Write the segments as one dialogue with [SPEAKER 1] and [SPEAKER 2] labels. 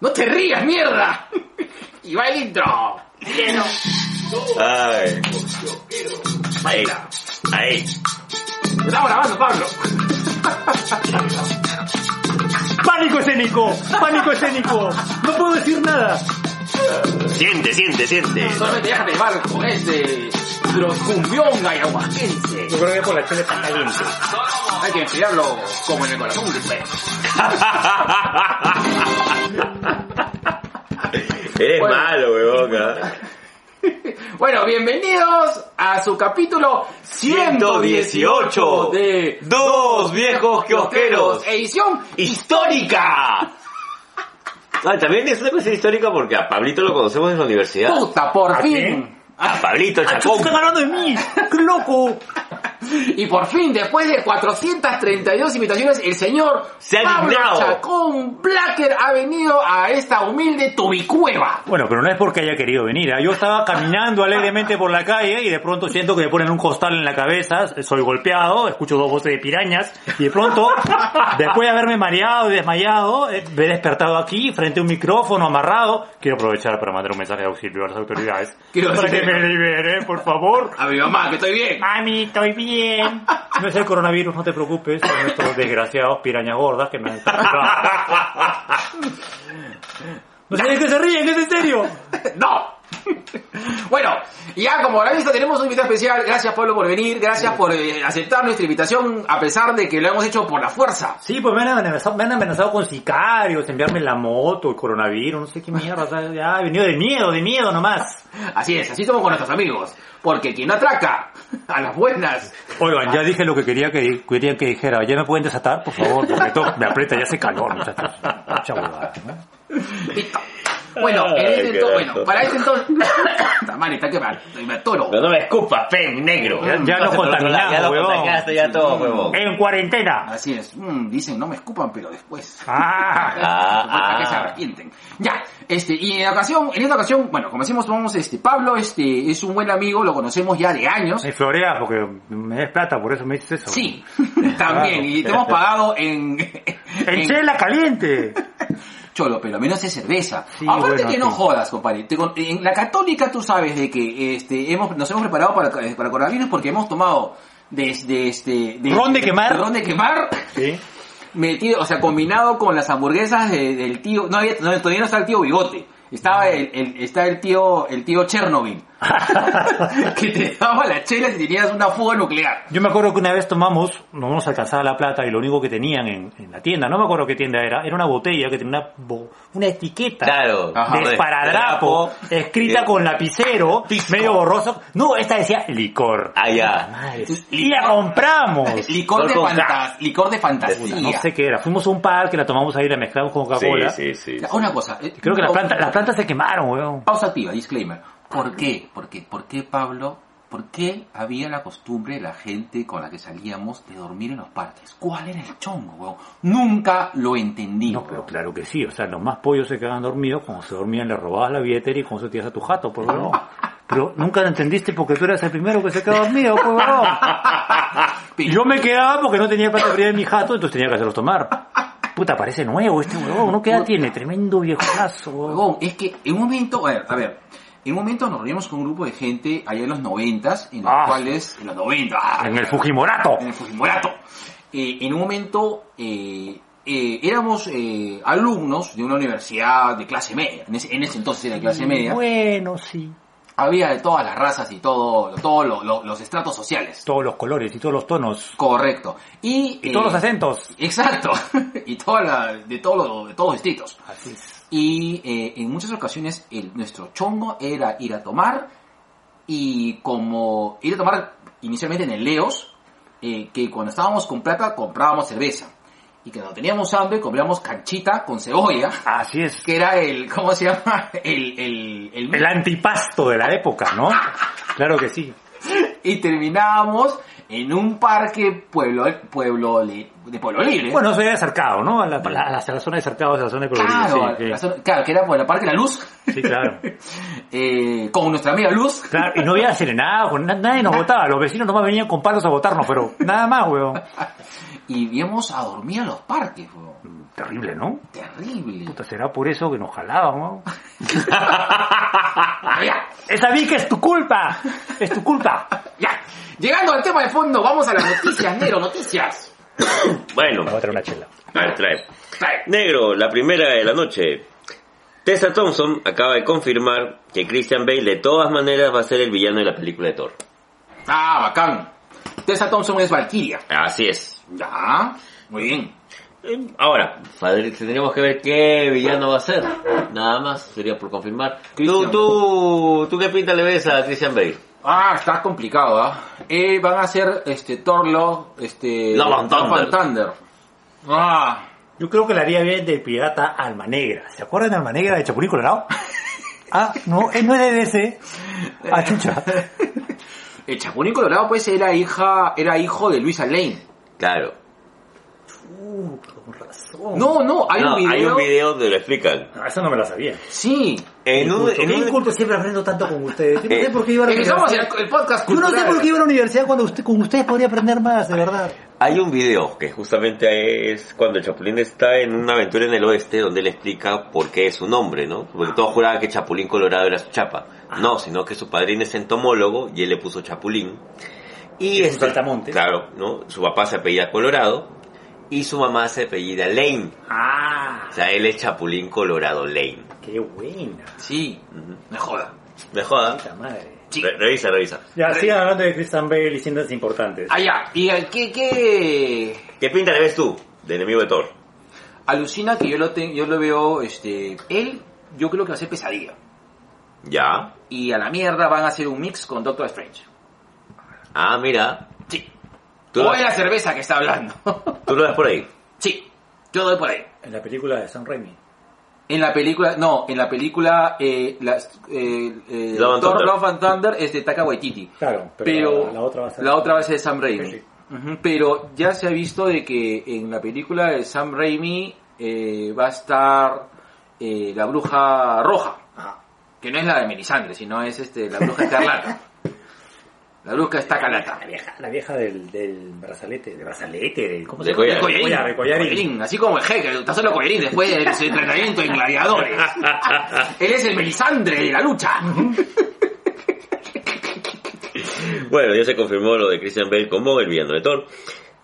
[SPEAKER 1] ¡No te rías, mierda! y va el intro. Lleno.
[SPEAKER 2] Ay, ahí,
[SPEAKER 1] Baila.
[SPEAKER 2] ahí.
[SPEAKER 1] Estamos grabando, Pablo.
[SPEAKER 3] ¡Pánico escénico! ¡Pánico escénico! ¡No puedo decir nada!
[SPEAKER 2] Siente, siente, siente.
[SPEAKER 1] Solamente déjate el barco, es de Groscumbionga y Aguasquense.
[SPEAKER 3] Yo creo que por la chela está caliente.
[SPEAKER 1] Hay que enfriarlo como en el corazón del pez.
[SPEAKER 2] Eres
[SPEAKER 1] Bueno.
[SPEAKER 2] malo, weón. ¿ah?
[SPEAKER 1] Bueno, bienvenidos a su capítulo 118 de
[SPEAKER 2] Dos viejos kiosqueros.
[SPEAKER 1] Edición
[SPEAKER 2] ¡Histórica! Ah, también es una cosa histórica porque a Pablito lo conocemos en la universidad.
[SPEAKER 1] puta, por
[SPEAKER 2] ¿Ah,
[SPEAKER 3] ¿A
[SPEAKER 1] fin.
[SPEAKER 3] quién?
[SPEAKER 2] A Pablito
[SPEAKER 3] ¡Ah, chuta,
[SPEAKER 2] Chacón.
[SPEAKER 3] está ganando de mí! ¡Qué loco!
[SPEAKER 1] Y por fin, después de 432 invitaciones, el señor
[SPEAKER 2] Se ha
[SPEAKER 1] Pablo
[SPEAKER 2] dignado.
[SPEAKER 1] Chacón Blacker ha venido a esta humilde tubicueva.
[SPEAKER 3] Bueno, pero no es porque haya querido venir. ¿ah? Yo estaba caminando alegremente por la calle y de pronto siento que me ponen un costal en la cabeza, soy golpeado, escucho dos voces de pirañas y de pronto, después de haberme mareado y desmayado, eh, me he despertado aquí frente a un micrófono amarrado. Quiero aprovechar para mandar un mensaje de auxilio a las autoridades.
[SPEAKER 1] Quiero
[SPEAKER 3] para
[SPEAKER 1] decirle-
[SPEAKER 3] que me liberen, por favor.
[SPEAKER 1] A mi mamá, que estoy bien.
[SPEAKER 3] Mami, estoy bien. No es el coronavirus, no te preocupes. Son nuestros desgraciados pirañas gordas que me han No sé de qué se ríen, es en serio.
[SPEAKER 1] ¡No! bueno, ya como habrán visto tenemos un invitado especial. Gracias Pablo por venir, gracias por eh, aceptar nuestra invitación a pesar de que lo hemos hecho por la fuerza.
[SPEAKER 3] Sí, pues me han amenazado, me han amenazado con sicarios, enviarme la moto, el coronavirus, no sé qué mierda. ¿sabes? Ya he venido de miedo, de miedo nomás.
[SPEAKER 1] Así es, así somos con nuestros amigos. Porque quien no atraca a las buenas.
[SPEAKER 3] Oigan, ya dije lo que quería que, quería que dijera. ¿Ya me pueden desatar, por favor? Porque esto me aprieta, ya hace calor, muchachos. Mucha huevada, ¿no?
[SPEAKER 1] Listo. Bueno, en
[SPEAKER 2] Ay,
[SPEAKER 1] este
[SPEAKER 2] qué
[SPEAKER 1] ento-
[SPEAKER 2] asco.
[SPEAKER 1] bueno, para este entonces. Está mal, está que mal, me atoro.
[SPEAKER 2] Pero no me escupas, pen, negro.
[SPEAKER 3] Ya lo
[SPEAKER 2] no
[SPEAKER 3] contaminamos,
[SPEAKER 2] Ya lo
[SPEAKER 3] huevón.
[SPEAKER 2] contaminaste, ya todo, huevón.
[SPEAKER 3] ¡En cuarentena!
[SPEAKER 1] Así es, Mm, dicen no me escupan, pero después.
[SPEAKER 3] ¡Ah!
[SPEAKER 2] Ah,
[SPEAKER 1] Para que se
[SPEAKER 2] ah.
[SPEAKER 1] arrepienten. Ya, este, y en ocasión, en esta ocasión, bueno, como decimos, vamos, este, Pablo, este, es un buen amigo, lo conocemos ya de años.
[SPEAKER 3] Me floreas porque me des plata, por eso me dices eso.
[SPEAKER 1] Sí, también. Y te hemos pagado en,
[SPEAKER 3] ¡En
[SPEAKER 1] en
[SPEAKER 3] chela caliente!
[SPEAKER 1] cholo, pero menos es cerveza.
[SPEAKER 3] Sí,
[SPEAKER 1] Aparte
[SPEAKER 3] bueno,
[SPEAKER 1] que no
[SPEAKER 3] sí.
[SPEAKER 1] jodas, compadre. Te con- en la católica tú sabes de que este, hemos, nos hemos preparado para, para coronavirus porque hemos tomado desde este... de-
[SPEAKER 3] Ron de quemar.
[SPEAKER 1] Ron de quemar.
[SPEAKER 3] ¿Sí?
[SPEAKER 1] Metido, o sea, combinado con las hamburguesas de- del tío... No, había- no, todavía no está el tío Bigote.
[SPEAKER 3] Ah.
[SPEAKER 1] Estaba el, el- está el tío, el tío Chernobyl. que te daba la chela si tenías una fuga nuclear.
[SPEAKER 3] Yo me acuerdo que una vez tomamos, no nos alcanzaba la plata y lo único que tenían en, en la tienda, no me acuerdo qué tienda era, era una botella que tenía una, bo- una etiqueta
[SPEAKER 2] Claro.
[SPEAKER 1] Ajá.
[SPEAKER 3] de esparadrapo escrita
[SPEAKER 2] Eh,
[SPEAKER 3] con lapicero,
[SPEAKER 2] pisco.
[SPEAKER 3] medio borroso. No, esta decía licor.
[SPEAKER 2] Ah, Allá.
[SPEAKER 3] Madre, y la compramos.
[SPEAKER 1] Licor de,
[SPEAKER 2] Licor con
[SPEAKER 1] fantas- licor de fantasía.
[SPEAKER 3] No sé qué era. Fuimos a un parque, la tomamos ahí, la mezclamos con Coca-Cola.
[SPEAKER 2] Sí, sí, sí.
[SPEAKER 1] Ya, Una cosa. eh,
[SPEAKER 3] Creo que las
[SPEAKER 1] pausa-
[SPEAKER 3] plantas, las plantas se quemaron, weón.
[SPEAKER 1] Pausa activa, disclaimer. ¿Por qué? ¿Por qué? ¿Por qué, Pablo? ¿Por qué había la costumbre de la gente con la que salíamos de dormir en los parques? ¿Cuál era el chongo, weón? Nunca lo entendí.
[SPEAKER 3] No,
[SPEAKER 1] weón.
[SPEAKER 3] pero claro que sí, o sea, los más pollos se quedaban dormidos, cuando se dormían le robabas la billetera y cuando se tiras a tu jato, por favor. Pero nunca lo entendiste porque tú eras el primero que se quedaba dormido, por favor.
[SPEAKER 1] Pero-
[SPEAKER 3] Yo me quedaba porque no tenía plata fría en mi jato, entonces tenía que hacerlos tomar. Puta, parece nuevo este huevón, ¿no? ¿Qué edad tiene? Tremendo viejazo, huevón.
[SPEAKER 1] Huevón, es que en un momento, a ver, a ver, en un momento nos reunimos con un grupo de gente allá en los noventas, en los
[SPEAKER 3] Ah.
[SPEAKER 1] cuales, en los noventas, ah,
[SPEAKER 3] En el Fujimorato.
[SPEAKER 1] en el Fujimorato. Eh, en un momento eh, eh, éramos eh, alumnos de una universidad de clase media. En ese, en ese entonces era de clase media.
[SPEAKER 3] Bueno, sí.
[SPEAKER 1] Había de todas las razas y todo, todos lo- lo- los estratos sociales.
[SPEAKER 3] Todos los colores y todos los tonos.
[SPEAKER 1] Correcto. Y,
[SPEAKER 3] Y
[SPEAKER 1] eh,
[SPEAKER 3] todos los acentos.
[SPEAKER 1] Exacto. y toda la- de, todos los- de todos los distritos.
[SPEAKER 3] Así es.
[SPEAKER 1] Y eh, en muchas ocasiones el- nuestro chongo era ir a tomar y como ir a tomar inicialmente en el Leos, eh, que cuando estábamos con plata comprábamos cerveza. Y que cuando teníamos hambre comprábamos canchita con cebolla,
[SPEAKER 3] Así es.
[SPEAKER 1] que era el, ¿cómo se llama? El, el, el-
[SPEAKER 3] El antipasto de la época, ¿no? Claro que sí.
[SPEAKER 1] Y terminábamos en un parque pueblo, pueblo li- de Pueblo Libre.
[SPEAKER 3] Bueno, eso era cercado, ¿no? A la, a la- a la zona de cercado, a la zona de Colorado.
[SPEAKER 1] claro,
[SPEAKER 3] sí,
[SPEAKER 1] la
[SPEAKER 3] sí.
[SPEAKER 1] zona- claro, que era por el parque La Luz,
[SPEAKER 3] Sí, claro.
[SPEAKER 1] eh, con nuestra amiga Luz.
[SPEAKER 3] Claro, y no había serenado, na- nadie nos votaba. Los vecinos nomás venían con palos a votarnos, pero nada más, weón.
[SPEAKER 1] Y íbamos a dormir a los parques, weón.
[SPEAKER 3] Terrible, ¿no?
[SPEAKER 1] Terrible.
[SPEAKER 3] Puta, será por eso que nos jalaban, ¿no?
[SPEAKER 1] Ah, ya,
[SPEAKER 3] Esa Vic es tu culpa, es tu culpa.
[SPEAKER 1] ya. Llegando al tema de fondo, vamos a las noticias, Nero, noticias.
[SPEAKER 2] Bueno,
[SPEAKER 3] a traer una chela.
[SPEAKER 2] a ver, trae.
[SPEAKER 1] Trae.
[SPEAKER 2] Negro, la primera de la noche. Tessa Thompson acaba de confirmar que Christian Bale de todas maneras va a ser el villano de la película de Thor.
[SPEAKER 1] Ah, bacán. Tessa Thompson es Valkyria.
[SPEAKER 2] Así es.
[SPEAKER 1] Ya, muy bien.
[SPEAKER 2] Eh, Ahora, padre, tendríamos que ver qué villano va a ser. Nada más, sería por confirmar. ¿Tú,
[SPEAKER 1] Christian.
[SPEAKER 2] tú, ¿Tú qué pinta le ves a Christian Bale?
[SPEAKER 1] Ah, está complicado, ¿ah? Eh, van a ser, este, Torlo, este...
[SPEAKER 2] Love and
[SPEAKER 1] Love
[SPEAKER 2] Thunder.
[SPEAKER 1] Ah,
[SPEAKER 3] Yo creo que la haría bien de pirata Alma Negra. ¿Se acuerdan de Alma Negra de Chapulín Colorado? Ah, no, él no es de DC. Ah, chucha.
[SPEAKER 1] el Chapulín Colorado, pues, era hija, era hijo de Luisa Lane.
[SPEAKER 2] Claro.
[SPEAKER 3] Uh, con razón.
[SPEAKER 1] No, no, hay
[SPEAKER 2] No,
[SPEAKER 1] un video.
[SPEAKER 2] hay un video donde lo explican.
[SPEAKER 3] Ah, Eso no me lo sabía.
[SPEAKER 1] Sí.
[SPEAKER 2] En un, en un-
[SPEAKER 3] inculto siempre aprendo tanto con ustedes. Yo
[SPEAKER 2] Eh,
[SPEAKER 3] por qué iba
[SPEAKER 1] Empezamos el, el podcast
[SPEAKER 3] Yo no sé
[SPEAKER 1] cultural.
[SPEAKER 3] por qué iba a la universidad cuando usted, con ustedes podría aprender más, de verdad.
[SPEAKER 2] hay un video que justamente es cuando el Chapulín está en una aventura en el oeste donde él explica por qué es su nombre, ¿no? Porque todos juraban que Chapulín Colorado era su chapa. No, sino que su padrino es entomólogo y él le puso Chapulín. Y
[SPEAKER 3] Es un
[SPEAKER 2] este-
[SPEAKER 3] saltamontes.
[SPEAKER 2] Claro, ¿no? Su papá se apellida Colorado y su mamá se apellida Lane.
[SPEAKER 3] Ah,
[SPEAKER 2] O sea, él es Chapulín Colorado Lane.
[SPEAKER 3] qué buena.
[SPEAKER 1] Sí, me joda.
[SPEAKER 2] Me joda.
[SPEAKER 3] Puta madre.
[SPEAKER 1] Sí.
[SPEAKER 2] Re- revisa, revisa.
[SPEAKER 3] Ya, sigan hablando de Christian Bale y siéntanse importantes.
[SPEAKER 1] Allá, y al que, que
[SPEAKER 2] ¿Qué pinta le ves tú de enemigo de Thor?
[SPEAKER 1] alucina que yo lo, ten- yo lo veo, este, él, yo creo que va a ser pesadilla.
[SPEAKER 2] Ya.
[SPEAKER 1] Y a la mierda van a hacer un mix con Doctor Strange.
[SPEAKER 2] Ah, mira.
[SPEAKER 1] Sí.
[SPEAKER 2] ¿Tú
[SPEAKER 1] o
[SPEAKER 2] lo,
[SPEAKER 1] es la cerveza que está hablando.
[SPEAKER 2] tú lo ves por ahí.
[SPEAKER 1] sí, yo doy por ahí.
[SPEAKER 3] En la película de Sam Raimi.
[SPEAKER 1] En la película, no, en la película, eh, las- eh, eh,
[SPEAKER 2] Love and
[SPEAKER 1] Thor,
[SPEAKER 2] Thunder.
[SPEAKER 1] Love and Thunder es de Taka Waititi.
[SPEAKER 3] Claro,
[SPEAKER 1] pero,
[SPEAKER 3] la, la otra va a ser...
[SPEAKER 1] la otra va a ser Sam Raimi.
[SPEAKER 3] Sí.
[SPEAKER 1] Ujú, Pero ya se ha visto de que en la película de Sam Raimi eh, va a estar eh, la bruja roja,
[SPEAKER 3] Ajá.
[SPEAKER 1] que no es la de Melisandre, sino es este la bruja escarlata. la bruja está calata.
[SPEAKER 3] La vieja, la vieja del, del brazalete, de brazalete, del... ¿Cómo
[SPEAKER 2] De
[SPEAKER 3] se llama?
[SPEAKER 2] collar.
[SPEAKER 3] De collar, de collarín.
[SPEAKER 1] así como el jeque, está solo collarín después de su entrenamiento en gladiadores. Él es el Melisandre de la lucha.
[SPEAKER 2] Bueno, ya se confirmó lo de Christian Bale como el villano de Thor.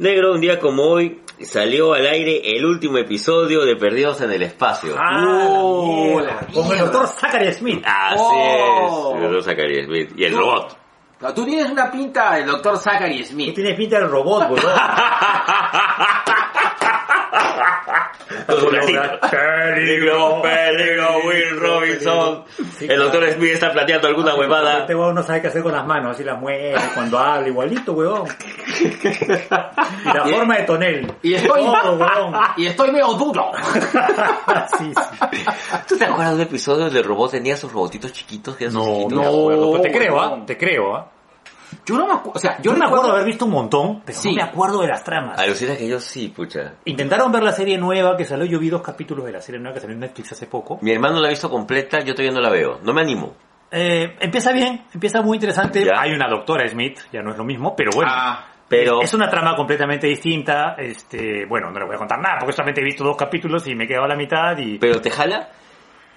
[SPEAKER 2] Negro, un día como hoy, salió al aire el último episodio de Perdidos en el Espacio.
[SPEAKER 3] Ah,
[SPEAKER 1] Oh,
[SPEAKER 3] la mierda.
[SPEAKER 1] la
[SPEAKER 3] Con el
[SPEAKER 1] mierda.
[SPEAKER 3] doctor Zachary Smith.
[SPEAKER 2] Así
[SPEAKER 1] Oh.
[SPEAKER 2] es. Lo saca Will Smith. Y el
[SPEAKER 1] No.
[SPEAKER 2] robot.
[SPEAKER 1] No, Tú tienes una pinta del doctor Zachary
[SPEAKER 3] Tú
[SPEAKER 1] Smith.
[SPEAKER 3] tienes pinta del robot, boludo.
[SPEAKER 2] Con su bracito. Peligro, peligro, Will Robinson.
[SPEAKER 3] Sí,
[SPEAKER 2] El doctor
[SPEAKER 3] claro.
[SPEAKER 2] Smith está planteando alguna
[SPEAKER 1] Pues
[SPEAKER 2] huevada.
[SPEAKER 3] Este huevón no sabe qué hacer con las manos, así las mueve cuando habla, igualito, huevón. Y la
[SPEAKER 1] Y-
[SPEAKER 3] forma de tonel.
[SPEAKER 1] Y estoy,
[SPEAKER 3] Todo, huevón.
[SPEAKER 1] y estoy medio duro.
[SPEAKER 3] Sí, sí.
[SPEAKER 2] ¿Tú te acuerdas de un episodio donde el robot tenía sus robotitos chiquitos? que eran sus chiquitos?
[SPEAKER 1] no. me acuerdo.
[SPEAKER 3] Pero te creo, ¿ah?
[SPEAKER 1] huevón.
[SPEAKER 3] Te creo, ¿ah?
[SPEAKER 1] Yo no me acuerdo, o sea,
[SPEAKER 3] Yo
[SPEAKER 1] yo
[SPEAKER 3] me acuerdo
[SPEAKER 1] recuerdo-
[SPEAKER 3] haber visto un montón, pero
[SPEAKER 1] Sí.
[SPEAKER 3] no me acuerdo de las tramas.
[SPEAKER 2] Alucina que yo sí, pucha.
[SPEAKER 3] Intentaron ver la serie nueva que salió, yo vi dos capítulos de la serie nueva que salió en Netflix hace poco.
[SPEAKER 2] Mi hermano la ha visto completa, yo todavía no la veo. No me animo.
[SPEAKER 3] Eh, empieza bien, empieza muy interesante.
[SPEAKER 2] Ya.
[SPEAKER 3] Hay una doctora Smith, ya no es lo mismo, pero bueno.
[SPEAKER 1] Ah,
[SPEAKER 2] Pero...
[SPEAKER 3] Es una trama completamente distinta, este, bueno, no les voy a contar nada, porque solamente he visto dos capítulos y me he quedado a la mitad y...
[SPEAKER 2] ¿Pero te jala?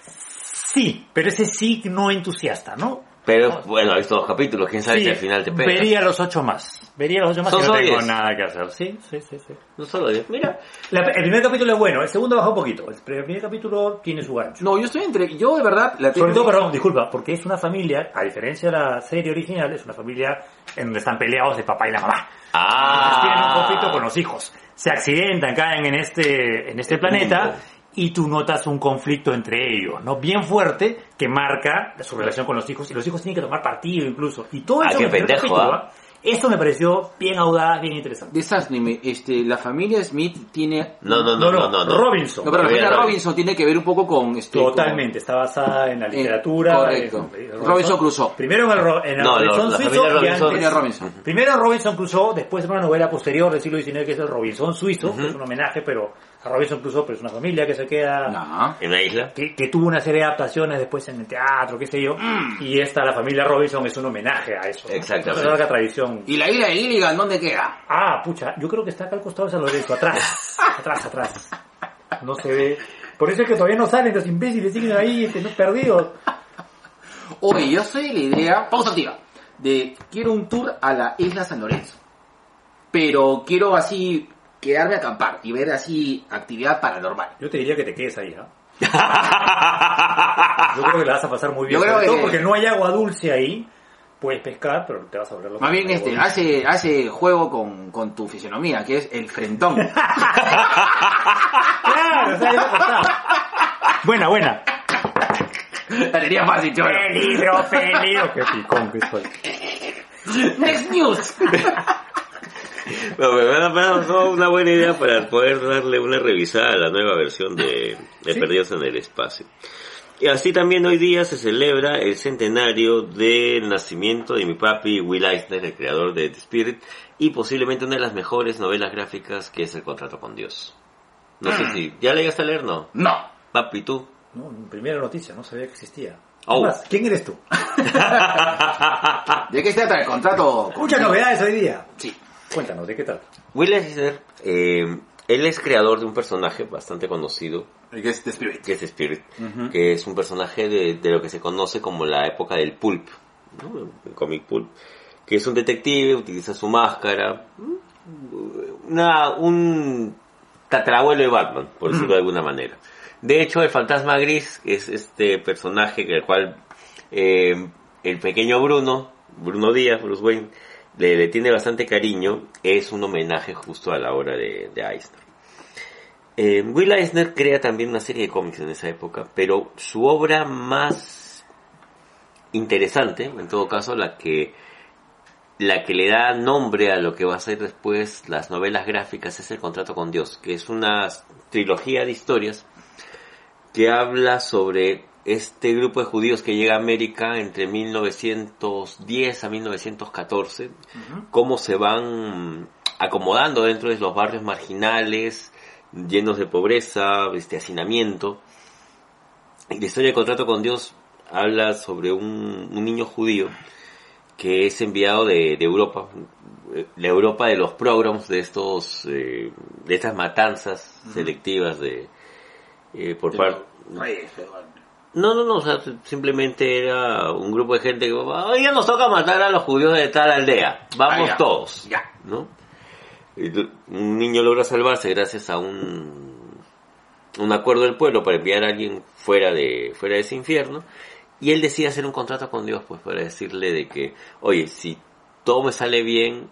[SPEAKER 3] sí, pero ese sí no entusiasta, ¿no?
[SPEAKER 2] Pero, bueno, ha visto dos capítulos, quién sabe
[SPEAKER 3] Sí,
[SPEAKER 2] si al final te pega.
[SPEAKER 3] vería los ocho más. Vería los ocho más y
[SPEAKER 2] Son
[SPEAKER 3] no tengo
[SPEAKER 2] soyes.
[SPEAKER 3] nada que hacer. Sí, sí, sí, sí.
[SPEAKER 2] No solo diez. Mira,
[SPEAKER 3] La- el primer capítulo es bueno, el segundo baja un poquito. El primer capítulo tiene su gancho.
[SPEAKER 1] no, yo estoy entre, yo de verdad la tengo-
[SPEAKER 3] Sobre todo, perdón, disculpa, porque es una familia, a diferencia de la serie original, es una familia en donde están peleados el papá y la mamá. Entonces, Tienen
[SPEAKER 2] Ah.
[SPEAKER 3] un conflicto con los hijos. Se accidentan, caen en este, en este
[SPEAKER 2] El
[SPEAKER 3] planeta
[SPEAKER 2] mundo.
[SPEAKER 3] y tú notas un conflicto entre ellos, ¿no? Bien fuerte que marca su relación con los hijos y los hijos tienen que tomar partido incluso. Y todo
[SPEAKER 2] Ah,
[SPEAKER 3] eso
[SPEAKER 2] qué
[SPEAKER 3] en el primer
[SPEAKER 2] pendejo,
[SPEAKER 3] capítulo,
[SPEAKER 2] ¿ah?
[SPEAKER 3] ¿ah? Eso me pareció bien audaz, bien interesante.
[SPEAKER 1] De esas anime, este, la familia Smith tiene...
[SPEAKER 2] No, no, no, no, no. no.
[SPEAKER 3] Robinson.
[SPEAKER 1] No, pero la
[SPEAKER 2] Bien,
[SPEAKER 1] familia
[SPEAKER 2] Robinson.
[SPEAKER 1] Robinson tiene que ver un poco con... Este, con-
[SPEAKER 3] Totalmente, está basada en la
[SPEAKER 1] En-
[SPEAKER 3] literatura.
[SPEAKER 1] correcto.
[SPEAKER 3] en- en
[SPEAKER 1] Robinson Crusoe.
[SPEAKER 3] Primero en el, Ro- en el
[SPEAKER 2] No,
[SPEAKER 3] Robinson
[SPEAKER 2] los- la
[SPEAKER 3] Suizo
[SPEAKER 2] familia
[SPEAKER 3] y
[SPEAKER 2] Robinson.
[SPEAKER 3] antes-
[SPEAKER 1] Familia Robinson.
[SPEAKER 3] Primero Robinson Crusoe, después una novela posterior del siglo XIX que es el Robinson Suizo, que es un homenaje pero a Robinson Crusoe, pero es una familia que se queda...
[SPEAKER 1] No.
[SPEAKER 2] En la isla.
[SPEAKER 3] Que, que tuvo una serie de adaptaciones después en el teatro, qué sé yo. Y esta, la familia Robinson, es un homenaje a eso. ¿no?
[SPEAKER 2] Exactamente.
[SPEAKER 3] Es una larga tradición.
[SPEAKER 1] ¿Y la isla de Gilligan dónde queda?
[SPEAKER 3] Ah, pucha, yo creo que está acá al costado de San Lorenzo, atrás, atrás, atrás. No se ve. Por eso es que todavía no salen los imbéciles, siguen ahí este, no, perdidos.
[SPEAKER 1] Oye, yo soy la idea... Pausa, tía. De quiero un tour a la isla San Lorenzo. Pero quiero así quedarme a acampar y ver así actividad paranormal.
[SPEAKER 3] Yo te diría que te quedes ahí, ¿ah? Yo creo que la vas a pasar muy bien.
[SPEAKER 1] Yo creo
[SPEAKER 3] sobre todo
[SPEAKER 1] que-
[SPEAKER 3] porque no hay agua dulce ahí. Puedes pescar, pero te vas a volver loco.
[SPEAKER 1] Más bien,
[SPEAKER 3] con el agua
[SPEAKER 1] este,
[SPEAKER 3] dulce.
[SPEAKER 1] hace, hace juego con, con tu fisionomía, que es el frentón.
[SPEAKER 3] Ah, Claro, o sea, ya está. Buena, buena.
[SPEAKER 1] la tenía fácil, chaval.
[SPEAKER 3] Peligro, peligro. Qué picón que soy.
[SPEAKER 1] Next news.
[SPEAKER 2] No, me van a- me han dado una buena idea para poder darle una revisada a la nueva versión de, de Perdidos en el Espacio. Y así también hoy día se celebra el centenario del nacimiento de mi papi Will Eisner, el creador de The Spirit, y posiblemente una de las mejores novelas gráficas que es El Contrato con Dios. No sé
[SPEAKER 3] Ah.
[SPEAKER 2] si... ¿Ya la llegaste a leer? No.
[SPEAKER 1] No.
[SPEAKER 2] Papi, ¿tú?
[SPEAKER 3] No, primera noticia, no sabía que existía.
[SPEAKER 2] Oh.
[SPEAKER 3] Además, ¿quién eres tú?
[SPEAKER 1] ¿De qué se trata el contrato? con-
[SPEAKER 3] Muchas novedades hoy día.
[SPEAKER 1] Sí.
[SPEAKER 3] Cuéntanos, ¿de qué trata?
[SPEAKER 2] Will Eisner, eh, él es creador de un personaje bastante conocido
[SPEAKER 1] El que es The Spirit.
[SPEAKER 2] que es Spirit, que es un personaje de, de lo que se conoce como la época del pulp, ¿no? el cómic pulp, que es un detective, utiliza su máscara, mm, una, un tatarabuelo de Batman, por decirlo de alguna manera. De hecho, el fantasma gris es este personaje que el cual eh, el pequeño Bruno, Bruno Díaz, Bruce Wayne, le, le tiene bastante cariño, es un homenaje justo a la obra de, de Eisner. Eh, Will Eisner crea también una serie de cómics en esa época, pero su obra más interesante, en todo caso, la que la que le da nombre a lo que va a ser después las novelas gráficas es El Contrato con Dios, que es una trilogía de historias que habla sobre este grupo de judíos que llega a América entre 1910 a 1914, cómo se van acomodando dentro de los barrios marginales, llenos de pobreza, este hacinamiento. Y la historia de Contrato con Dios habla sobre un, un niño judío que es enviado de, de Europa, eh, la Europa de los programs, de estos, eh, de estas matanzas selectivas de, eh, por parte,
[SPEAKER 1] Reyes, pero-
[SPEAKER 2] no, no, no, o sea, simplemente era un grupo de gente que, oye, nos toca matar a los judíos de tal aldea, vamos
[SPEAKER 1] Ah, ya.
[SPEAKER 2] todos,
[SPEAKER 1] Ya.
[SPEAKER 2] ¿no? Y l- un niño logra salvarse gracias a un, un acuerdo del pueblo para enviar a alguien fuera de, fuera de ese infierno, y él decide hacer un contrato con Dios, pues, para decirle de que, oye, si todo me sale bien,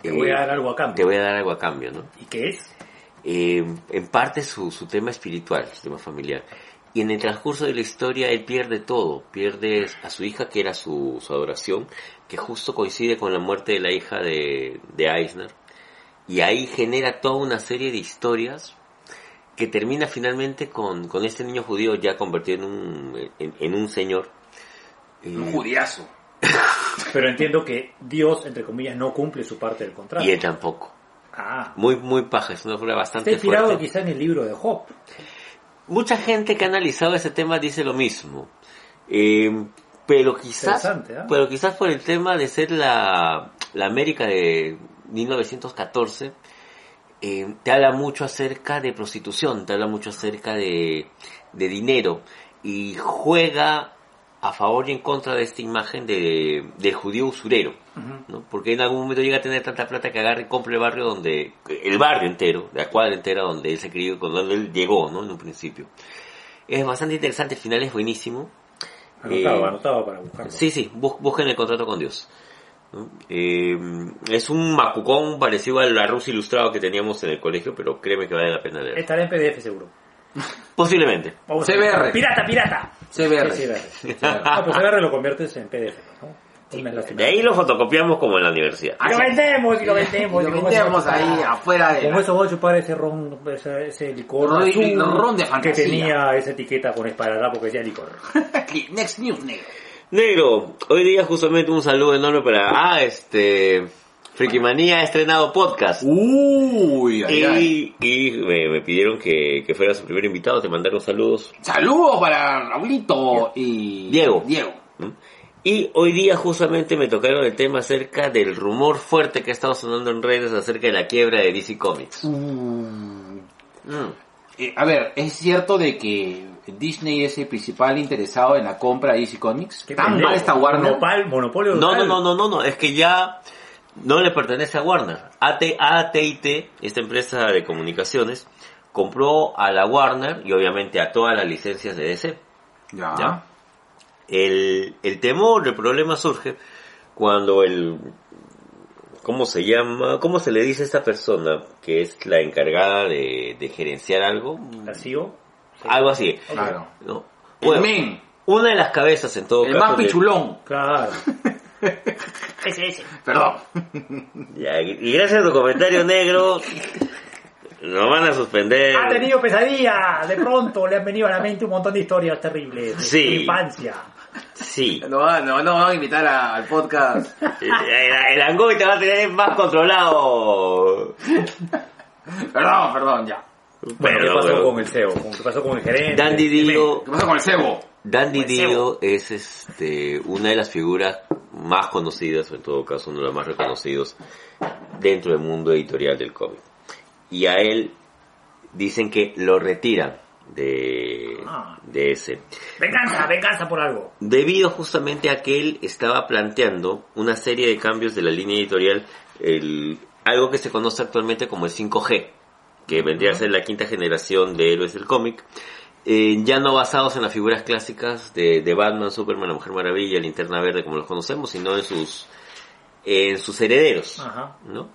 [SPEAKER 3] Te
[SPEAKER 2] eh,
[SPEAKER 3] voy a dar algo a cambio.
[SPEAKER 2] te voy a dar algo a cambio, ¿no?
[SPEAKER 3] ¿Y qué es?
[SPEAKER 2] eh, en parte su, su tema espiritual, su tema familiar. Y en el transcurso de la historia él pierde todo, pierde a su hija que era su, su adoración, que justo coincide con la muerte de la hija de, de Eisner. Y ahí genera toda una serie de historias que termina finalmente con, con este niño judío ya convertido en un, en, en un señor. Eh,
[SPEAKER 1] Un judiazo.
[SPEAKER 3] Pero entiendo que Dios, entre comillas, no cumple su parte del contrato.
[SPEAKER 2] y él tampoco.
[SPEAKER 3] Ah,
[SPEAKER 2] Muy, muy paja, es una obra
[SPEAKER 3] está
[SPEAKER 2] bastante
[SPEAKER 3] inspirado
[SPEAKER 2] fuerte.
[SPEAKER 3] quizá en el libro de Job.
[SPEAKER 2] Mucha gente que ha analizado ese tema dice lo mismo. Eh, pero quizás
[SPEAKER 3] Interesante, ¿eh?
[SPEAKER 2] pero quizás por el tema de ser la, la América de 1914, eh, te habla mucho acerca de prostitución, te habla mucho acerca de, de dinero y juega a favor y en contra de esta imagen de, del judío usurero. ¿no? Porque en algún momento llega a tener tanta plata que agarre y compre el barrio donde, el barrio entero, la cuadra entera donde él se crió, con donde él llegó, ¿no? En un principio. Es bastante interesante, el final es buenísimo.
[SPEAKER 3] Anotado,
[SPEAKER 2] Eh,
[SPEAKER 3] anotado para buscarlo.
[SPEAKER 2] Sí, sí, bus- busquen el contrato con Dios. ¿no? Eh, es un macucón parecido al arroz ilustrado que teníamos en el colegio, pero créeme que vale la pena leer.
[SPEAKER 3] Estará en PDF seguro.
[SPEAKER 2] Posiblemente.
[SPEAKER 3] Vamos
[SPEAKER 1] CBR.
[SPEAKER 3] Pirata, pirata.
[SPEAKER 1] CBR.
[SPEAKER 3] Sí, CBR. Ah, pues CBR lo conviertes en PDF, ¿no? Sí, me lo
[SPEAKER 2] De ahí lo fotocopiamos como en la universidad.
[SPEAKER 3] Y lo vendemos, y lo vendemos.
[SPEAKER 1] Lo metemos ahí afuera de...
[SPEAKER 4] Con
[SPEAKER 1] la-
[SPEAKER 4] eso voy a chupar ese ron, ese, ese licor
[SPEAKER 1] Ron-
[SPEAKER 4] azul
[SPEAKER 1] ron de
[SPEAKER 4] que
[SPEAKER 1] fantasía.
[SPEAKER 4] tenía esa etiqueta con esparadrapo que decía licor.
[SPEAKER 1] Next News, negro.
[SPEAKER 2] Negro, hoy día justamente un saludo enorme para... Ah, este... Friki Manía ha estrenado podcast.
[SPEAKER 1] Uy, ay, ay.
[SPEAKER 2] Y, y me, me pidieron que, que fuera su primer invitado, te mandaron saludos.
[SPEAKER 1] Saludos para Raulito y...
[SPEAKER 2] Diego.
[SPEAKER 1] Diego.
[SPEAKER 2] ¿no? Y hoy día justamente me tocaron el tema acerca del rumor fuerte que ha estado sonando en redes acerca de la quiebra de DC Comics. Mm.
[SPEAKER 1] Eh, a ver, es cierto de que Disney es el principal interesado en la compra de DC Comics.
[SPEAKER 4] Qué
[SPEAKER 1] Tan
[SPEAKER 4] pendejo.
[SPEAKER 1] mal está Warner.
[SPEAKER 4] Monopal- monopolio
[SPEAKER 2] No, no,
[SPEAKER 4] local.
[SPEAKER 2] no, no, no, no, es que ya no le pertenece a Warner. AT AT&T, esta empresa de comunicaciones, compró a la Warner y obviamente a todas las licencias de DC.
[SPEAKER 1] Ya.
[SPEAKER 2] Ya. El, el temor, el problema surge cuando el... ¿Cómo se llama? ¿Cómo se le dice a esta persona que es la encargada de, de gerenciar algo?
[SPEAKER 4] Vacío.
[SPEAKER 2] Algo así.
[SPEAKER 1] Claro.
[SPEAKER 2] ¿no?
[SPEAKER 1] El
[SPEAKER 2] Bueno,
[SPEAKER 1] men,
[SPEAKER 2] una de las cabezas en todo
[SPEAKER 1] el
[SPEAKER 2] caso
[SPEAKER 1] más
[SPEAKER 2] de-
[SPEAKER 1] pichulón.
[SPEAKER 4] Claro.
[SPEAKER 3] Ese, ese.
[SPEAKER 1] Perdón.
[SPEAKER 2] Ya, y gracias a tu comentario negro, nos van a suspender.
[SPEAKER 1] Eh.
[SPEAKER 3] Ha tenido pesadilla. De pronto le han venido a la mente un montón de historias terribles. de
[SPEAKER 2] Sí.
[SPEAKER 3] su infancia.
[SPEAKER 2] Sí.
[SPEAKER 1] No, va- no, no van a invitar a- al podcast.
[SPEAKER 2] El, el Angoy te va a tener más controlado.
[SPEAKER 1] Perdón, perdón, ya.
[SPEAKER 4] Bueno, ¿qué
[SPEAKER 2] Pero,
[SPEAKER 4] pasó
[SPEAKER 2] pero-
[SPEAKER 4] con el CEO? ¿Con- ¿Qué pasó con el gerente?
[SPEAKER 2] Dandy Dio,
[SPEAKER 1] ¿Qué pasa con el cebo?
[SPEAKER 2] Dandy
[SPEAKER 3] Pues, cebo.
[SPEAKER 2] Dio es este, una de las figuras más conocidas, o en todo caso uno de los más reconocidos, dentro del mundo editorial del cómic. Y a él dicen que lo retiran de,
[SPEAKER 3] Ah.
[SPEAKER 2] de ese.
[SPEAKER 3] Venganza, venganza por algo.
[SPEAKER 2] Debido justamente a que él estaba planteando una serie de cambios de la línea editorial, el- algo que se conoce actualmente como el 5G, que vendría a ser la quinta generación de héroes del cómic, eh, ya no basados en las figuras clásicas de, de Batman, Superman, la Mujer Maravilla, Linterna Verde como los conocemos, sino en sus, en sus herederos.
[SPEAKER 3] Ajá.
[SPEAKER 2] ¿no?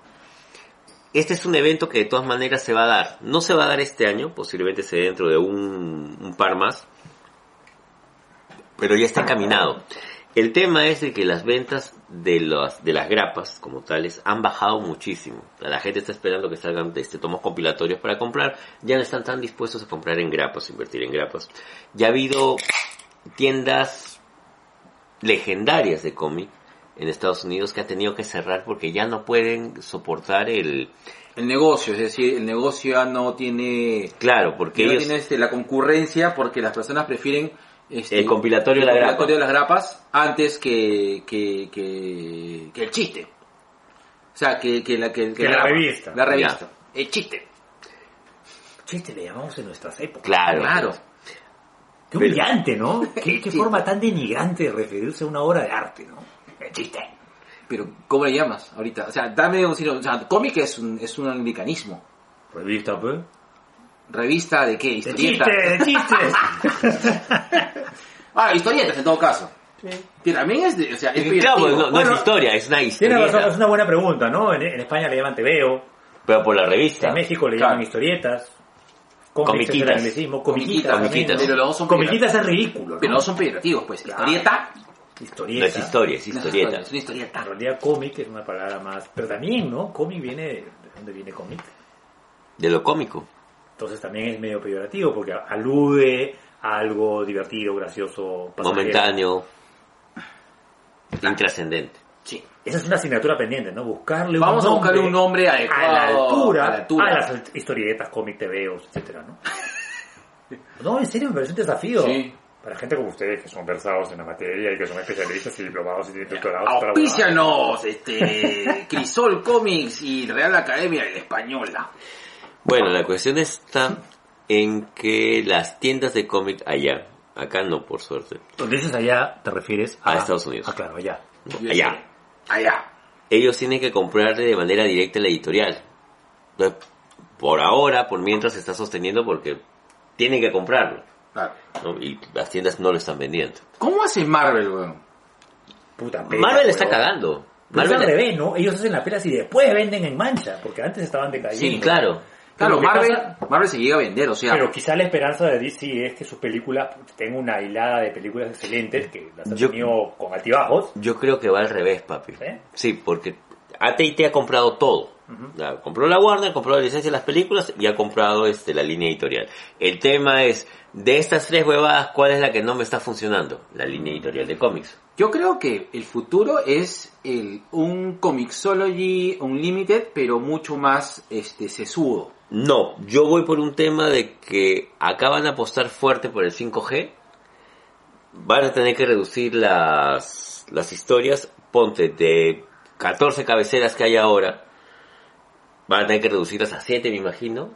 [SPEAKER 2] Este es un evento que de todas maneras se va a dar. No se va a dar este año, posiblemente sea dentro de un, un par más, pero ya está encaminado. El tema es de que las ventas de las, de las grapas como tales han bajado muchísimo. La gente está esperando que salgan este, tomos compilatorios para comprar. Ya no están tan dispuestos a comprar en grapas, invertir en grapas. Ya ha habido tiendas legendarias de cómic en Estados Unidos que ha tenido que cerrar porque ya no pueden soportar el
[SPEAKER 1] El negocio, es decir, el negocio ya no tiene...
[SPEAKER 2] claro porque
[SPEAKER 1] no
[SPEAKER 2] ellos
[SPEAKER 1] tiene este, la concurrencia porque las personas prefieren... este,
[SPEAKER 2] El compilatorio de la grapa.
[SPEAKER 1] compilatorio de las grapas antes que, que, que, que el chiste. O sea, que, que la, que,
[SPEAKER 4] Que la
[SPEAKER 1] grapa.
[SPEAKER 4] revista.
[SPEAKER 1] La revista. El chiste.
[SPEAKER 4] este
[SPEAKER 3] Chiste, le llamamos en nuestras épocas.
[SPEAKER 2] claro
[SPEAKER 1] Claro.
[SPEAKER 3] Qué
[SPEAKER 2] Pero-
[SPEAKER 3] humillante, ¿no? Qué, qué
[SPEAKER 1] Sí.
[SPEAKER 3] forma tan denigrante de referirse a una obra de arte, ¿no? El chiste.
[SPEAKER 1] Pero, ¿cómo le llamas ahorita? O sea, dame un sino- O sea, cómic es un, es un americanismo.
[SPEAKER 4] Revista, pues.
[SPEAKER 1] ¿Revista de qué?
[SPEAKER 3] De
[SPEAKER 1] ¿Historieta?
[SPEAKER 3] chistes, de chistes.
[SPEAKER 1] Ah, historietas en todo caso. Que también es de... O sea, es
[SPEAKER 2] claro pues, no, no
[SPEAKER 1] peyorativo.
[SPEAKER 2] es historia es una
[SPEAKER 4] Tiene
[SPEAKER 2] historia
[SPEAKER 4] razón, es una buena pregunta, ¿no? En, en España le llaman TVO,
[SPEAKER 2] pero por la
[SPEAKER 4] en
[SPEAKER 2] revista
[SPEAKER 4] México le
[SPEAKER 1] Claro.
[SPEAKER 4] llaman historietas, cómics es el
[SPEAKER 2] Comiquitas.
[SPEAKER 4] anglicismo, comiquitas.
[SPEAKER 1] Comiquitas,
[SPEAKER 4] también,
[SPEAKER 2] comiquitas.
[SPEAKER 4] ¿no?
[SPEAKER 1] Pero luego son
[SPEAKER 4] Comiquitas es ridículo, ¿no?
[SPEAKER 1] Pero no son peyorativos, pues. Historieta.
[SPEAKER 2] no es
[SPEAKER 3] Historieta.
[SPEAKER 2] historia es historieta
[SPEAKER 1] Es una historieta.
[SPEAKER 4] En realidad cómic es una palabra más, pero también, ¿no? Cómic viene, ¿de dónde viene cómic?
[SPEAKER 2] de lo cómico
[SPEAKER 4] Entonces también es medio peyorativo porque alude a algo divertido, gracioso, pasajero.
[SPEAKER 2] momentáneo intrascendente
[SPEAKER 1] Sí.
[SPEAKER 4] Esa es una asignatura pendiente, ¿no? Buscarle
[SPEAKER 1] Vamos a
[SPEAKER 4] un
[SPEAKER 1] buscarle un nombre
[SPEAKER 4] a
[SPEAKER 1] adecuado.
[SPEAKER 4] la altura,
[SPEAKER 1] a la altura.
[SPEAKER 4] a las historietas, cómic, TVOs, etcétera, ¿no? no, en serio, me parece un desafío.
[SPEAKER 1] Sí.
[SPEAKER 4] Para gente como ustedes que son versados en la materia y que son especialistas y diplomados y doctorados.
[SPEAKER 1] Ah,
[SPEAKER 4] toda la huevada.
[SPEAKER 1] Auspícianos, este, Crisol Comics y Real Academia Española.
[SPEAKER 2] Bueno, la cuestión está en que las tiendas de cómic allá, acá no por suerte,
[SPEAKER 4] Cuando dices allá, te refieres
[SPEAKER 2] A Estados Unidos.
[SPEAKER 4] Ah, claro, allá.
[SPEAKER 2] allá,
[SPEAKER 1] este, Allá.
[SPEAKER 2] ellos tienen que comprarle de manera directa a la editorial. Entonces, Por ahora, por mientras se está sosteniendo porque tienen que comprarlo.
[SPEAKER 1] Claro.
[SPEAKER 2] ¿no? Y las tiendas no lo están vendiendo.
[SPEAKER 1] ¿Cómo hace Marvel, weón?
[SPEAKER 4] Puta pela,
[SPEAKER 2] Marvel está
[SPEAKER 4] huevón.
[SPEAKER 2] cagando.
[SPEAKER 4] Pero es al
[SPEAKER 2] Marvel
[SPEAKER 4] revés, ¿no? Ellos hacen las pelas y después venden en mancha, porque antes estaban decayendo.
[SPEAKER 2] Sí, claro.
[SPEAKER 1] Claro,
[SPEAKER 3] Pero lo que
[SPEAKER 1] Marvel,
[SPEAKER 3] pasa-
[SPEAKER 1] Marvel se llega a vender, o sea,
[SPEAKER 3] Pero quizá la esperanza de DC es que sus películas tengan una hilada de películas excelentes que las han
[SPEAKER 2] Yo-
[SPEAKER 3] tenido con altibajos.
[SPEAKER 2] Yo creo que va al revés, papi.
[SPEAKER 3] ¿Sí?
[SPEAKER 2] Sí, porque AT&T ha comprado todo. Ya, Compró la Warner, compró la licencia de las películas y ha comprado este, la línea editorial. El tema es, de estas tres huevadas, ¿cuál es la que no me está funcionando? La línea editorial de cómics.
[SPEAKER 1] yo creo que el futuro es el, un Comixology Unlimited, pero mucho más este sesudo.
[SPEAKER 2] No, yo voy por un tema de que acaban de apostar fuerte por el 5G. Van a tener que reducir las, las historias. Ponte de 14 cabeceras que hay ahora. Van a tener que reducirlas a 7, me imagino.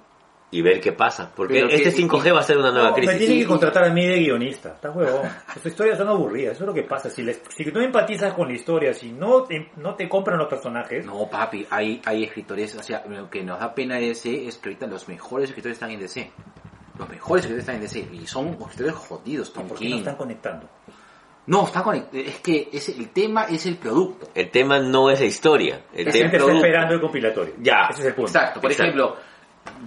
[SPEAKER 2] Y ver qué pasa. Porque
[SPEAKER 1] Pero que-
[SPEAKER 2] este 5G va a ser una nueva
[SPEAKER 3] No, pues, me
[SPEAKER 2] crisis.
[SPEAKER 3] tienen que contratar a mí de guionista. Estás huevón. Sus historias son aburridas. Eso es lo que pasa. Si, les, si no empatizas con la historia, si no te, no te compran los personajes,
[SPEAKER 1] No, papi, hay, hay escritores, o sea, lo que nos da pena de DC es que ahorita los mejores escritores están en DC. Los mejores escritores están en DC y son escritores jodidos, Tom
[SPEAKER 3] ¿por qué no
[SPEAKER 1] King.
[SPEAKER 3] están conectando?
[SPEAKER 1] No, están conectados. Es que es, el tema es el producto.
[SPEAKER 2] El tema no es la historia. El
[SPEAKER 3] La gente
[SPEAKER 2] tema
[SPEAKER 3] está esperando el compilatorio.
[SPEAKER 2] Ya.
[SPEAKER 3] Ese es el punto.
[SPEAKER 1] Exacto. Por
[SPEAKER 2] Exacto.
[SPEAKER 1] ejemplo,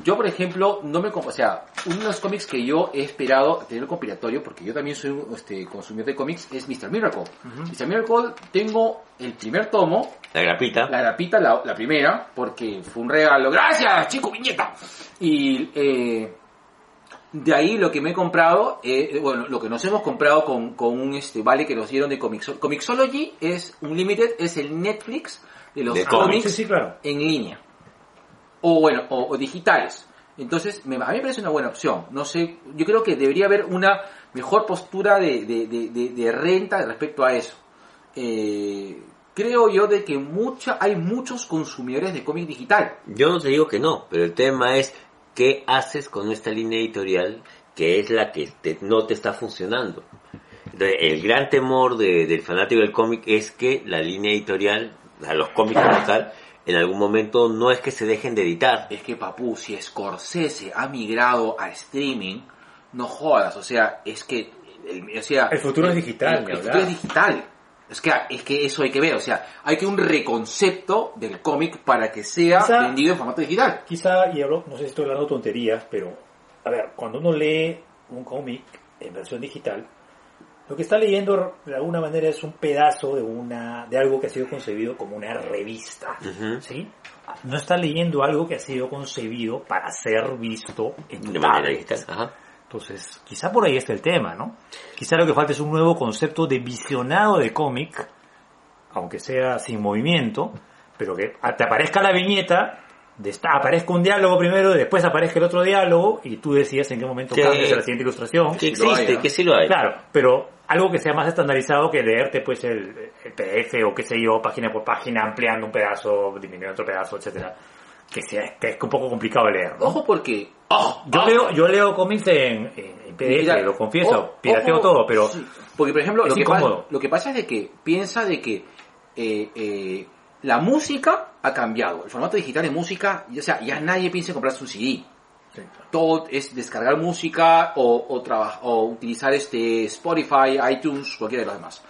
[SPEAKER 1] yo, por ejemplo, no me... comp- O sea, uno de los cómics que yo he esperado tener compilatorio, porque yo también soy un este, consumidor de cómics, es Mr. Miracle. Mr. Miracle, tengo el primer tomo,
[SPEAKER 2] la grapita.
[SPEAKER 1] La grapita, la, la primera, porque fue un regalo. Gracias, chico, viñeta. Y eh, de ahí lo que me he comprado, eh, bueno, lo que nos hemos comprado con, con un este vale que nos dieron de Comixol Comixology es un limited, es el Netflix de los
[SPEAKER 2] De
[SPEAKER 1] cómics
[SPEAKER 2] cómics.
[SPEAKER 3] Sí, Ah, sí, claro.
[SPEAKER 1] en línea. O bueno, o, o digitales. Entonces, me, a mí me parece una buena opción. No sé, yo creo que debería haber una mejor postura de, de, de, de- de renta respecto a eso. Eh, creo yo de que mucha, hay muchos consumidores de cómic digital.
[SPEAKER 2] Yo no te digo que no, pero el tema es qué haces con esta línea editorial que es la que te- no te está funcionando. Entonces, el gran temor de- del fanático del cómic es que la línea editorial, a los cómics como tal, en algún momento no es que se dejen de editar.
[SPEAKER 1] Es que, papú, si Scorsese ha migrado a streaming, no jodas. O sea, es que... El, o sea,
[SPEAKER 3] El futuro es digital,
[SPEAKER 1] El,
[SPEAKER 3] ni
[SPEAKER 1] el
[SPEAKER 3] hablar.
[SPEAKER 1] futuro es digital. Es que, es que eso hay que ver. O sea, hay que un reconcepto del cómic para que sea
[SPEAKER 3] Quizá-
[SPEAKER 1] vendido en formato digital.
[SPEAKER 3] Quizá, y hablo, no sé si estoy hablando tonterías, pero, a ver, cuando uno lee un cómic en versión digital, lo que está leyendo de alguna manera es un pedazo de una, de algo que ha sido concebido como una revista,
[SPEAKER 2] Ujú.
[SPEAKER 3] ¿sí? No está leyendo algo que ha sido concebido para ser visto en tu
[SPEAKER 2] De manera
[SPEAKER 3] tablet.
[SPEAKER 2] digital. Ajá.
[SPEAKER 3] Entonces, pues quizá por ahí está el tema, ¿no? Quizá lo que falta es un nuevo concepto de visionado de cómic, aunque sea sin movimiento, pero que te aparezca la viñeta, de esta- aparezca un diálogo primero, después aparezca el otro diálogo y tú decides en qué momento
[SPEAKER 2] Sí.
[SPEAKER 3] cambias a la siguiente ilustración.
[SPEAKER 2] Que
[SPEAKER 1] sí lo hay,
[SPEAKER 2] existe,
[SPEAKER 1] ¿ah?
[SPEAKER 2] que sí lo hay.
[SPEAKER 3] Claro, pero algo que sea más estandarizado que leerte pues el, el PDF o qué sé yo, página por página, ampliando un pedazo, disminuyendo otro pedazo, etcétera. Que, sea, que es un poco complicado de leer, ¿no? Ah,
[SPEAKER 1] Ojo porque...
[SPEAKER 2] Oh,
[SPEAKER 3] Yo leo, yo leo cómics en, en- en PDF,
[SPEAKER 1] Ah. Mira,
[SPEAKER 3] lo confieso,
[SPEAKER 1] ojo,
[SPEAKER 3] pirateo
[SPEAKER 1] ojo,
[SPEAKER 3] todo, pero
[SPEAKER 1] sí. Porque, por ejemplo,
[SPEAKER 3] es
[SPEAKER 1] lo que,
[SPEAKER 3] incómodo.
[SPEAKER 1] pasa, lo que pasa es de que piensa de que eh, eh, la música ha cambiado. El formato digital de música, y- o sea, ya nadie piensa en comprarse un CD. Todo es descargar música o, o, traba- o utilizar este Spotify, iTunes, cualquiera de los demás.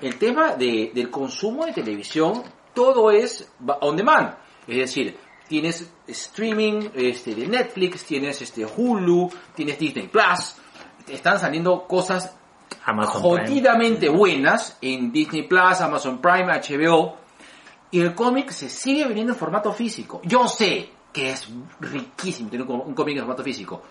[SPEAKER 1] El tema de- del consumo de televisión, todo es ba- on demand. Es decir, tienes streaming este, de Netflix, tienes este Hulu, tienes Disney Plus. Te Están saliendo cosas
[SPEAKER 3] Amazon Prime.
[SPEAKER 1] jodidamente buenas en Disney Plus, Amazon Prime, HBO. Y el cómic se sigue vendiendo en formato físico. Yo sé que es riquísimo tener un cómic en formato físico.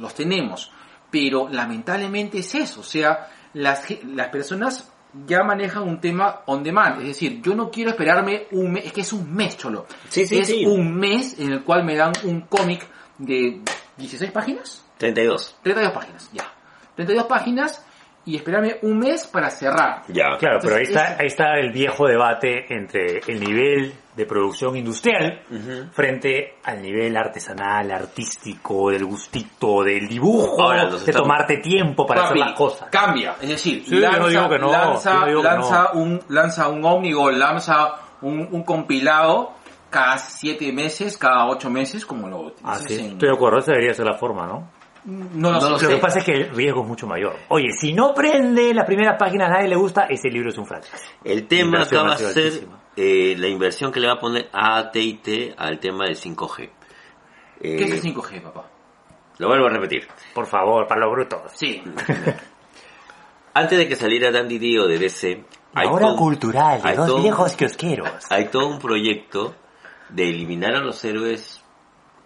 [SPEAKER 1] Los tenemos. Pero lamentablemente es eso. O sea, las, ge- las personas ya manejan un tema on demand. Es decir, yo no quiero esperarme un mes. Es que es un mes, cholo.
[SPEAKER 2] Sí, sí,
[SPEAKER 1] es
[SPEAKER 2] sí.
[SPEAKER 1] un mes en el cual me dan un cómic de 16 páginas.
[SPEAKER 2] 32.
[SPEAKER 1] 32 páginas, ya. 32 páginas y esperarme un mes para cerrar.
[SPEAKER 2] Ya.
[SPEAKER 3] Claro, pero ahí
[SPEAKER 1] Entonces,
[SPEAKER 3] está, ahí está el viejo debate entre el nivel de producción industrial
[SPEAKER 2] Ujú.
[SPEAKER 3] frente al nivel artesanal, artístico, del gustito, del dibujo,
[SPEAKER 2] Ahora
[SPEAKER 3] de
[SPEAKER 2] nos estamos-
[SPEAKER 3] tomarte tiempo para
[SPEAKER 1] Papi,
[SPEAKER 3] hacer las cosas.
[SPEAKER 1] Cambia, es decir,
[SPEAKER 3] Sí, yo
[SPEAKER 1] lanza,
[SPEAKER 3] no digo que no,
[SPEAKER 1] lanza,
[SPEAKER 3] yo no digo que
[SPEAKER 1] lanza un lanza un Omnigol, lanza un, un compilado cada 7 meses, cada 8 meses, como lo
[SPEAKER 3] Ah,
[SPEAKER 1] utilizas
[SPEAKER 3] sí,
[SPEAKER 1] en-
[SPEAKER 3] estoy de acuerdo, esa debería ser la forma, ¿no?
[SPEAKER 1] No lo,
[SPEAKER 3] lo
[SPEAKER 1] sé.
[SPEAKER 3] que pasa es que el riesgo es mucho mayor. Oye, si no prende las primeras páginas, a nadie le gusta, ese libro es un fracaso.
[SPEAKER 2] El tema
[SPEAKER 3] Inversión
[SPEAKER 2] acá va
[SPEAKER 3] ha
[SPEAKER 2] a
[SPEAKER 3] sido
[SPEAKER 2] ser
[SPEAKER 3] altísima.
[SPEAKER 2] eh, la inversión que le va a poner AT&T al tema del 5G. Eh,
[SPEAKER 1] ¿Qué es el 5G, papá?
[SPEAKER 2] Lo vuelvo a repetir.
[SPEAKER 3] Por favor, para los brutos.
[SPEAKER 1] Sí.
[SPEAKER 2] Antes de que saliera Dandy Dio de DC, hay
[SPEAKER 3] Ahora
[SPEAKER 2] todo-
[SPEAKER 3] cultural, de
[SPEAKER 2] hay
[SPEAKER 3] dos
[SPEAKER 2] todo-
[SPEAKER 3] viejos kiosqueros.
[SPEAKER 2] hay todo un proyecto de eliminar a los héroes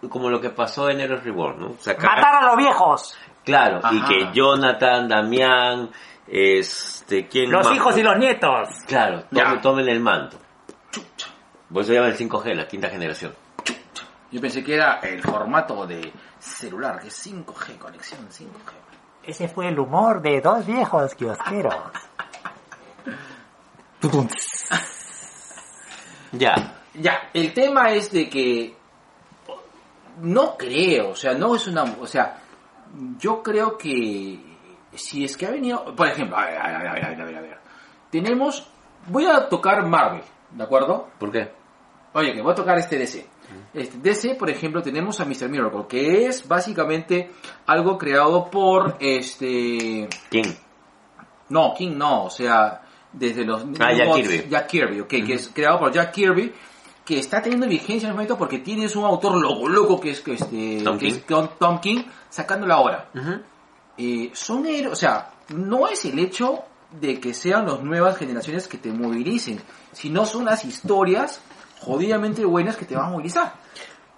[SPEAKER 2] como lo que pasó en Heroes Reborn, ¿no? Sacar-
[SPEAKER 3] ¡Matar a los viejos!
[SPEAKER 2] Claro, y
[SPEAKER 1] Ajá.
[SPEAKER 2] que Jonathan, Damián, este, ¿quién
[SPEAKER 3] Los
[SPEAKER 2] más?
[SPEAKER 3] hijos y los nietos.
[SPEAKER 2] Claro,
[SPEAKER 1] Ya.
[SPEAKER 2] tomen, tomen el manto. Por eso llama el 5G, la quinta generación.
[SPEAKER 1] Yo pensé que era el formato de celular, que es 5G, conexión 5G.
[SPEAKER 3] Ese fue el humor de dos viejos kiosqueros. Tutum.
[SPEAKER 2] Ya,
[SPEAKER 1] Ya, el tema es de que no creo, o sea, no es una, o sea, yo creo que si es que ha venido, por ejemplo, a ver, a ver, a ver, a ver, a ver, a ver. tenemos, voy a tocar Marvel, ¿de acuerdo?
[SPEAKER 2] ¿por qué?
[SPEAKER 1] Oye, que voy a tocar este DC. Este DC, por ejemplo, tenemos a Mr. Miracle, que es básicamente algo creado por este.
[SPEAKER 2] ¿Quién?
[SPEAKER 1] No, King no, o sea, desde los...
[SPEAKER 2] Ah, Jack
[SPEAKER 1] Bots-
[SPEAKER 2] Kirby.
[SPEAKER 1] Jack Kirby, ok, que es creado por Jack Kirby, que está teniendo vigencia en el momento porque tienes un autor loco, loco, que es, que este,
[SPEAKER 2] Tom
[SPEAKER 1] que es
[SPEAKER 2] King.
[SPEAKER 1] Tom, Tom King, sacándolo ahora.
[SPEAKER 2] Ujú.
[SPEAKER 1] Eh, son héroes, o sea, no es el hecho de que sean las nuevas generaciones que te movilicen, sino son las historias jodidamente buenas que te van a movilizar.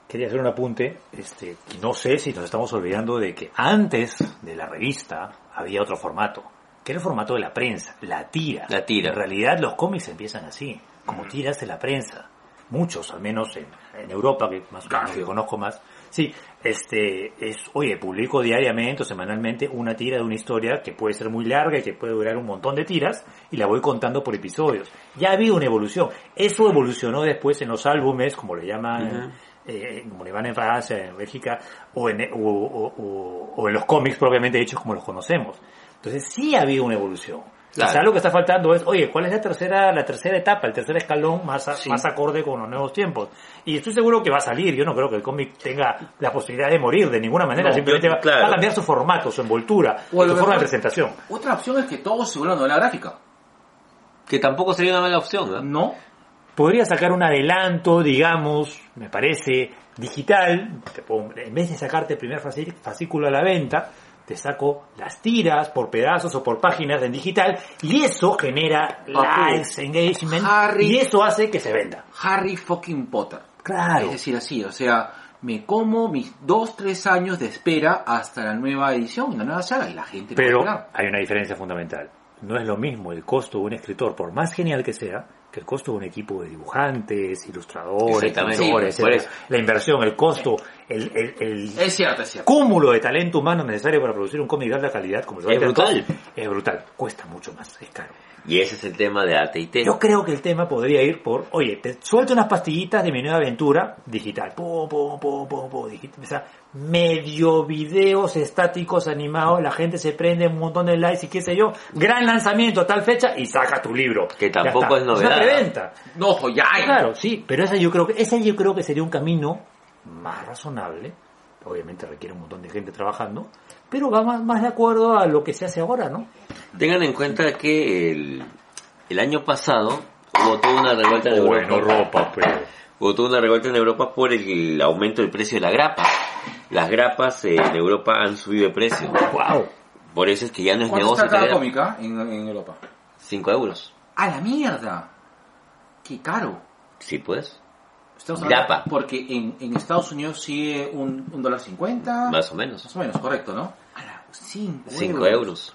[SPEAKER 3] Quería hacer un apunte, este, y no sé si nos estamos olvidando de que antes de la revista había otro formato, que era el formato de la prensa, la tira.
[SPEAKER 2] La tira.
[SPEAKER 3] En realidad los cómics empiezan así, como tiras de la prensa. Muchos, al menos en, en Europa, que más o menos
[SPEAKER 1] Garfield.
[SPEAKER 3] que conozco más. Sí, este, es, oye, publico diariamente o semanalmente una tira de una historia que puede ser muy larga y que puede durar un montón de tiras y la voy contando por episodios. Ya ha habido una evolución. Eso evolucionó después en los álbumes, como le llaman, eh, como le llaman en Francia, en Bélgica, o en, eh, o, o- o- o en los cómics propiamente hechos como los conocemos. Entonces sí ha habido una evolución.
[SPEAKER 2] Claro.
[SPEAKER 3] Quizá lo que está faltando es, oye, ¿cuál es la tercera, la tercera etapa, el tercer escalón más, a- más acorde con los nuevos tiempos? Y estoy seguro que va a salir, yo no creo que el cómic tenga la posibilidad de morir de ninguna manera,
[SPEAKER 2] No,
[SPEAKER 3] simplemente
[SPEAKER 2] yo-
[SPEAKER 3] va,
[SPEAKER 2] claro.
[SPEAKER 3] va a cambiar su formato, su envoltura, su
[SPEAKER 1] O a lo
[SPEAKER 3] forma de
[SPEAKER 1] mejor-
[SPEAKER 3] presentación.
[SPEAKER 1] Otra opción es que todo se vuelva novela gráfica,
[SPEAKER 2] Que tampoco sería una mala opción,
[SPEAKER 3] Mm.
[SPEAKER 2] ¿no?
[SPEAKER 1] ¿no?
[SPEAKER 3] podría sacar un adelanto, digamos, me parece, digital. Te pongo- en vez de sacarte el primer fasci- fascículo a la venta, te saco las tiras por pedazos o por páginas en digital y eso genera
[SPEAKER 2] Ah,
[SPEAKER 3] likes, engagement
[SPEAKER 1] Harry.
[SPEAKER 3] y eso hace que se venda.
[SPEAKER 1] Harry fucking Potter.
[SPEAKER 3] Claro.
[SPEAKER 1] Es decir, así, o sea, me como mis dos, tres años de espera hasta la nueva edición, la nueva saga, y la gente va a
[SPEAKER 3] Pero
[SPEAKER 1] esperar.
[SPEAKER 3] hay una diferencia fundamental. No es lo mismo el costo de un escritor, por más genial que sea, que el costo de un equipo de dibujantes, ilustradores,
[SPEAKER 2] Exactamente.
[SPEAKER 3] pintores,
[SPEAKER 2] Sí, por eso.
[SPEAKER 3] etcétera. la inversión, el costo, el, el- el-
[SPEAKER 1] Es cierto, es cierto.
[SPEAKER 3] cúmulo de talento humano necesario para producir un cómic de alta calidad como
[SPEAKER 2] Es
[SPEAKER 3] lo va a hacer
[SPEAKER 2] brutal.
[SPEAKER 3] Comic, es brutal cuesta mucho más es caro
[SPEAKER 2] Y ese es el tema de AT&T.
[SPEAKER 3] yo creo que el tema podría ir por oye te suelto unas pastillitas de mi nueva aventura digital pum pum pum pum pum digital. O sea, medio videos estáticos animados la gente se prende un montón de likes y qué sé yo gran lanzamiento a tal fecha y saca tu libro
[SPEAKER 2] Que
[SPEAKER 3] Ya
[SPEAKER 2] tampoco
[SPEAKER 3] está.
[SPEAKER 2] es novedad,
[SPEAKER 3] una preventa
[SPEAKER 1] No, ojo, ya hay.
[SPEAKER 3] Claro, sí, pero esa yo creo que, ese yo creo que sería un camino más razonable. Obviamente requiere un montón de gente trabajando, pero va más, más de acuerdo a lo que se hace ahora, ¿no?
[SPEAKER 2] Tengan en cuenta que el, el año pasado hubo toda una revuelta en Europa.
[SPEAKER 3] ropa, pero.
[SPEAKER 2] Hubo toda una revuelta en Europa por el aumento del precio de la grapa. Las grapas eh, en Europa han subido de precio.
[SPEAKER 3] ¡Wow!
[SPEAKER 2] Por eso es que ya no es
[SPEAKER 1] ¿Cuánto
[SPEAKER 2] negocio
[SPEAKER 1] está cada
[SPEAKER 2] tener
[SPEAKER 1] cómica en, en Europa?
[SPEAKER 2] 5 euros.
[SPEAKER 1] ¡A la mierda! ¡Qué caro!
[SPEAKER 2] Sí, pues.
[SPEAKER 1] Estamos hablando-
[SPEAKER 2] Grapa.
[SPEAKER 1] Porque en, en Estados Unidos sigue un, un dólar cincuenta.
[SPEAKER 2] Más o menos.
[SPEAKER 1] Más o menos, correcto, ¿no? A la cinco
[SPEAKER 2] 5 euros.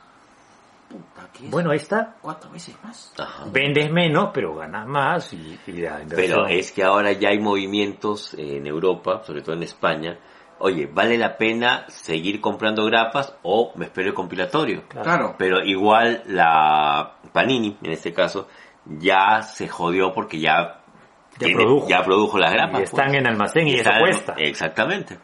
[SPEAKER 1] Puta, ¿qué es?
[SPEAKER 3] Bueno, ahí está.
[SPEAKER 1] cuatro veces más.
[SPEAKER 2] Ajá.
[SPEAKER 3] Vendes menos, pero ganas más y, y la inversión-
[SPEAKER 2] Pero es que ahora ya hay movimientos eh, en Europa, sobre todo en España. Oye, ¿vale la pena seguir comprando grapas o me espero el compilatorio?
[SPEAKER 1] Claro.
[SPEAKER 2] Pero igual la Panini, en este caso, ya se jodió porque ya,
[SPEAKER 3] Ya produjo.
[SPEAKER 2] ya produjo las grapas.
[SPEAKER 3] Y están
[SPEAKER 2] pues.
[SPEAKER 3] en almacén y, eso
[SPEAKER 2] Está-
[SPEAKER 3] cuesta.
[SPEAKER 2] Exactamente.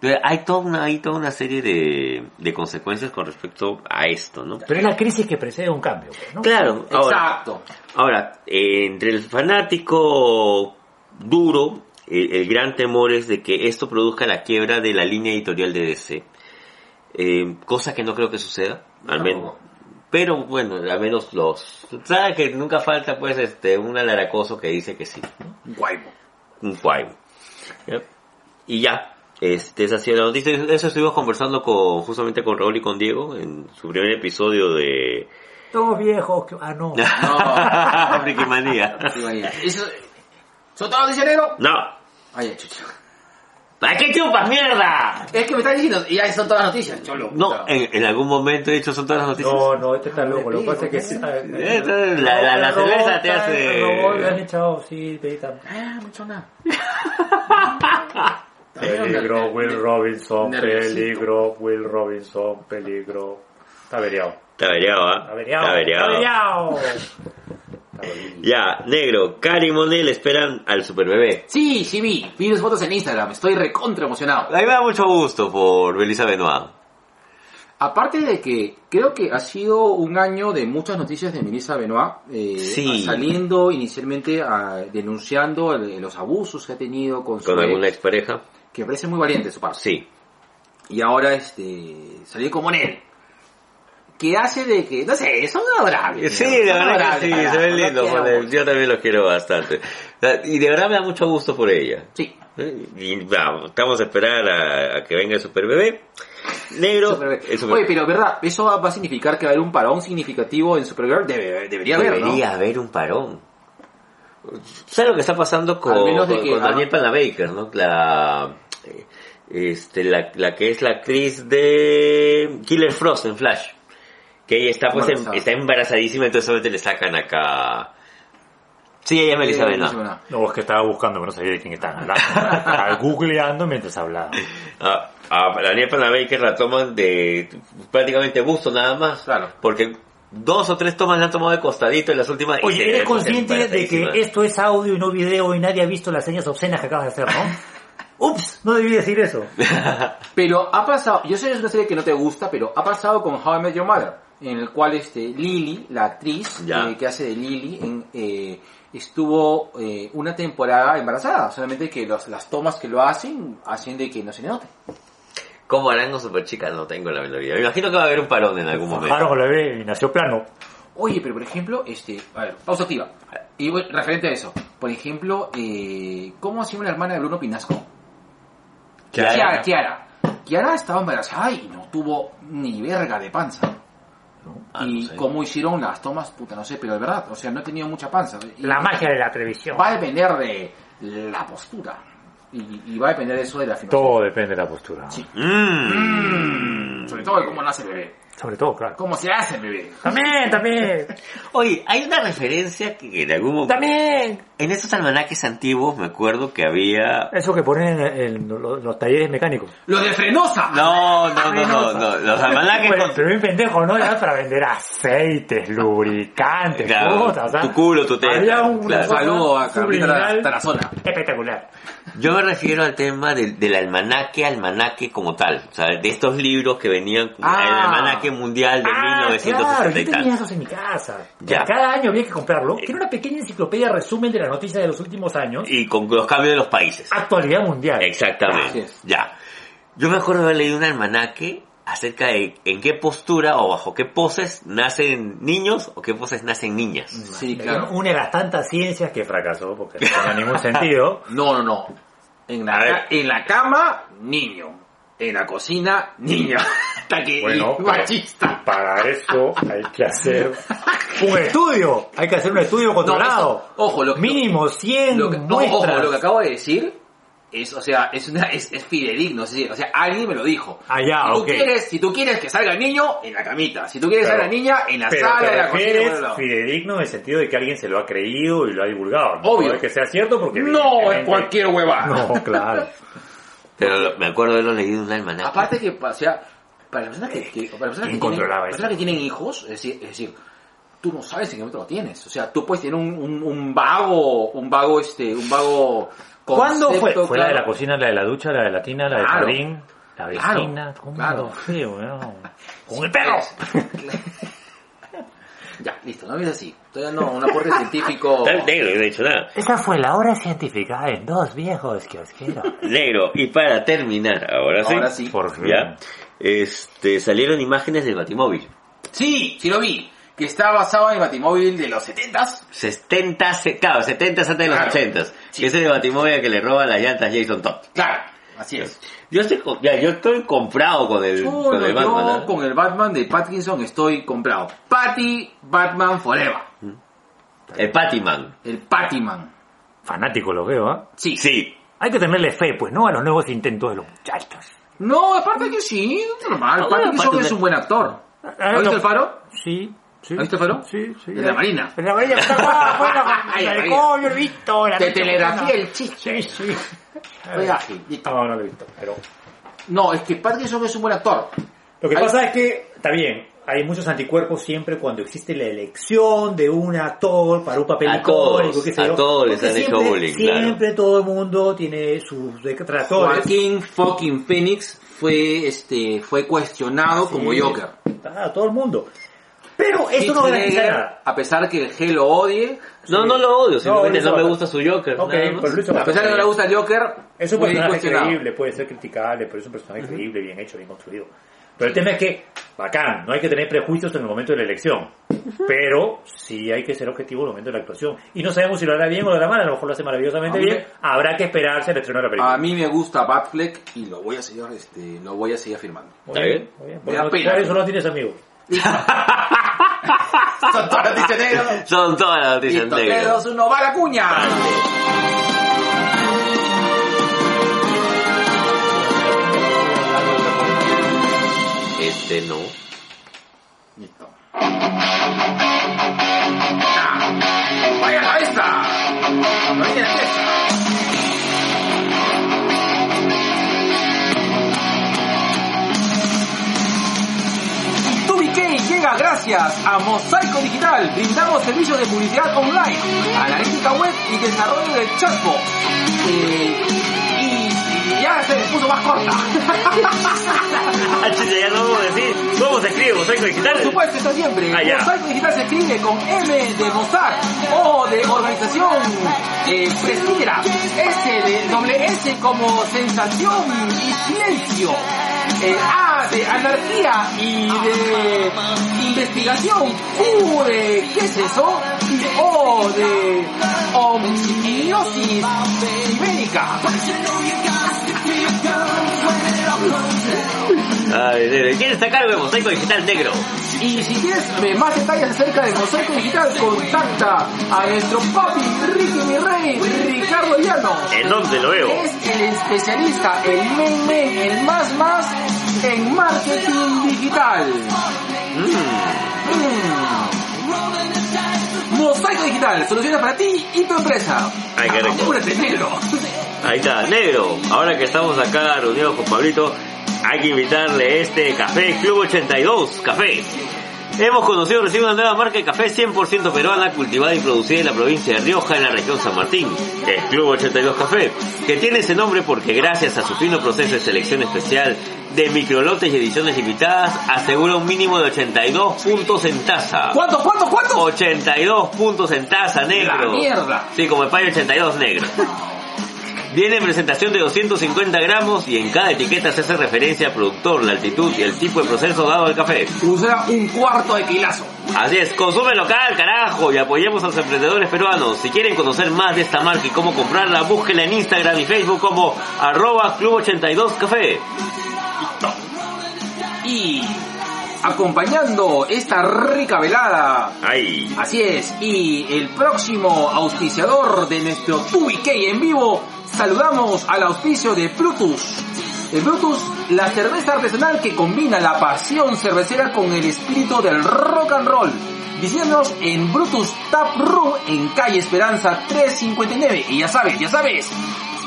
[SPEAKER 2] Entonces, hay toda una, hay toda una serie de, de consecuencias con respecto a esto, ¿no?
[SPEAKER 3] Pero es la crisis que precede un cambio, pues, ¿no?
[SPEAKER 2] Claro, ahora,
[SPEAKER 1] Exacto.
[SPEAKER 2] Ahora, eh, entre el fanático duro, el, el gran temor es de que esto produzca la quiebra de la línea editorial de DC. Eh, cosa que no creo que suceda, al menos. Pero bueno, al menos los... Sabes que nunca falta pues este un alaracoso que dice que sí. ¿no?
[SPEAKER 1] Guaybo.
[SPEAKER 2] Un guay. ¿Ya? Y ya, Este, esa ha sido la noticia. Eso estuvimos conversando con, justamente con Raúl y con Diego en su primer episodio de
[SPEAKER 3] Todos viejos. que- Ah, no.
[SPEAKER 1] No,
[SPEAKER 2] Friki Manía.
[SPEAKER 1] sí, vaya. Eso... ¿Son todos de enero?
[SPEAKER 2] No.
[SPEAKER 1] Ay, chucho.
[SPEAKER 2] ¿Para qué chupas, mierda?
[SPEAKER 1] Es que me están diciendo, y ahí son todas las noticias, cholo.
[SPEAKER 2] No, eh.
[SPEAKER 1] puta.
[SPEAKER 2] en, en algún momento he dicho son todas las noticias.
[SPEAKER 3] No, no, este está loco. Lo que pasa es que sí.
[SPEAKER 2] Eh, eh, la- la- la cerveza te hace-
[SPEAKER 3] Le han echado, sí, pedita.
[SPEAKER 1] Ah, mucho nada.
[SPEAKER 3] Eh, Peligro, Will Robinson,
[SPEAKER 1] Nerviosito.
[SPEAKER 3] peligro, Will Robinson, peligro. Está averiado.
[SPEAKER 2] Está averiado, ¿ah?
[SPEAKER 3] Está averiado.
[SPEAKER 2] Está averiado.
[SPEAKER 3] averiado.
[SPEAKER 2] Ya, negro, Cari y Monel esperan al superbebé.
[SPEAKER 1] Sí, sí vi, vi las fotos en Instagram, estoy recontra emocionado.
[SPEAKER 2] A mí me da mucho gusto por Belisa Benoit.
[SPEAKER 1] Aparte de que creo que ha sido un año de muchas noticias de Melissa Benoit, eh,
[SPEAKER 2] Sí.
[SPEAKER 1] saliendo inicialmente a- denunciando el- los abusos que ha tenido con, su
[SPEAKER 2] ¿Con alguna
[SPEAKER 1] ex,
[SPEAKER 2] expareja?
[SPEAKER 1] que parece muy valiente de su parte.
[SPEAKER 2] Sí.
[SPEAKER 1] Y ahora este salir como Monel, que hace de que, no sé, son adorables.
[SPEAKER 2] Sí,
[SPEAKER 1] ¿no?
[SPEAKER 2] la
[SPEAKER 1] Son
[SPEAKER 2] verdad que
[SPEAKER 1] adorables,
[SPEAKER 2] sí,
[SPEAKER 1] carajo,
[SPEAKER 2] se ven
[SPEAKER 1] los
[SPEAKER 2] lindos.
[SPEAKER 1] quiero
[SPEAKER 2] Monel.
[SPEAKER 1] mucho.
[SPEAKER 2] Yo también los quiero bastante. Y de verdad me da mucho gusto por ella.
[SPEAKER 1] Sí,
[SPEAKER 2] Y vamos, estamos a esperar a, a que venga el superbebé. Negro,
[SPEAKER 1] Supergirl.
[SPEAKER 2] el
[SPEAKER 1] Oye,
[SPEAKER 2] superbebé.
[SPEAKER 1] pero verdad, eso va va a significar que va a haber un parón significativo en Supergirl. Debe- debería haber, ¿no?
[SPEAKER 2] Debería haber un parón. ¿Sabes lo que está pasando con,
[SPEAKER 1] Al menos de
[SPEAKER 2] con-
[SPEAKER 1] que-
[SPEAKER 2] con
[SPEAKER 1] ah.
[SPEAKER 2] Daniel Panabaker, no? La, eh, este, la, la que es la actriz de Killer Frost en Flash. Que ella está pues em-
[SPEAKER 1] Embarazada.
[SPEAKER 2] está embarazadísima, entonces solamente le sacan acá... Sí, ella es Melissa
[SPEAKER 1] Eh,
[SPEAKER 2] Benoit.
[SPEAKER 1] Benoit.
[SPEAKER 3] No, es que estaba buscando, pero no sabía de quién estaba hablando. Estaba googleando mientras hablaba.
[SPEAKER 2] A, Ah, a Daniel Panabaker la toman de prácticamente busto nada más.
[SPEAKER 1] Claro.
[SPEAKER 2] Porque dos o tres tomas la han tomado de costadito en las últimas... y se
[SPEAKER 3] Oye, eres
[SPEAKER 2] ve, pues,
[SPEAKER 3] consciente de que
[SPEAKER 2] embarazadísima.
[SPEAKER 3] esto es audio y no video y nadie ha visto las señas obscenas que acabas de hacer, ¿no? Ups, no debí decir eso.
[SPEAKER 1] Pero ha pasado, yo sé que es una serie que no te gusta, pero ha pasado con How I Met Your Mother, en el cual este Lily, la actriz
[SPEAKER 2] Ya.
[SPEAKER 1] eh, que hace de Lily, en, eh, estuvo eh, una temporada embarazada, solamente que los- las tomas que lo hacen hacen de que no se note.
[SPEAKER 2] ¿Cómo harán con Superchicas? No tengo la menor idea. Me imagino que va a haber un parón en algún
[SPEAKER 3] Bajaron
[SPEAKER 2] momento.
[SPEAKER 3] con la bebé y nació plano.
[SPEAKER 1] Oye, pero por ejemplo, este, a ver, pausa activa. Y bueno, referente a eso, por ejemplo, eh, ¿cómo hacía una hermana de Bruno Pinasco?
[SPEAKER 2] Kiara.
[SPEAKER 1] Kiara, Kiara. Kiara estaba embarazada y no tuvo ni verga de panza.
[SPEAKER 2] Ah,
[SPEAKER 1] y
[SPEAKER 2] no sé.
[SPEAKER 1] cómo hicieron las tomas, puta, no sé, pero de verdad, o sea, no he tenido mucha panza. Y
[SPEAKER 3] La magia de la televisión.
[SPEAKER 1] Va a depender de la postura. Y, y va a depender eso de la filosofía.
[SPEAKER 3] Todo depende de la postura.
[SPEAKER 1] Sí.
[SPEAKER 2] Mm.
[SPEAKER 1] Sobre todo de cómo nace el bebé.
[SPEAKER 3] Sobre todo, claro.
[SPEAKER 1] Cómo se hace el bebé.
[SPEAKER 3] También, también.
[SPEAKER 2] Oye, hay una referencia que en algún momento...
[SPEAKER 3] También.
[SPEAKER 2] En esos almanaques antiguos me acuerdo que había...
[SPEAKER 3] Eso que ponen en, en lo- los talleres mecánicos.
[SPEAKER 1] ¡Lo de frenosa!
[SPEAKER 2] No, no, no, no, no. Los almanaques
[SPEAKER 3] Ah, Bueno,
[SPEAKER 2] con...
[SPEAKER 3] pero bien pendejo, ¿no? Era para vender aceites, lubricantes,
[SPEAKER 2] Claro,
[SPEAKER 3] cosas. o sea,
[SPEAKER 2] tu culo, tu teta,
[SPEAKER 3] Había un
[SPEAKER 2] claro.
[SPEAKER 3] cosa
[SPEAKER 1] Saludo a Carlita
[SPEAKER 3] subliminal
[SPEAKER 1] Tarazona.
[SPEAKER 3] Espectacular.
[SPEAKER 2] Yo me refiero al tema del, del almanaque, almanaque como tal. O sea, de estos libros que venían...
[SPEAKER 1] Ah.
[SPEAKER 2] El almanaque mundial de
[SPEAKER 3] Ah,
[SPEAKER 2] 1960
[SPEAKER 3] claro,
[SPEAKER 2] y
[SPEAKER 3] yo
[SPEAKER 2] tal.
[SPEAKER 3] tenía esos en mi casa.
[SPEAKER 2] Ya.
[SPEAKER 3] Cada año había que comprarlo. Que era una pequeña enciclopedia resumen de las noticias de los últimos años.
[SPEAKER 2] Y con los cambios de los países.
[SPEAKER 3] Actualidad mundial.
[SPEAKER 1] Así
[SPEAKER 2] Exactamente.
[SPEAKER 1] es.
[SPEAKER 2] Ya. Yo me acuerdo haber leído un almanaque acerca de en qué postura o bajo qué poses nacen niños o qué poses nacen niñas.
[SPEAKER 1] Sí,
[SPEAKER 3] Era
[SPEAKER 1] claro.
[SPEAKER 3] Una de las tantas ciencias que fracasó porque no tenía ningún sentido.
[SPEAKER 1] No, no, no. En
[SPEAKER 2] A
[SPEAKER 1] la,
[SPEAKER 2] ver.
[SPEAKER 1] en la cama, niño. En la cocina, niña. Hasta que
[SPEAKER 3] Bueno, pero-
[SPEAKER 1] machista.
[SPEAKER 3] Para eso hay que hacer un estudio. Hay que hacer un estudio controlado.
[SPEAKER 1] eso- ojo, lo que-
[SPEAKER 3] Mínimo 100
[SPEAKER 1] Lo que, no, ojo,
[SPEAKER 3] muestras.
[SPEAKER 1] lo que acabo de decir es, o sea, es, una, es, es fidedigno. Es decir, o sea, alguien me lo dijo.
[SPEAKER 3] Ah, ya,
[SPEAKER 1] si, tú
[SPEAKER 3] ok.
[SPEAKER 1] quieres, si tú quieres que salga el niño, en la camita. Si tú quieres que
[SPEAKER 3] Claro.
[SPEAKER 1] salga la niña, en la
[SPEAKER 3] Pero
[SPEAKER 1] sala,
[SPEAKER 3] te
[SPEAKER 1] en la cocina.
[SPEAKER 3] refieres
[SPEAKER 1] por otro lado.
[SPEAKER 3] fidedigno en el sentido de que alguien se lo ha creído y lo ha divulgado. No
[SPEAKER 1] Obvio.
[SPEAKER 3] puede que sea cierto porque...
[SPEAKER 1] No, es
[SPEAKER 3] evidentemente-
[SPEAKER 1] cualquier huevada.
[SPEAKER 3] No, claro.
[SPEAKER 2] Pero lo- me acuerdo haberlo leído en un almanaque.
[SPEAKER 1] Aparte que, o sea, para las personas que, que- para las personas que, tienen,
[SPEAKER 3] Incontrolable.
[SPEAKER 1] para las personas que tienen hijos, es decir, es decir, tú no sabes en qué momento lo tienes. O sea, tú puedes tener un, un, un vago, un vago, este, un vago
[SPEAKER 3] ¿Cuándo
[SPEAKER 1] concepto,
[SPEAKER 3] fue? ¿Fue la de la
[SPEAKER 1] claro.
[SPEAKER 3] cocina, la de la ducha, la de la tina, la del
[SPEAKER 1] Claro.
[SPEAKER 3] jardín? La
[SPEAKER 1] Claro,
[SPEAKER 3] vecina, ¿cómo
[SPEAKER 1] claro.
[SPEAKER 3] feo, ¿no? ¡Con el perro!
[SPEAKER 1] Ya, listo, no es así. Todavía no, un aporte científico.
[SPEAKER 2] Tal negro, yo no he dicho nada.
[SPEAKER 3] Esa fue la hora científica en dos viejos que os quiero.
[SPEAKER 2] Negro, y para terminar, ahora sí.
[SPEAKER 1] Ahora sí.
[SPEAKER 3] Por fin.
[SPEAKER 2] Ya. Este, salieron imágenes del Batimóvil.
[SPEAKER 1] Sí, sí lo vi. Que está basado en el Batimóvil de los 70s.
[SPEAKER 2] 70, se- claro, 70 antes de los
[SPEAKER 1] Claro.
[SPEAKER 2] 80.
[SPEAKER 1] Sí.
[SPEAKER 2] Ese es el Batimóvil al que le roban las llantas Jason Todd.
[SPEAKER 1] Claro. Así es.
[SPEAKER 2] Yo estoy, co- ya, yo estoy comprado con el,
[SPEAKER 1] Chulo,
[SPEAKER 2] con el Batman.
[SPEAKER 1] yo
[SPEAKER 2] ¿ah?
[SPEAKER 1] con el Batman de Pattinson estoy comprado. Patty Batman Forever.
[SPEAKER 2] El Patiman.
[SPEAKER 1] El Pattyman.
[SPEAKER 3] Fanático lo veo, ¿ah?
[SPEAKER 1] Sí.
[SPEAKER 2] Sí.
[SPEAKER 3] Hay que tenerle fe, pues, ¿no? A los nuevos intentos de los muchachos.
[SPEAKER 1] No, aparte que sí, normal.
[SPEAKER 2] Ah, bueno,
[SPEAKER 1] Pattinson
[SPEAKER 2] Pattinson-
[SPEAKER 1] es un buen actor.
[SPEAKER 3] Ah,
[SPEAKER 1] ¿Has visto
[SPEAKER 3] no.
[SPEAKER 1] el faro?
[SPEAKER 3] Sí. sí.
[SPEAKER 1] ¿Has visto el faro?
[SPEAKER 3] Sí, sí.
[SPEAKER 1] De la Marina.
[SPEAKER 3] En la amarilla está abajo, en la-
[SPEAKER 1] Ay,
[SPEAKER 3] en el
[SPEAKER 1] amarilla.
[SPEAKER 3] coño, lo he visto. en la
[SPEAKER 1] Te
[SPEAKER 3] noche
[SPEAKER 1] telegrafía
[SPEAKER 3] buena.
[SPEAKER 1] el chiste.
[SPEAKER 3] Sí, sí.
[SPEAKER 1] Soy agilito.
[SPEAKER 3] No, no lo he visto, pero...
[SPEAKER 1] No, es que Pattinson es un buen actor.
[SPEAKER 3] Lo que
[SPEAKER 1] Hay-
[SPEAKER 3] pasa es que, está bien, hay muchos anticuerpos siempre cuando existe la elección de un actor para un papel
[SPEAKER 2] A
[SPEAKER 3] icónico,
[SPEAKER 2] todos,
[SPEAKER 3] qué sé
[SPEAKER 2] a
[SPEAKER 3] yo.
[SPEAKER 2] todos les
[SPEAKER 3] Porque
[SPEAKER 2] han hecho
[SPEAKER 3] siempre-
[SPEAKER 2] bullying, claro.
[SPEAKER 3] Siempre todo el mundo tiene sus detractores.
[SPEAKER 1] Joaquín fucking Phoenix fue, este, fue cuestionado como
[SPEAKER 3] Sí.
[SPEAKER 1] Joker.
[SPEAKER 3] Ah, todo el mundo. Pero eso no
[SPEAKER 1] Heath
[SPEAKER 3] garantiza
[SPEAKER 1] Ledger,
[SPEAKER 3] nada.
[SPEAKER 1] A pesar que el G lo odie,
[SPEAKER 2] No, no lo odio, simplemente
[SPEAKER 3] no,
[SPEAKER 2] no,
[SPEAKER 3] no.
[SPEAKER 2] me gusta su Joker.
[SPEAKER 3] Ok,
[SPEAKER 2] nada más.
[SPEAKER 3] pues lo hizo
[SPEAKER 1] a pesar de que no le gusta el Joker,
[SPEAKER 3] Es un
[SPEAKER 1] fue
[SPEAKER 3] personaje
[SPEAKER 1] cuestionado.
[SPEAKER 3] creíble, puede ser criticable, pero es un personaje creíble, bien hecho, bien construido. Pero el tema es que, bacán, no hay que tener prejuicios en el momento de la elección. Pero sí hay que ser objetivo en el momento de la actuación. Y no sabemos si lo hará bien o lo hará mal, a lo mejor lo hace maravillosamente
[SPEAKER 1] A mí-
[SPEAKER 3] bien. Habrá que esperarse al estreno de la película.
[SPEAKER 1] A mí me gusta Batfleck y lo voy a seguir, este, lo voy a seguir afirmando.
[SPEAKER 3] Muy
[SPEAKER 2] ¿Está
[SPEAKER 3] bien,
[SPEAKER 2] bien?
[SPEAKER 3] muy bien.
[SPEAKER 1] Ah, Me
[SPEAKER 3] Bueno,
[SPEAKER 1] da pena.
[SPEAKER 3] claro, eso no tienes amigos.
[SPEAKER 1] Son todas las noticias negras.
[SPEAKER 2] Son todas las
[SPEAKER 1] Y
[SPEAKER 2] noticias
[SPEAKER 1] estos
[SPEAKER 2] negras.
[SPEAKER 1] dedos, uno va a la cuña.
[SPEAKER 2] Este no.
[SPEAKER 1] Listo. Ah, ¡Vaya la cabeza! ¡Vaya la cabeza! TubiKey llega gracias a Mosaico Digital. Brindamos servicios de publicidad online, analítica web y desarrollo del chatbot. Eh, y ya se les puso más corta.
[SPEAKER 3] Ah, chiste, ya no vamos a decir. ¿Cómo se escribe? Mosaico digital.
[SPEAKER 1] Por supuesto, está siempre.
[SPEAKER 3] Ah, ya.
[SPEAKER 1] Mosaico Digital se escribe con M de Mosaic o de organización eh, Prestera, S de doble S como sensación y silencio, eh, A de anarquía y de investigación, Q de ¿qué es eso? Y O de omniosis ibérica.
[SPEAKER 2] Ay, negro. ¿Quién está a cargo de Mosaico Digital Negro?
[SPEAKER 1] Y si quieres eh, más detalles acerca de Mosaico Digital, contacta a nuestro papi Ricky mi rey, Ricardo Llano.
[SPEAKER 3] ¿En dónde lo veo?
[SPEAKER 1] Es el especialista, el men men, el más más en marketing digital. Mm. Mosaico Digital, soluciones para ti y tu empresa.
[SPEAKER 2] Ay, qué rico.
[SPEAKER 1] Apúrate, negro.
[SPEAKER 2] Ahí está, negro. Ahora que estamos acá reunidos con Pablito, hay que invitarle este café Club 82 Café. Hemos conocido recién una nueva marca de café 100% peruana, cultivada y producida en la provincia de Rioja, en la región San Martín, que es Club 82 Café, que tiene ese nombre porque gracias a su fino proceso de selección especial de microlotes y ediciones limitadas, asegura un mínimo de 82 puntos en taza.
[SPEAKER 1] ¿Cuántos, cuántos, cuántos?
[SPEAKER 2] 82 puntos en taza, Oh, negro.
[SPEAKER 1] La mierda.
[SPEAKER 2] Sí, como el payo 82 negro. Viene en presentación de 250 gramos y en cada etiqueta se hace referencia al productor, la altitud y el tipo de proceso dado al café.
[SPEAKER 1] Usa un cuarto de quilazo.
[SPEAKER 2] Así es, consume local, carajo, y apoyemos a los emprendedores peruanos. Si quieren conocer más de esta marca y cómo comprarla, búsquela en Instagram y Facebook como arroba club82café.
[SPEAKER 1] Y acompañando esta rica velada
[SPEAKER 2] Ay,
[SPEAKER 1] Así es, y el próximo auspiciador de nuestro TubiK en vivo, saludamos al auspicio de Brutus. De Brutus, la cerveza artesanal que combina la pasión cervecera con el espíritu del rock and roll. Visítanos en Brutus Tap Room en calle Esperanza 359. Y ya sabes, ya sabes,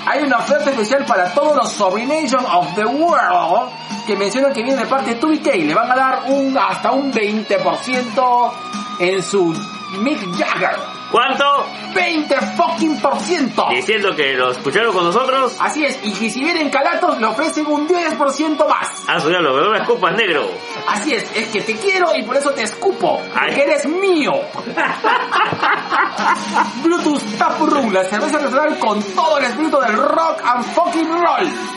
[SPEAKER 1] hay una oferta especial para todos los Sobrination of the World que mencionan que viene de parte de 2BK. Le van a dar un hasta un 20% en su Mick Jagger.
[SPEAKER 2] ¿cuánto?
[SPEAKER 1] ¡20 fucking por ciento!
[SPEAKER 2] Diciendo que lo escucharon con nosotros.
[SPEAKER 1] Así es, y que si vienen calatos le ofrecen un 10% más.
[SPEAKER 2] Ah, subió los las copas negro.
[SPEAKER 1] Así es, es que te quiero y por eso te escupo,
[SPEAKER 2] Ay.
[SPEAKER 1] porque eres mío. Bluetooth Tap Room, la cerveza artesanal con todo el espíritu del rock and fucking roll.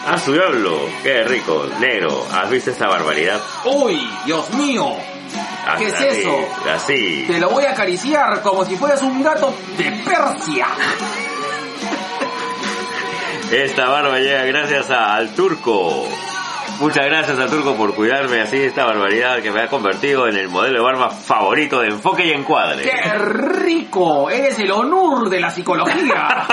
[SPEAKER 2] A Ah, su diablo, qué rico, negro, ¿has visto esta barbaridad?
[SPEAKER 1] Uy, Dios mío,
[SPEAKER 2] Hasta
[SPEAKER 1] ¿Qué es
[SPEAKER 2] así,
[SPEAKER 1] eso?
[SPEAKER 2] Así.
[SPEAKER 1] te lo voy a acariciar como si fueras un gato de Persia.
[SPEAKER 2] Esta barba llega gracias a- al turco. Muchas gracias al turco por cuidarme así de esta barbaridad que me ha convertido en el modelo de barba favorito de enfoque y encuadre.
[SPEAKER 1] ¡Qué rico! Eres el honor de la psicología.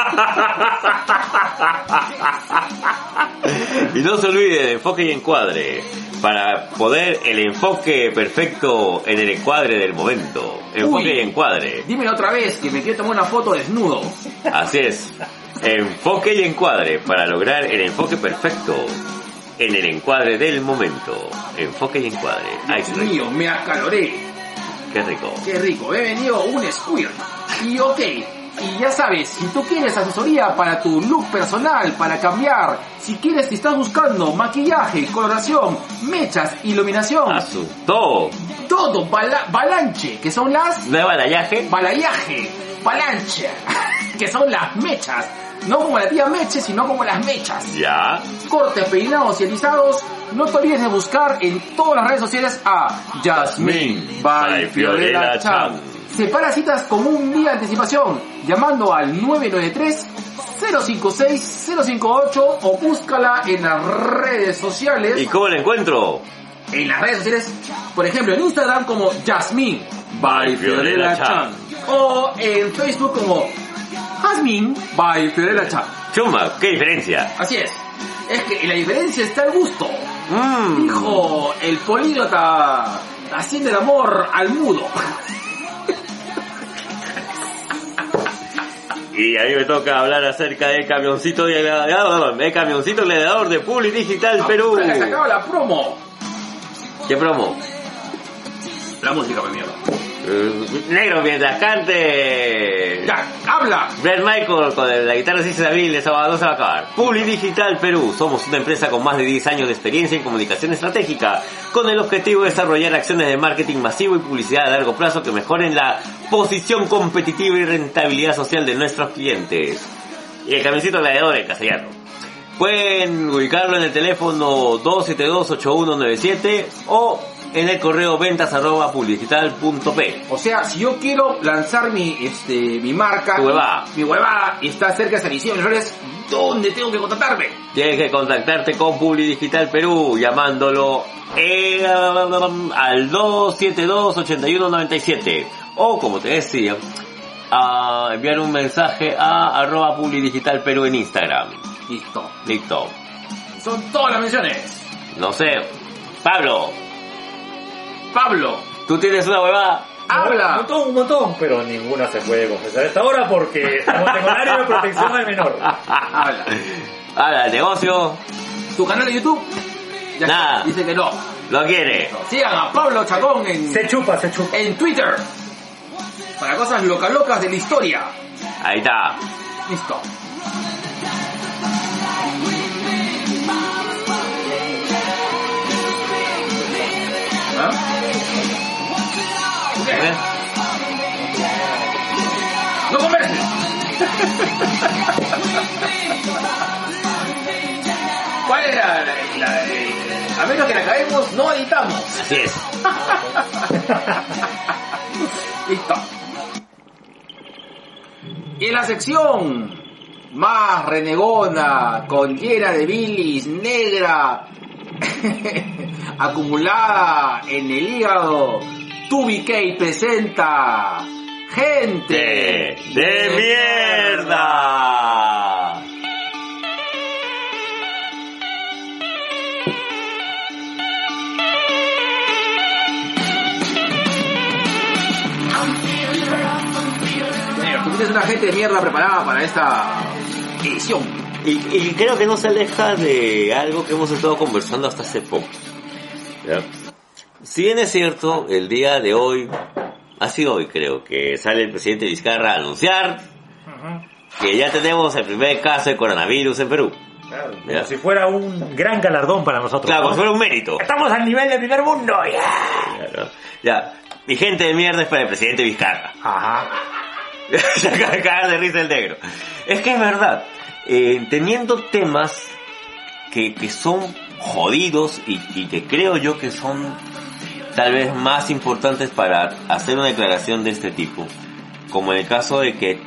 [SPEAKER 2] Y no se olvide de enfoque y encuadre. Para poder el enfoque perfecto en el encuadre del momento. Enfoque
[SPEAKER 1] Uy.
[SPEAKER 2] y encuadre.
[SPEAKER 1] Dímelo otra vez que me quiero tomar una foto desnudo.
[SPEAKER 2] Así es. Enfoque y encuadre para lograr el enfoque perfecto en el encuadre del momento. Enfoque y encuadre. Ay,
[SPEAKER 1] Dios
[SPEAKER 2] qué rico.
[SPEAKER 1] mío, me acaloré.
[SPEAKER 2] Qué rico.
[SPEAKER 1] Qué rico, he venido un squirt. Y ok, y ya sabes, si tú quieres asesoría para tu look personal, para cambiar, si quieres, si estás buscando maquillaje, coloración, mechas, iluminación,
[SPEAKER 2] Ah, Asustó.
[SPEAKER 1] todo, bala- balanche, que son las
[SPEAKER 2] ¿No hay balayaje?
[SPEAKER 1] balayaje, balanche, que son las mechas. No como la tía Meche, sino como las mechas.
[SPEAKER 2] Ya.
[SPEAKER 1] Cortes, peinados y alisados. No te olvides de buscar en todas las redes sociales a Jasmine by Fiorella Chan. Separa citas con un día de anticipación llamando al 993-056-058 o búscala en las redes sociales.
[SPEAKER 2] ¿Y cómo lo encuentro?
[SPEAKER 1] En las redes sociales, por ejemplo, en Instagram como Jasmine by Fiorella Chan. O en Facebook como Jasmine by Fiorella Chan.
[SPEAKER 2] Chumba, qué diferencia.
[SPEAKER 1] Así es. Es que la diferencia está al gusto.
[SPEAKER 2] Mm.
[SPEAKER 1] Dijo el políglota haciendo el amor al mudo.
[SPEAKER 2] Y ahí me toca hablar acerca del camioncito de el camioncito gladiador de Publi Digital Perú.
[SPEAKER 1] Se acaba la promo.
[SPEAKER 2] ¿Qué promo?
[SPEAKER 1] La música me mierda.
[SPEAKER 2] Eh, negro mientras cante.
[SPEAKER 1] Ya, habla.
[SPEAKER 2] Brad Michael con la guitarra sí Sabil, esa va- no se va a acabar. Publi Digital Perú, somos una empresa con más de 10 años de experiencia en comunicación estratégica, con el objetivo de desarrollar acciones de marketing masivo y publicidad a largo plazo que mejoren la posición competitiva y rentabilidad social de nuestros clientes. Y el camioncito gladiador en castellano. Pueden ubicarlo en el teléfono 272-8197 o en el correo ventas arroba publicital.p.
[SPEAKER 1] O sea, si yo quiero lanzar mi, este, mi marca,
[SPEAKER 2] Tu huevada.
[SPEAKER 1] mi huevada y está cerca de San Isidro de los Flores, ¿dónde tengo que contratarme?
[SPEAKER 2] Tienes que contactarte con Publi Digital Perú llamándolo eh, al 272-8197 o como te decía, a enviar un mensaje a arroba Publi Digital Perú en Instagram.
[SPEAKER 1] Listo.
[SPEAKER 2] Listo.
[SPEAKER 1] Son todas las menciones.
[SPEAKER 2] No sé. Pablo,
[SPEAKER 1] Pablo,
[SPEAKER 2] tú tienes una huevada.
[SPEAKER 1] habla.
[SPEAKER 3] Un montón, un montón, pero ninguna se puede confesar hasta ahora porque estamos en horario de protección al menor.
[SPEAKER 1] Habla.
[SPEAKER 2] Habla del negocio.
[SPEAKER 1] ¿Tu canal de YouTube? Ya
[SPEAKER 2] Nada.
[SPEAKER 1] está. Dice que no.
[SPEAKER 2] Lo quiere.
[SPEAKER 1] Sigan a Pablo Chacón en,
[SPEAKER 3] Se chupa, se chupa.
[SPEAKER 1] en Twitter. Para cosas loca locas de la historia.
[SPEAKER 2] Ahí está.
[SPEAKER 1] Listo. ¿Ah?
[SPEAKER 2] ¿Eh?
[SPEAKER 1] ¿Qué? ¡No converses! ¿Cuál es la, la- la- eh, A menos que la caemos, no editamos.
[SPEAKER 2] Así es.
[SPEAKER 1] Listo. Y en la sección más renegona, con llena de bilis, negra, acumulada en el hígado, TubiK presenta Gente
[SPEAKER 2] De, de mierda.
[SPEAKER 1] Negro, tú tienes una gente de mierda preparada para esta edición.
[SPEAKER 2] Y, y creo que no se aleja de algo que hemos estado conversando hasta hace poco. ¿Ya? Si bien es cierto, el día de hoy, ha sido hoy creo, que sale el presidente Vizcarra a anunciar
[SPEAKER 1] Eh.
[SPEAKER 2] que ya tenemos el primer caso de coronavirus en Perú.
[SPEAKER 3] Claro,
[SPEAKER 2] Ya.
[SPEAKER 3] como si fuera un gran galardón para nosotros.
[SPEAKER 2] Claro,
[SPEAKER 3] ¿no?
[SPEAKER 2] como si fuera un mérito.
[SPEAKER 3] Estamos al nivel del primer mundo, ya.
[SPEAKER 2] Claro. Ya, mi gente de mierda es para el presidente Vizcarra.
[SPEAKER 3] Ajá.
[SPEAKER 2] Se acaba de cagar de risa el negro. Es que es verdad, eh, teniendo temas que, que son jodidos y, y que creo yo que son tal vez más importantes para hacer una declaración de este tipo, como en el caso de que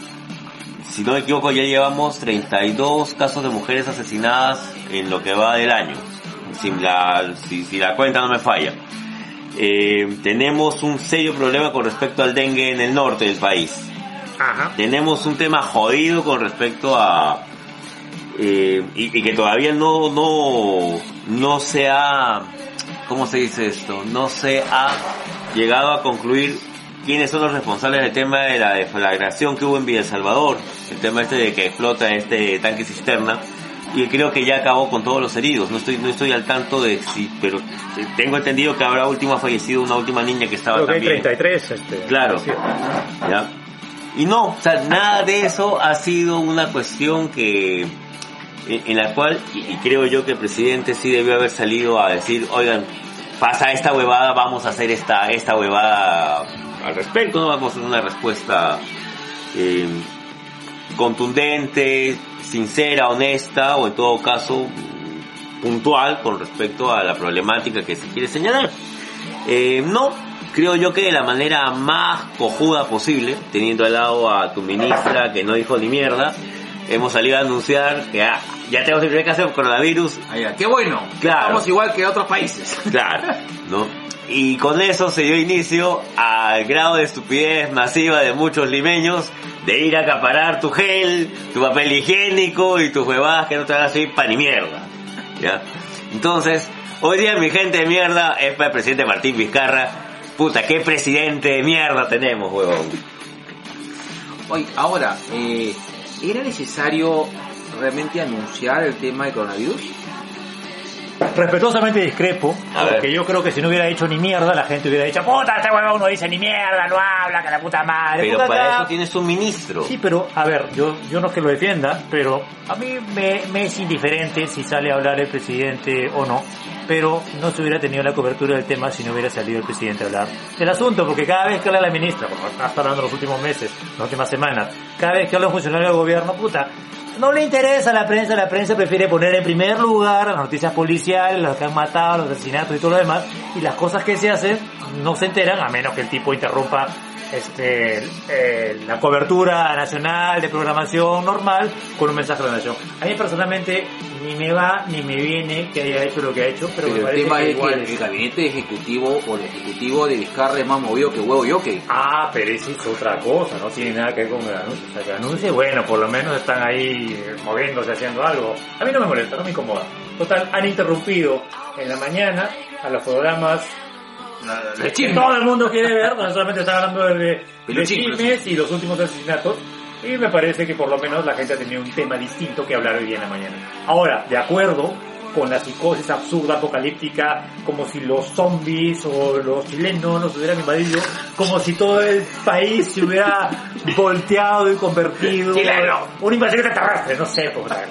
[SPEAKER 2] si no me equivoco, ya llevamos 32 casos de mujeres asesinadas en lo que va del año. Sin la, si, si la cuenta no me falla. Eh, tenemos un serio problema con respecto al dengue en el norte del país.
[SPEAKER 3] Ajá.
[SPEAKER 2] Tenemos un tema jodido con respecto a... eh, y, y que todavía no, no, no se ha... ¿Cómo se dice esto? No se ha llegado a concluir quiénes son los responsables del tema de la deflagración que hubo en Villa El Salvador. El tema este de que explota este tanque cisterna. Y creo que ya acabó con todos los heridos. No estoy, no estoy al tanto de si, pero tengo entendido que habrá última fallecido una última niña que estaba
[SPEAKER 3] Creo que hay
[SPEAKER 2] también.
[SPEAKER 3] 33. Este,
[SPEAKER 2] Claro.
[SPEAKER 3] sí.
[SPEAKER 2] ¿ya? Y no, o sea, nada de eso ha sido una cuestión que en en la cual, y, y creo yo que el presidente sí debió haber salido a decir, oigan, pasa esta huevada, vamos a hacer esta, esta huevada al respecto, no vamos a hacer una respuesta eh, contundente, sincera, honesta, o en todo caso puntual con respecto a la problemática que se quiere señalar. Eh, no, creo yo que de la manera más cojuda posible, teniendo al lado a tu ministra que no dijo ni mierda, hemos salido a anunciar que ah, ya tenemos el primer caso de coronavirus,
[SPEAKER 1] Ahí va. Qué bueno.
[SPEAKER 2] Claro.
[SPEAKER 1] Estamos igual que otros países.
[SPEAKER 2] claro, ¿no? Y con eso se dio inicio al grado de estupidez masiva de muchos limeños de ir a acaparar tu gel, tu papel higiénico y tus huevadas que no te van a servir pan ni mierda. ¿ya? Entonces, hoy día mi gente de mierda es para el presidente Martín Vizcarra. Puta, qué presidente de mierda tenemos, huevón.
[SPEAKER 1] Oye, ahora, eh, ¿era necesario realmente anunciar el tema del coronavirus?
[SPEAKER 3] Respetuosamente discrepo,
[SPEAKER 2] A ver.
[SPEAKER 3] porque yo creo que si no hubiera hecho ni mierda, la gente hubiera dicho, puta, este huevón no dice ni mierda, no habla, que la puta madre.
[SPEAKER 2] Pero
[SPEAKER 3] puta
[SPEAKER 2] para
[SPEAKER 3] acá".
[SPEAKER 2] eso tienes un ministro.
[SPEAKER 3] Sí, pero, a ver, yo, yo no es que lo defienda, pero a mí me, me es indiferente si sale a hablar el presidente o no, pero no se hubiera tenido la cobertura del tema si no hubiera salido el presidente a hablar del asunto, porque cada vez que habla la ministra, bueno, ha estado hablando los últimos meses, las últimas semanas, cada vez que habla un funcionario del gobierno, puta, no le interesa a la prensa, la prensa prefiere poner en primer lugar las noticias policiales, las que han matado, los asesinatos y todo lo demás, y las cosas que se hacen no se enteran a menos que el tipo interrumpa este, eh, la cobertura nacional de programación normal con un mensaje de la nación. A mí personalmente ni me va ni me viene que haya hecho lo que ha hecho, pero,
[SPEAKER 1] Pero,
[SPEAKER 3] me
[SPEAKER 1] el
[SPEAKER 3] parece
[SPEAKER 1] tema
[SPEAKER 3] que
[SPEAKER 1] es que
[SPEAKER 3] igual
[SPEAKER 1] el,
[SPEAKER 3] es-
[SPEAKER 1] gabinete ejecutivo o el ejecutivo de Vizcarra es más movido que huevo yo que...
[SPEAKER 3] Ah, pero eso es otra cosa, no tiene nada que ver con el anuncio. Hasta que anuncie, bueno, por lo menos están ahí eh, moviéndose, haciendo algo. A mí no me molesta, no me incomoda. Total, han interrumpido en la mañana a los programas
[SPEAKER 1] El
[SPEAKER 3] que
[SPEAKER 1] chisme.
[SPEAKER 3] todo el mundo quiere ver, no solamente están hablando de- de, de
[SPEAKER 1] Peluchín,
[SPEAKER 3] chismes y los últimos asesinatos. Y me parece que por lo menos la gente ha tenido un tema distinto que hablar hoy día en la mañana. Ahora, de acuerdo con la psicosis absurda, apocalíptica, como si los zombies o los chilenos nos hubieran invadido, como si todo el país se hubiera volteado y convertido en
[SPEAKER 1] Chileno.
[SPEAKER 3] una invasión extraterrestre, no sé. pues, o sea,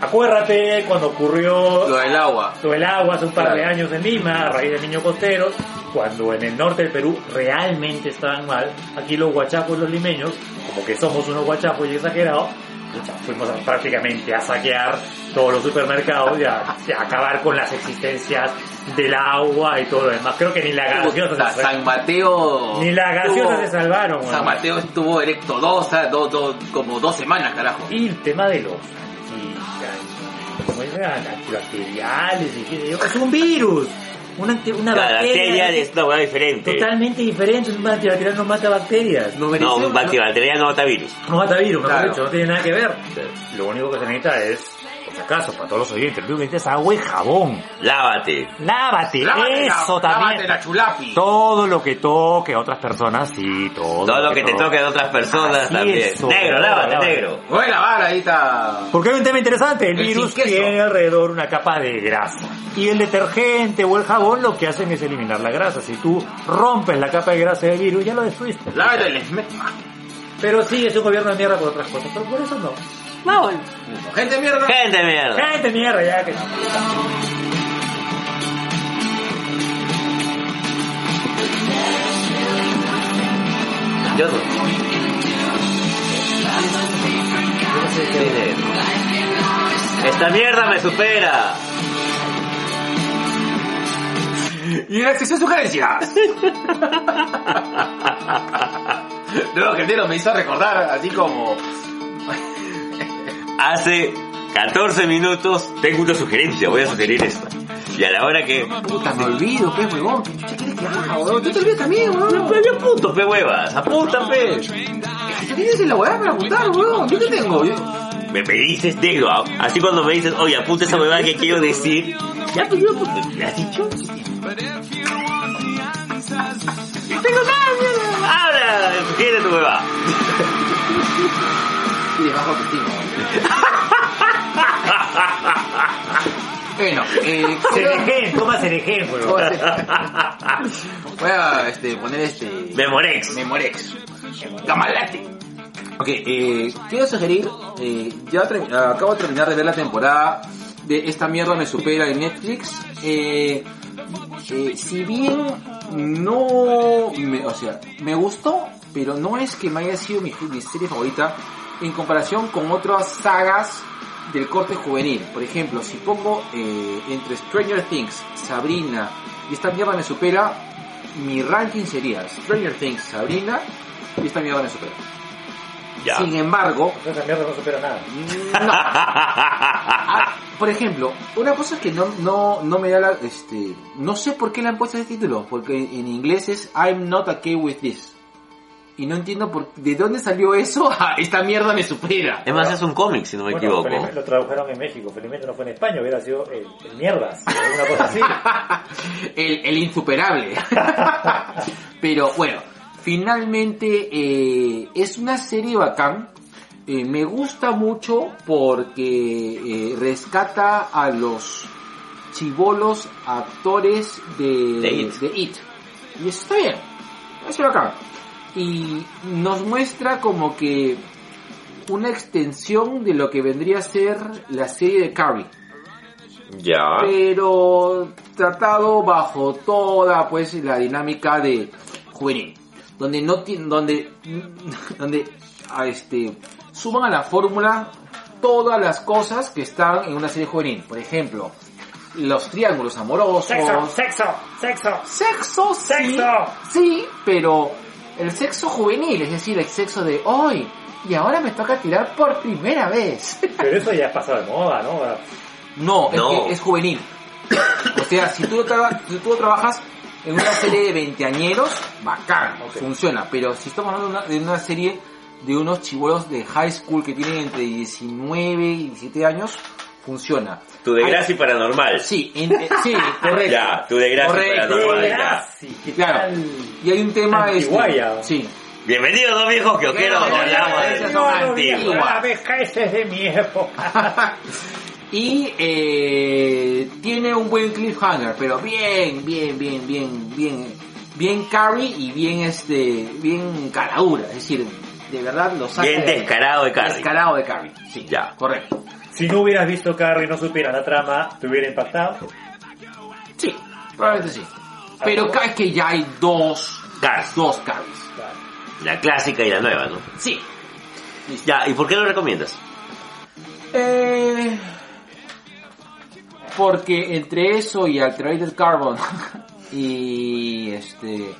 [SPEAKER 3] acuérdate cuando ocurrió
[SPEAKER 1] Lo del agua.
[SPEAKER 3] lo del agua hace un par de
[SPEAKER 1] Claro.
[SPEAKER 3] años en Lima, a raíz del niño costero, cuando en el norte del Perú realmente estaban mal, aquí los guachapos y los limeños, como que somos unos guachapos y exagerados, pucha, fuimos a- prácticamente a saquear todos los supermercados y a, y a acabar con las existencias del agua y todo lo demás. Creo que ni la gaseosa
[SPEAKER 1] Puta,
[SPEAKER 3] se salvaron.
[SPEAKER 1] San Mateo...
[SPEAKER 3] Ni la gaseosa
[SPEAKER 1] tuvo-
[SPEAKER 3] se salvaron.
[SPEAKER 1] San
[SPEAKER 3] weón.
[SPEAKER 1] Mateo estuvo erecto dos, dos, dos, como dos semanas, carajo.
[SPEAKER 3] Y el tema de los anti- anti- ¿cómo es? antibacteriales y qué sé yo. Es un virus. Una, anti- una
[SPEAKER 2] Cada
[SPEAKER 3] bacteria
[SPEAKER 2] bacteria es una huevada diferente.
[SPEAKER 3] totalmente diferente. Un antibacterial no mata bacterias. Eh, No,
[SPEAKER 2] No, un bacteria no mata virus.
[SPEAKER 3] no mata virus, mejor
[SPEAKER 1] Claro.
[SPEAKER 3] dicho, no tiene nada que ver. Eh, Lo único que se necesita es, por si acaso, para todos los oyentes, lo único que necesitas es agua y jabón.
[SPEAKER 2] Lávate.
[SPEAKER 3] Lávate,
[SPEAKER 1] Lávate la- lávate
[SPEAKER 3] eso también.
[SPEAKER 1] la chulapi.
[SPEAKER 3] Todo lo que toque a otras personas, sí, todo.
[SPEAKER 2] Todo lo que te
[SPEAKER 3] toque.
[SPEAKER 2] toque de otras personas
[SPEAKER 3] Así
[SPEAKER 2] también.
[SPEAKER 3] es, sobre
[SPEAKER 2] negro,
[SPEAKER 3] todo,
[SPEAKER 2] lávate,
[SPEAKER 3] lávate.
[SPEAKER 2] negro.
[SPEAKER 1] Voy a lavar, ahí está.
[SPEAKER 3] Porque hay un tema interesante, el,
[SPEAKER 1] El
[SPEAKER 3] virus
[SPEAKER 1] sin queso.
[SPEAKER 3] tiene alrededor una capa de grasa. Y el detergente o el jabón lo que hacen es eliminar la grasa. Si tú rompes la capa de grasa del virus, ya lo destruiste.
[SPEAKER 1] Lávate el esme-
[SPEAKER 3] Pero sí, es un gobierno de mierda por otras cosas, pero por eso no.
[SPEAKER 1] Gente mierda.
[SPEAKER 2] Gente mierda.
[SPEAKER 3] Gente mierda, ya que...
[SPEAKER 2] Yo no. Dice, Esta mierda me supera.
[SPEAKER 1] Y una sección de sugerencias. Nuevo Argentino me hizo recordar, así como
[SPEAKER 2] hace 14 minutos tengo una sugerencia, voy a sugerir esta. Y a la hora que...
[SPEAKER 1] Puta, me olvido, qué huevón. ¿Qué chucha quieres que haga, huevón? Tú te olvidas también,
[SPEAKER 2] No,
[SPEAKER 1] huevón.
[SPEAKER 2] pe, yo puto, pe huevas, apunta, pe.
[SPEAKER 1] ¿Qué tienes en la huevada para apuntar, huevón? Yo te tengo. Yo...
[SPEAKER 2] Me, me dices, digo, a- así cuando me dices, oye, apunta esa huevada que quiero decir. Ya, pues yo apunto. ¿Me has dicho? ¡No tengo nada, mierda! ¡Habla! Sugiere tu huevada.
[SPEAKER 1] Y de bajo autoestima. bueno, eh,
[SPEAKER 3] Cerejen, toma Cerejen,
[SPEAKER 1] voy
[SPEAKER 3] huevón.
[SPEAKER 1] a- voy a este, poner este...
[SPEAKER 2] Memorex.
[SPEAKER 1] Memorex. Gamalate. Ok, eh, quiero sugerir, eh, ya ter- acabo de terminar de ver la temporada de Esta mierda me supera en Netflix. Eh, eh, si bien no, me, o sea, me gustó, pero no es que me haya sido mi, mi serie favorita en comparación con otras sagas del corte juvenil. Por ejemplo, si pongo eh, entre Stranger Things, Sabrina y Esta mierda me supera, mi ranking sería Stranger Things, Sabrina y Esta mierda me supera.
[SPEAKER 2] Ya.
[SPEAKER 1] Sin embargo,
[SPEAKER 3] Esa mierda no supera nada.
[SPEAKER 1] no. Ah, por ejemplo, una cosa que no, no, no me da la... Este, no sé por qué le han puesto ese título, porque en inglés es I'm not okay with this. Y no entiendo por, de dónde salió eso a esta mierda me supera.
[SPEAKER 2] Es más, es un cómic, si no me
[SPEAKER 3] Bueno,
[SPEAKER 2] equivoco.
[SPEAKER 3] felizmente Lo tradujeron en México, felizmente no fue en España, hubiera sido el, el mierdas, o alguna cosa así.
[SPEAKER 1] el, el insuperable. Pero bueno, finalmente eh, es una serie bacán. Eh, me gusta mucho porque eh, rescata a los chivolos actores de,
[SPEAKER 2] De It.
[SPEAKER 1] Y eso está bien. Eso es bacán. Y nos muestra como que una extensión de lo que vendría a ser la serie de Carrie
[SPEAKER 2] Ya.
[SPEAKER 1] pero tratado bajo toda pues la dinámica de juvenil donde no ti- donde donde a este suman a la fórmula todas las cosas que están en una serie juvenil por ejemplo los triángulos amorosos
[SPEAKER 3] Sexo, sexo, sexo.
[SPEAKER 1] sexo, sí,
[SPEAKER 3] Sexo.
[SPEAKER 1] sí, pero el sexo juvenil es decir el sexo de hoy y ahora me toca tirar por primera vez
[SPEAKER 3] Pero eso ya ha pasado de moda, ¿no?
[SPEAKER 1] no, es
[SPEAKER 2] No.
[SPEAKER 1] que es juvenil. O sea, si tú, lo traba- si tú lo trabajas en una serie de veinteañeros, bacán,
[SPEAKER 3] Ok.
[SPEAKER 1] funciona. Pero si estamos hablando de una, de una serie de unos chibolos de high school que tienen entre 19 y 17 años, funciona.
[SPEAKER 2] Tu desgracia y paranormal.
[SPEAKER 1] Hay- Sí, en- eh, sí, correcto.
[SPEAKER 2] Ya, tu desgracia y
[SPEAKER 1] Correcto.
[SPEAKER 2] paranormal. ya.
[SPEAKER 3] ¿qué
[SPEAKER 1] Claro.
[SPEAKER 3] tal?
[SPEAKER 1] Y hay un tema... este,
[SPEAKER 3] Antiguaya.
[SPEAKER 1] sí.
[SPEAKER 2] Bienvenidos dos viejos que os quiero
[SPEAKER 1] Claro,
[SPEAKER 2] hablamos
[SPEAKER 1] ya,
[SPEAKER 2] de
[SPEAKER 1] ya,
[SPEAKER 2] eso.
[SPEAKER 1] ya.
[SPEAKER 3] No, no,
[SPEAKER 2] antiguo.
[SPEAKER 3] viejo, la vejez es de mi época.
[SPEAKER 1] y eh, tiene un buen cliffhanger, pero bien, bien, bien, bien, bien, bien carry y bien este, bien caradura, es decir, de verdad lo saca
[SPEAKER 2] Bien
[SPEAKER 1] de-
[SPEAKER 2] descarado de Carrie.
[SPEAKER 1] descarado de carry, sí,
[SPEAKER 2] Ya.
[SPEAKER 1] correcto,
[SPEAKER 3] Si no hubieras visto Carrie y no supieras la trama, te hubiera impactado.
[SPEAKER 1] sí, probablemente sí, pero ca- es que ya hay dos,
[SPEAKER 2] Cars.
[SPEAKER 1] dos carries,
[SPEAKER 3] Claro.
[SPEAKER 2] La clásica y la nueva, ¿no?
[SPEAKER 1] sí,
[SPEAKER 2] Ya, ¿y por qué lo recomiendas?
[SPEAKER 1] Eh, porque entre eso y Altered Carbon y este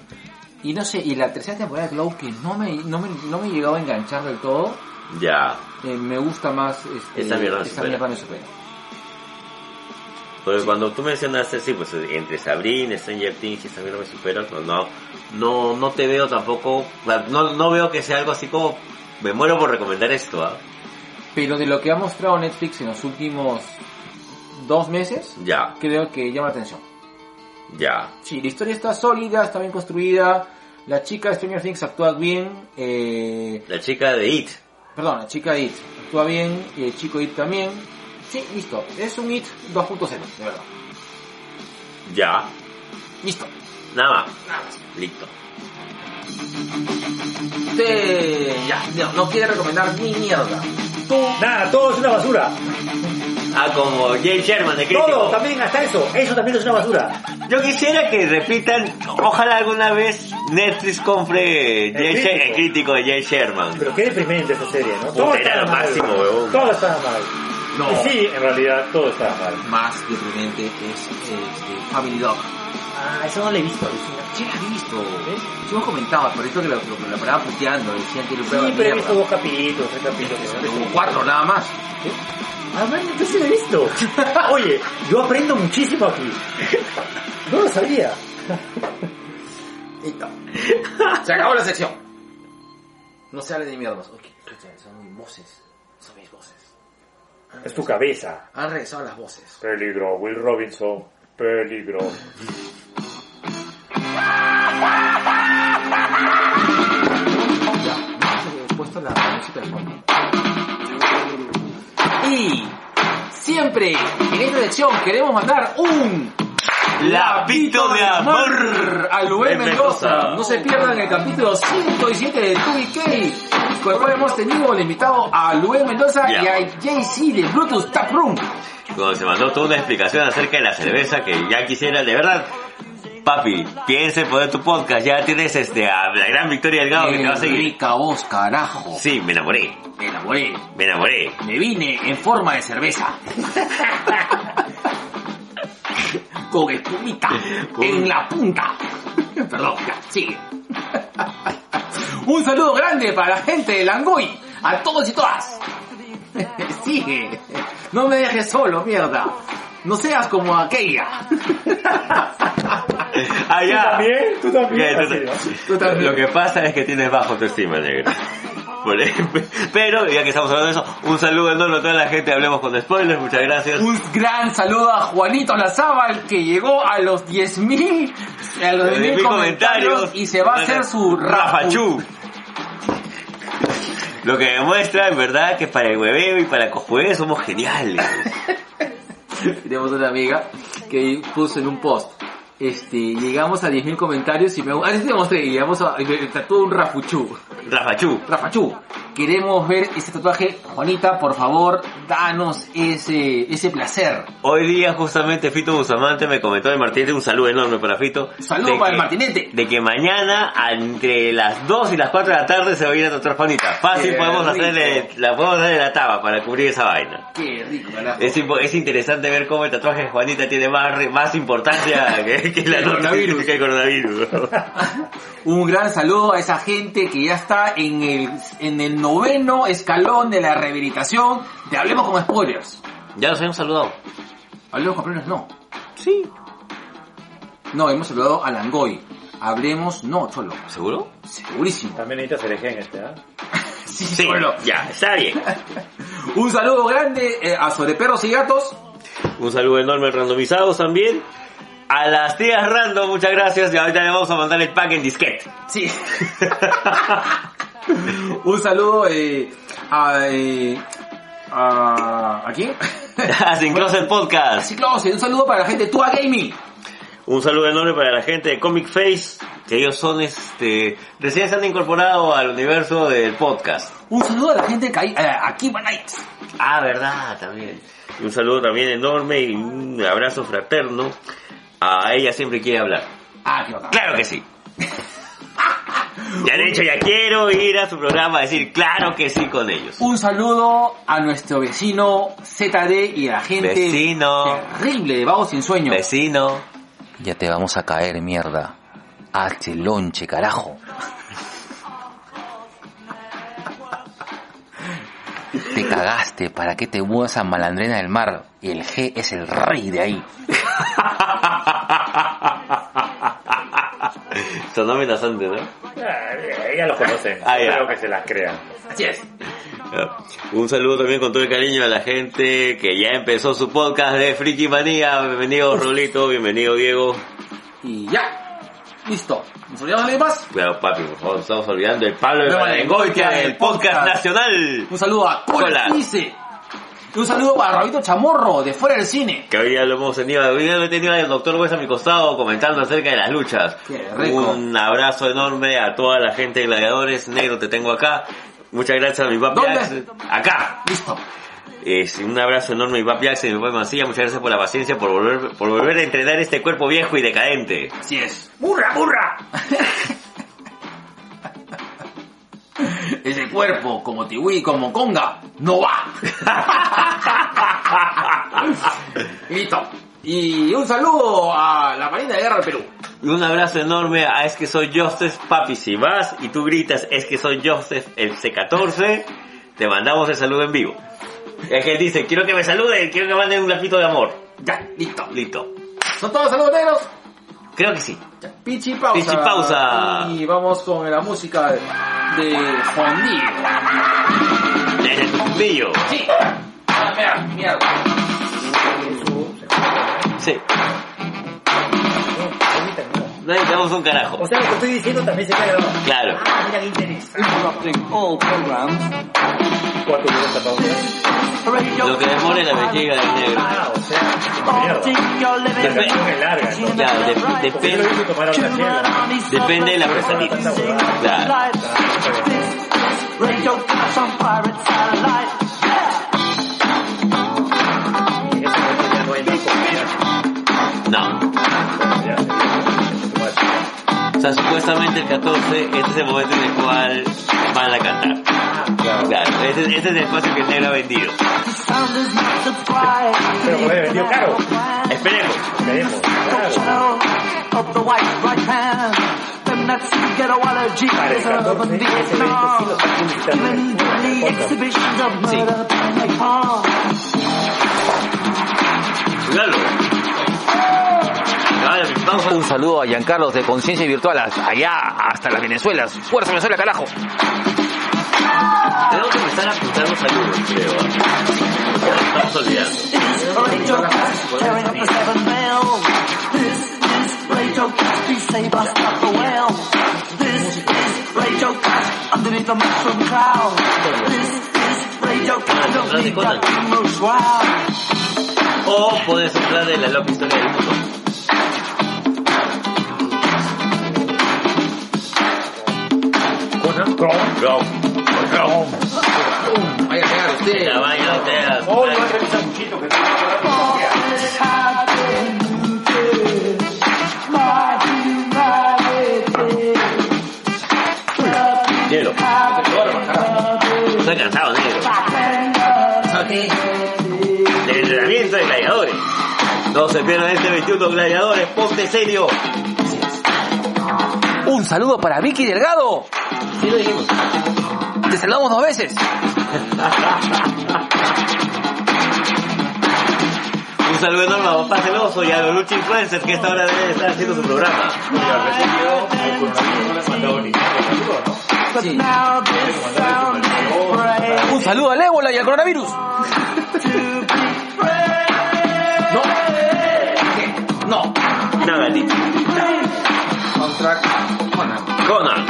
[SPEAKER 1] y no sé y la tercera temporada de Glow que no me no me no me llegaba a enganchar del todo
[SPEAKER 2] Ya,
[SPEAKER 1] eh, me gusta más este,
[SPEAKER 2] Esta mierda me supera.
[SPEAKER 1] mierda me supera.
[SPEAKER 2] porque cuando tú mencionaste, sí, pues entre Sabrina, Stranger Things y también no me supera, no, no, no, no te veo tampoco, no, no veo que sea algo así como, me muero por recomendar esto, ¿ah?
[SPEAKER 1] pero de lo que ha mostrado Netflix en los últimos dos meses
[SPEAKER 2] Ya,
[SPEAKER 1] creo que llama la atención
[SPEAKER 2] ya,
[SPEAKER 1] Sí, la historia está sólida está bien construida la chica de Stranger Things actúa bien eh,
[SPEAKER 2] la chica de It,
[SPEAKER 1] Perdón, la chica It actúa bien y el chico It también. Sí, listo. Es un It 2.0, de verdad.
[SPEAKER 2] ya,
[SPEAKER 1] Listo.
[SPEAKER 2] nada más, listo.
[SPEAKER 1] Usted Este, ya, no, no quiere recomendar ni mierda. Tú.
[SPEAKER 3] Nada, todo es una basura.
[SPEAKER 2] Ah, como Jay Sherman de Crítico.
[SPEAKER 3] Todo, también hasta eso. Eso también es una basura.
[SPEAKER 2] Yo quisiera que repitan, ojalá alguna vez Netflix compre Jay
[SPEAKER 3] crítico.
[SPEAKER 2] Sher- el crítico de Jay Sherman.
[SPEAKER 3] Pero qué deprimente esa serie, ¿no?
[SPEAKER 2] Puta, era lo máximo, weón.
[SPEAKER 3] Todo estaba mal.
[SPEAKER 1] No.
[SPEAKER 3] Y sí, en realidad todo estaba mal.
[SPEAKER 1] Más deprimente es este, Family Dog.
[SPEAKER 3] Ah, eso no lo he visto, alucina.
[SPEAKER 1] Sí, la he visto.
[SPEAKER 3] ¿Ves?
[SPEAKER 1] Sí, hemos comentado, por eso que lo, lo, lo paraban puteando, decían que era un pedo
[SPEAKER 3] Sí,
[SPEAKER 1] de
[SPEAKER 3] pero he
[SPEAKER 1] mierda.
[SPEAKER 3] visto dos capítulos, tres capítulos. que son de
[SPEAKER 1] Como
[SPEAKER 3] un-
[SPEAKER 1] cuatro nada más.
[SPEAKER 3] Ah, man, entonces lo he visto. Oye, yo aprendo muchísimo aquí. No lo sabía.
[SPEAKER 1] Listo. Se acabó la sección. No se hable de mierda más. Uy, qué chucha, son mis voces. Son mis voces.
[SPEAKER 3] Es tu cabeza.
[SPEAKER 1] Han regresado las voces.
[SPEAKER 3] Peligro, Will Robinson. Peligro.
[SPEAKER 1] Ya, he puesto la música de fondo. Y siempre en esta sección queremos mandar un
[SPEAKER 2] Lapito de amor.
[SPEAKER 1] a Luis
[SPEAKER 2] En
[SPEAKER 1] Mendoza.
[SPEAKER 2] Mendoza.
[SPEAKER 1] No se pierdan el capítulo 107 de Tubi K, con el cual hemos tenido el invitado a Luis Mendoza
[SPEAKER 2] Ya.
[SPEAKER 1] y a JC de Bluetooth Tap Room.
[SPEAKER 2] Cuando se mandó toda una explicación acerca de la cerveza que ya quisiera, de verdad. Papi, piensa en poner tu podcast. Ya tienes este, a la gran Victoria Delgado que te va a
[SPEAKER 1] Qué
[SPEAKER 2] seguir.
[SPEAKER 1] rica voz, carajo.
[SPEAKER 2] Sí, me enamoré.
[SPEAKER 1] Me enamoré.
[SPEAKER 2] Me enamoré.
[SPEAKER 1] Me vine en forma de cerveza. Con espumita en la punta. Perdón, ya, sigue. Un saludo grande para la gente de Langoy. A todos y todas. Sigue. No me dejes solo, mierda. No seas como aquella.
[SPEAKER 2] Ah, ya.
[SPEAKER 3] ¿También? ¿Tú
[SPEAKER 2] Ya,
[SPEAKER 3] también? Ah,
[SPEAKER 2] tú-
[SPEAKER 1] Tú también.
[SPEAKER 2] Lo que pasa es que tienes bajo tu estima, negro. Por ejemplo, Pero, ya que estamos hablando de eso, un saludo enorme a toda la gente. Hablemos con spoilers. Muchas gracias.
[SPEAKER 1] Un gran saludo a Juanito Lazábal que llegó a los 10.000 a los 10.000 comentarios, y se va a hacer su rafachú.
[SPEAKER 2] rafachú. Lo que demuestra en verdad que para el hueveo y para el cojueve somos geniales.
[SPEAKER 1] Tenemos una amiga que puso en un post. Este, llegamos a 10.000 comentarios y me ah, sí te mostré, llegamos a, y me tatuó un rafuchú.
[SPEAKER 2] Rafachú.
[SPEAKER 1] Rafachú, queremos ver ese tatuaje. Juanita, por favor, danos ese, ese placer.
[SPEAKER 2] Hoy día justamente Fito Busamante me comentó de Martinete, un saludo enorme para Fito.
[SPEAKER 1] Saludo
[SPEAKER 2] de
[SPEAKER 1] para
[SPEAKER 2] que-
[SPEAKER 1] el Martinete.
[SPEAKER 2] De que mañana, entre las 2 y las 4 de la tarde, se va a ir a tatuar Juanita. Fácil
[SPEAKER 1] Qué
[SPEAKER 2] podemos
[SPEAKER 1] rico.
[SPEAKER 2] hacerle, la podemos darle la taba para cubrir esa vaina.
[SPEAKER 1] Qué rico, carajo.
[SPEAKER 2] Es, impo- es interesante ver cómo el tatuaje de Juanita tiene más, re- más importancia que, que la
[SPEAKER 1] El coronavirus.
[SPEAKER 2] que el coronavirus.
[SPEAKER 1] Un gran saludo a esa gente que ya está en el, en el noveno escalón de la rehabilitación de Hablemos con Spoilers.
[SPEAKER 2] ya los habíamos saludado.
[SPEAKER 1] Hablemos con Spoilers no.
[SPEAKER 2] Sí.
[SPEAKER 1] No, hemos saludado a Langoy. Hablemos, no, Cholo.
[SPEAKER 2] ¿Seguro?
[SPEAKER 1] Segurísimo.
[SPEAKER 3] También necesitas herejía en este, ¿ah?
[SPEAKER 1] Sí,
[SPEAKER 2] bueno,
[SPEAKER 1] Cholo.
[SPEAKER 2] ya, está bien.
[SPEAKER 1] Un saludo grande eh, a Sobre Perros y Gatos.
[SPEAKER 2] Un saludo enorme al randomizados también. A las tías random, muchas gracias. Y ahorita le vamos a mandar el pack en disquete.
[SPEAKER 1] Sí. Un saludo eh, a, eh, a... ¿A quién?
[SPEAKER 2] Sin Closet Podcast.
[SPEAKER 1] Así Closet. Un saludo para la gente de Tua Gaming.
[SPEAKER 2] Un saludo enorme para la gente de Comic Face, que ellos son este. recién se han incorporado al universo del podcast.
[SPEAKER 1] Un saludo a la gente de eh, Kai- a, a Kiba Nights.
[SPEAKER 2] Ah, verdad, también. Y un saludo también enorme y un abrazo fraterno. A ella siempre quiere hablar.
[SPEAKER 1] Ah, qué bacán.
[SPEAKER 2] Claro que sí. Ya de hecho, ya quiero ir a su programa a decir claro que sí con ellos.
[SPEAKER 1] Un saludo a nuestro vecino ZD y a la gente
[SPEAKER 2] Vecino.
[SPEAKER 1] terrible de Vagos Sin Sueño.
[SPEAKER 2] Vecino.
[SPEAKER 1] Ya te vamos a caer, mierda. Hazte lonche, carajo. Te cagaste, ¿para qué te mudas a Malandrena del Mar? Y el G es el rey de ahí.
[SPEAKER 2] Sonó amenazante, ¿no?
[SPEAKER 3] Ah, ya los conocen.
[SPEAKER 2] Ah, ya.
[SPEAKER 3] Creo que se las crean.
[SPEAKER 1] Así es.
[SPEAKER 2] Un saludo también con todo el cariño a la gente que ya empezó su podcast de Friki Manía. Bienvenido Rolito, bienvenido Diego.
[SPEAKER 1] Y ya. Listo. ¿Nos olvidamos de alguien más?
[SPEAKER 2] Cuidado papi, por favor, estamos olvidando el Pablo de
[SPEAKER 1] No,
[SPEAKER 2] Marengoitia del podcast nacional.
[SPEAKER 1] Un saludo a
[SPEAKER 2] Hola.
[SPEAKER 1] Cola Dice. Un saludo para Rabito Chamorro, de Fuera del Cine.
[SPEAKER 2] Que hoy día lo hemos tenido, hoy día lo he tenido al doctor West a mi costado comentando acerca de las luchas.
[SPEAKER 1] Qué rico.
[SPEAKER 2] Un abrazo enorme a toda la gente de gladiadores. Negro, te tengo acá. Muchas gracias a mi papi.
[SPEAKER 1] ¿Dónde?
[SPEAKER 2] Axel. Acá.
[SPEAKER 1] Listo.
[SPEAKER 2] Es un abrazo enorme, mi papi Axel, mi papi Mancilla. Muchas gracias por la paciencia, por volver, por volver a entrenar este cuerpo viejo y decadente.
[SPEAKER 1] Así es.
[SPEAKER 3] ¡Burra, burra!
[SPEAKER 1] Ese cuerpo, como Tiwi, como Conga, no va. Listo. Y un saludo a la Marina de Guerra del Perú.
[SPEAKER 2] Y un abrazo enorme a Es que soy Joseph, papi, si vas y tú gritas Es que soy Joseph el C14, te mandamos el saludo en vivo. Es que él dice, quiero que me saluden, quiero que me manden un lapito de amor.
[SPEAKER 1] Ya, listo.
[SPEAKER 2] Listo.
[SPEAKER 1] Son todos saludos negros.
[SPEAKER 2] Creo que sí.
[SPEAKER 1] Ya, Pichi pausa.
[SPEAKER 2] Pichi pausa.
[SPEAKER 1] Y vamos con la música de Fondillo.
[SPEAKER 2] Desde el fundillo.
[SPEAKER 1] Sí. Ah, mira, mierda.
[SPEAKER 2] Sí. No necesitamos un carajo.
[SPEAKER 5] O sea, lo que estoy diciendo también se queda grabado.
[SPEAKER 2] Claro.
[SPEAKER 5] Ah, mira qué interesante.
[SPEAKER 2] Lo que demore la vejiga del negro.
[SPEAKER 3] Ah, o sea, mierda. La canción es larga, ¿no?
[SPEAKER 2] Claro, de-
[SPEAKER 3] ¿Por qué lo
[SPEAKER 2] depende,
[SPEAKER 3] hizo tomar otra chela?
[SPEAKER 2] depende de la
[SPEAKER 3] Tanta
[SPEAKER 2] persona.
[SPEAKER 3] huevada.
[SPEAKER 2] Claro.
[SPEAKER 5] En ese momento ya no hay ni comida.
[SPEAKER 2] No.
[SPEAKER 3] este Ya, sí.
[SPEAKER 2] O sea, supuestamente el 14, este es el momento en el cual van a cantar. Claro, este, este es el espacio que el negro ha vendido.
[SPEAKER 3] Pero puede vendió caro.
[SPEAKER 2] Esperemos.
[SPEAKER 3] Veremos, claro. Para el 14, ese evento sí lo está publicitando. Otra.
[SPEAKER 2] Claro. Claro, vamos a-
[SPEAKER 6] Un saludo a Giancarlos de Conciencia Virtual allá hasta las Venezuelas. Fuerza Venezuela, carajo.
[SPEAKER 2] Tenemos que empezar a apuntar los saludos, creo. ¿ah? Ya lo estamos olvidando.
[SPEAKER 3] ¿eh? Ah,
[SPEAKER 2] O puedes hablar de la loca historia del mundo. Grom. Grom.
[SPEAKER 1] Vaya a pegar usted.
[SPEAKER 2] La vaya, o sea,
[SPEAKER 3] Oh, no entrevista a Muchito, que no me acuerdo cómo se llama.
[SPEAKER 2] Hielo. Estoy cansado, negro. Del entrenamiento de gladiadores. No se pierdan este 21 gladiadores, ponte serio.
[SPEAKER 6] Un saludo para Vicky Delgado.
[SPEAKER 2] Sí lo dijimos.
[SPEAKER 6] Te saludamos dos veces.
[SPEAKER 2] Un saludo enorme a Papá Celoso y a los Lucha Influencers que a esta hora deben estar haciendo su programa.
[SPEAKER 3] Mira, recibió el coronavirus, no le han mandado ni nada, seguro, ¿no?
[SPEAKER 1] Sí.
[SPEAKER 6] Un saludo al ébola y al coronavirus.
[SPEAKER 1] No. ¿Qué? No.
[SPEAKER 2] Nada, Tito.
[SPEAKER 1] Contract. Conan.
[SPEAKER 2] Conan.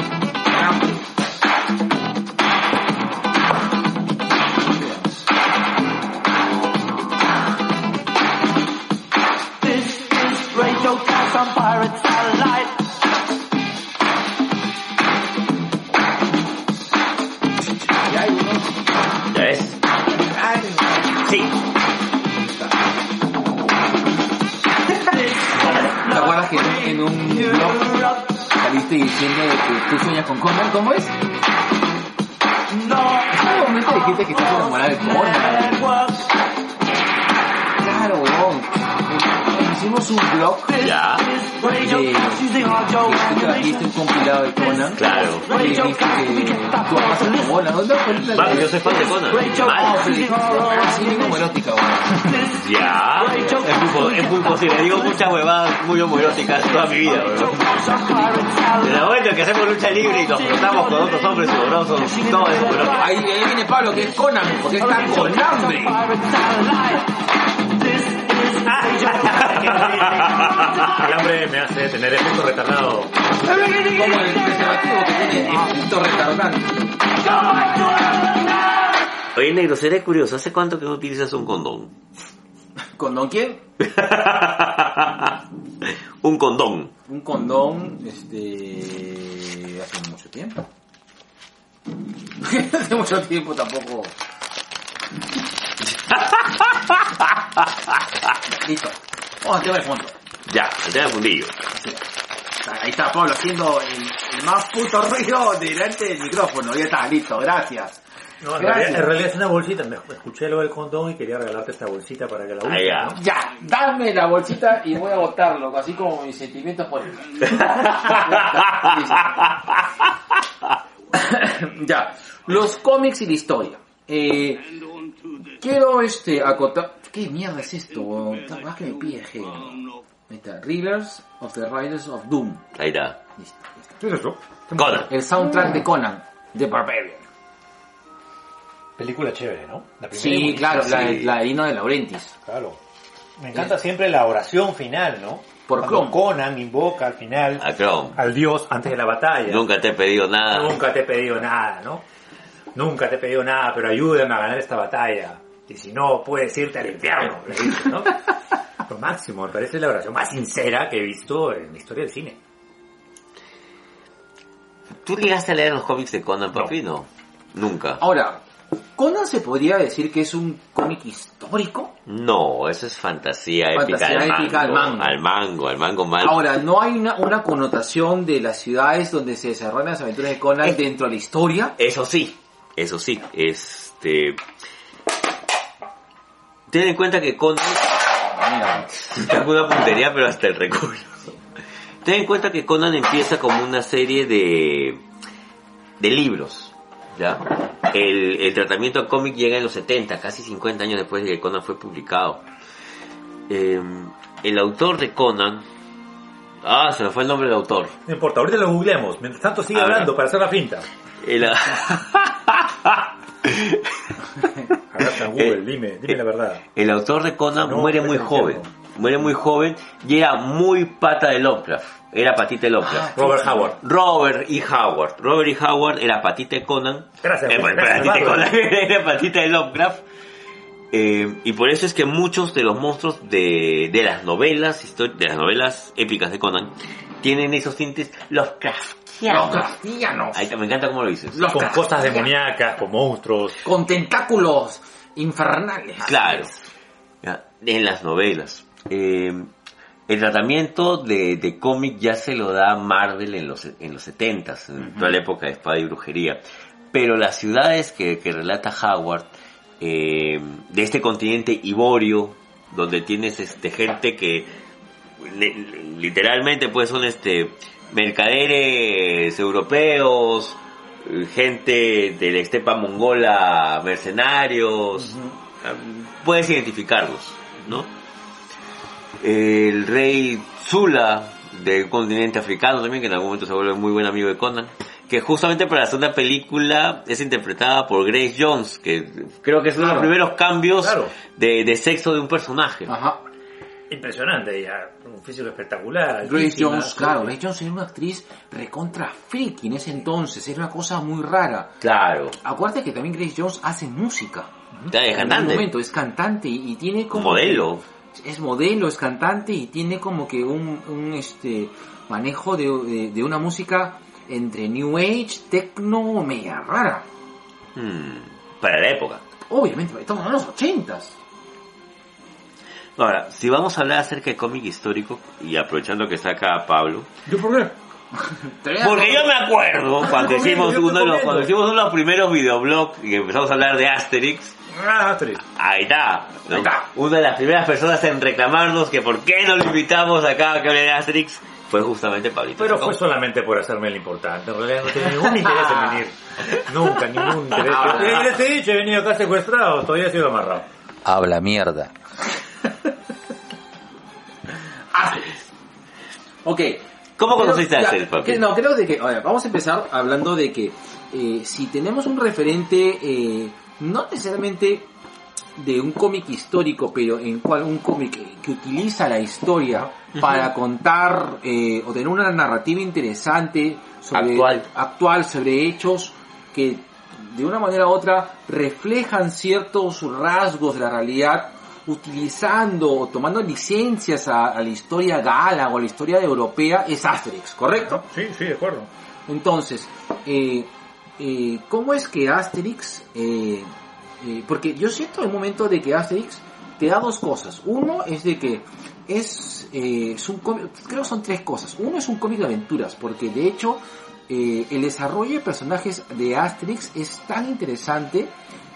[SPEAKER 2] ¿Ya ves? Sí.
[SPEAKER 1] ¿Te acuerdas que en, en un blog saliste diciendo de que tú sueñas con Conan? ¿Cómo es? No. ¿En algún momento dijiste que estás enamorada de Conan? Claro, weón. Hicimos un blog
[SPEAKER 2] Ya.
[SPEAKER 1] de... que Viste un compilado de Conan.
[SPEAKER 2] Claro.
[SPEAKER 1] Y dijiste que tú amas a Conan. ¿Dónde fue el
[SPEAKER 2] Vamos, yo soy fan de Conan. Mal.
[SPEAKER 1] Así bien como erótica, weón.
[SPEAKER 2] Ya. Es muy, po- es muy posible. Digo muchas huevadas muy homoeróticas toda mi vida, weón. Desde el momento en que hacemos lucha libre y nos juntamos con otros hombres sudorosos, todo es homoerótico.
[SPEAKER 1] Ahí, ahí viene Pablo, que es Conan, porque está con hambre.
[SPEAKER 3] El hambre me hace tener efecto retardado.
[SPEAKER 1] Como el preservativo que tiene efecto retardante.
[SPEAKER 2] Oye, negro, seré curioso. ¿Hace cuánto que no utilizas un condón?
[SPEAKER 1] ¿Condón quién?
[SPEAKER 2] un condón.
[SPEAKER 1] Un condón, este. hace mucho tiempo. hace mucho tiempo tampoco. Listo. Vamos al tema de fondo.
[SPEAKER 2] Ya, el tema de fundillo.
[SPEAKER 1] Así. Ahí está Pablo haciendo el, el más puto ruido delante del micrófono. Ya está, listo, gracias.
[SPEAKER 3] No, en,
[SPEAKER 1] Gracias.
[SPEAKER 3] realidad, en realidad es una bolsita. Me escuché lo del condón y quería regalarte esta bolsita para que la uses.
[SPEAKER 2] Ahí ya.
[SPEAKER 3] ¿no?
[SPEAKER 1] Ya, dame la bolsita y voy a botarlo, así como mis sentimientos por él. ya, los cómics y la historia. Eh, quiero este acotar. ¿Qué mierda es esto? weón? Puta, Más que me pide genio. Ahí está, Rivers of the Riders of Doom.
[SPEAKER 2] Ahí está.
[SPEAKER 1] Listo, ya está.
[SPEAKER 4] ¿Qué es eso?
[SPEAKER 2] Conan.
[SPEAKER 1] El soundtrack de Conan, The Barbarian.
[SPEAKER 3] Película chévere, ¿no? La primera es
[SPEAKER 1] Sí,
[SPEAKER 3] buenísima.
[SPEAKER 1] claro, la,
[SPEAKER 2] sí.
[SPEAKER 1] la de Hino de Laurentis.
[SPEAKER 3] Claro. Me encanta siempre la oración final, ¿no?
[SPEAKER 1] Por
[SPEAKER 3] Cuando
[SPEAKER 1] Clon.
[SPEAKER 3] Conan invoca al final
[SPEAKER 2] A Chrome.
[SPEAKER 3] al dios antes de la batalla.
[SPEAKER 2] Nunca te he pedido nada.
[SPEAKER 3] Nunca te he pedido nada, ¿no? Nunca te he pedido nada, pero ayúdame a ganar esta batalla. Y si no, puedes irte al infierno, le dice, ¿no? Lo máximo, me parece la oración más sincera que he visto en la historia del cine.
[SPEAKER 2] ¿Tú llegaste a leer los cómics de Conan, papi? No. Nunca.
[SPEAKER 1] Ahora, ¿Conan se podría decir que es un cómic histórico?
[SPEAKER 2] No, eso es fantasía épica,
[SPEAKER 1] Fantasía
[SPEAKER 2] al,
[SPEAKER 1] épica al
[SPEAKER 2] mango,
[SPEAKER 1] mango. Ah,
[SPEAKER 2] Al mango, al mango mal.
[SPEAKER 1] Ahora, ¿no hay una, una connotación de las ciudades donde se desarrollan las aventuras de
[SPEAKER 2] Eh.
[SPEAKER 1] Conan dentro de la historia?
[SPEAKER 2] Eso sí, eso sí, este... Ten en cuenta que Conan... Tengo una puntería, pero hasta el recuerdo. Ten en cuenta que Conan empieza como una serie de... de libros, ¿ya? El, el tratamiento al cómic llega en los 70, casi 50 años después de que Conan fue publicado. Eh, el autor de Conan... Ah, se me fue el nombre del autor.
[SPEAKER 3] No importa, ahorita lo googleemos. Mientras tanto sigue
[SPEAKER 2] A ver.
[SPEAKER 3] hablando para hacer la finta.
[SPEAKER 2] El,
[SPEAKER 3] Agarra
[SPEAKER 2] Eh,
[SPEAKER 3] Google, dime, dime la verdad.
[SPEAKER 2] El autor de Conan
[SPEAKER 3] No,
[SPEAKER 2] muere
[SPEAKER 3] pero
[SPEAKER 2] muy
[SPEAKER 3] no
[SPEAKER 2] joven.
[SPEAKER 3] entiendo.
[SPEAKER 2] Muere muy joven y era muy pata de Lovecraft. Era patita de Lovecraft.
[SPEAKER 3] Ah, Robert Howard.
[SPEAKER 2] Robert E. Howard. Robert E. Howard era patita de Conan.
[SPEAKER 3] Gracias,
[SPEAKER 2] Eh,
[SPEAKER 3] gracias,
[SPEAKER 2] patita de
[SPEAKER 3] Marvel.
[SPEAKER 2] Conan, era patita de Lovecraft. Eh, y por eso es que muchos de los monstruos de, de las novelas, histori- de las novelas épicas de Conan, tienen esos tintes
[SPEAKER 1] Los
[SPEAKER 2] Lovecraftianos.
[SPEAKER 1] castellanos.
[SPEAKER 2] Ahí te- me encanta cómo lo dices.
[SPEAKER 1] Los
[SPEAKER 3] Con
[SPEAKER 1] castellanos.
[SPEAKER 3] cosas demoníacas, con monstruos.
[SPEAKER 1] Con tentáculos infernales.
[SPEAKER 2] Claro. Ya, En las novelas. Eh, el tratamiento de, de cómic ya se lo da Marvel en los, en los 70s, en toda la época de espada y brujería. Pero las ciudades que, que relata Howard, eh, de este continente iborio, donde tienes este, gente que le- literalmente pues son este mercaderes europeos, eh, gente de la estepa mongola, mercenarios, Ah, puedes identificarlos, ¿no? El rey Zula del continente africano también, que en algún momento se vuelve muy buen amigo de Conan, que justamente para la segunda película es interpretada por Grace Jones, que creo que es uno de los primeros cambios
[SPEAKER 3] Claro.
[SPEAKER 2] de, de sexo de un personaje.
[SPEAKER 1] Ajá.
[SPEAKER 3] Impresionante, ella, un físico espectacular.
[SPEAKER 1] Grace
[SPEAKER 3] altísima.
[SPEAKER 1] Jones, claro, Grace Jones era una actriz recontra friki en ese entonces, era una cosa muy rara.
[SPEAKER 2] Claro.
[SPEAKER 1] Acuérdate que también Grace Jones hace música.
[SPEAKER 2] Ya, es
[SPEAKER 1] En algún
[SPEAKER 2] cantante.
[SPEAKER 1] momento es cantante y y tiene como...
[SPEAKER 2] modelo.
[SPEAKER 1] es modelo, es cantante y tiene como que un, un, este manejo de, de- de una música entre New Age, techno, media rara.
[SPEAKER 2] Hmm, para la época.
[SPEAKER 1] Obviamente, estamos hablando de los ochentas.
[SPEAKER 2] Ahora, si vamos a hablar acerca de cómic histórico, y aprovechando que está acá Pablo,
[SPEAKER 3] ¿Yo por qué?
[SPEAKER 2] porque yo me acuerdo cuando
[SPEAKER 3] Yo te
[SPEAKER 2] hicimos
[SPEAKER 3] comiendo, yo
[SPEAKER 2] uno
[SPEAKER 3] te
[SPEAKER 2] de los, cuando
[SPEAKER 3] comiendo.
[SPEAKER 2] hicimos uno de los primeros videoblogs y que empezamos a hablar de Asterix,
[SPEAKER 3] Ah, tres.
[SPEAKER 2] ahí está, ¿no? Una de las primeras personas en reclamarnos que por qué no lo invitamos acá a que hable de Asterix fue justamente Pablito.
[SPEAKER 3] Pero
[SPEAKER 2] Chacón.
[SPEAKER 3] fue solamente por hacerme el importante. En realidad no tenía ningún interés en venir. Nunca, ningún interés. Yo les he dicho, he venido acá secuestrado, todavía he sido amarrado.
[SPEAKER 6] Habla mierda.
[SPEAKER 1] Ok.
[SPEAKER 2] ¿Cómo
[SPEAKER 1] Creo-
[SPEAKER 2] conociste a
[SPEAKER 1] ya,
[SPEAKER 2] Axel, papi?
[SPEAKER 1] que- No, creo de que... a ver, vamos a empezar hablando de que eh, si tenemos un referente, eh, no necesariamente de un cómic histórico, pero en cual un cómic que utiliza la historia para contar eh, o tener una narrativa interesante sobre,
[SPEAKER 2] Actual.
[SPEAKER 1] actual sobre hechos que de una manera u otra reflejan ciertos rasgos de la realidad utilizando o tomando licencias a, a la historia gala o a la historia europea es Asterix, ¿correcto?
[SPEAKER 3] Sí, sí, de acuerdo.
[SPEAKER 1] Entonces, eh, eh, ¿cómo es que Asterix... eh, eh, porque yo siento el momento de que Asterix te da dos cosas. Uno es de que es, eh, es un cómic, creo que son tres cosas. Uno es un cómic de aventuras, porque de hecho eh, el desarrollo de personajes de Asterix es tan interesante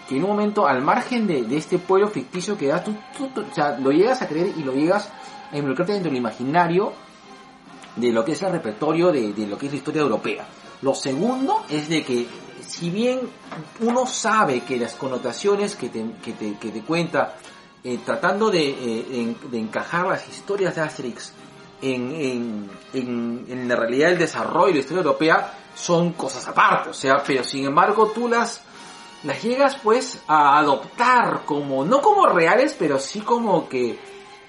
[SPEAKER 1] que en un momento, al margen de, de este pueblo ficticio que da, tú, tú- tú- o sea, lo llegas a creer y lo llegas a involucrarte dentro del imaginario de lo que es el repertorio de, de lo que es la historia europea. Lo segundo es de que si bien uno sabe que las connotaciones que te, que te- que te cuenta eh, tratando de, eh, en- de encajar las historias de Asterix en, en- en- en la realidad del desarrollo de la historia europea son cosas aparte, o sea, pero sin embargo tú las las llegas pues a adoptar como, no como reales, pero sí como que,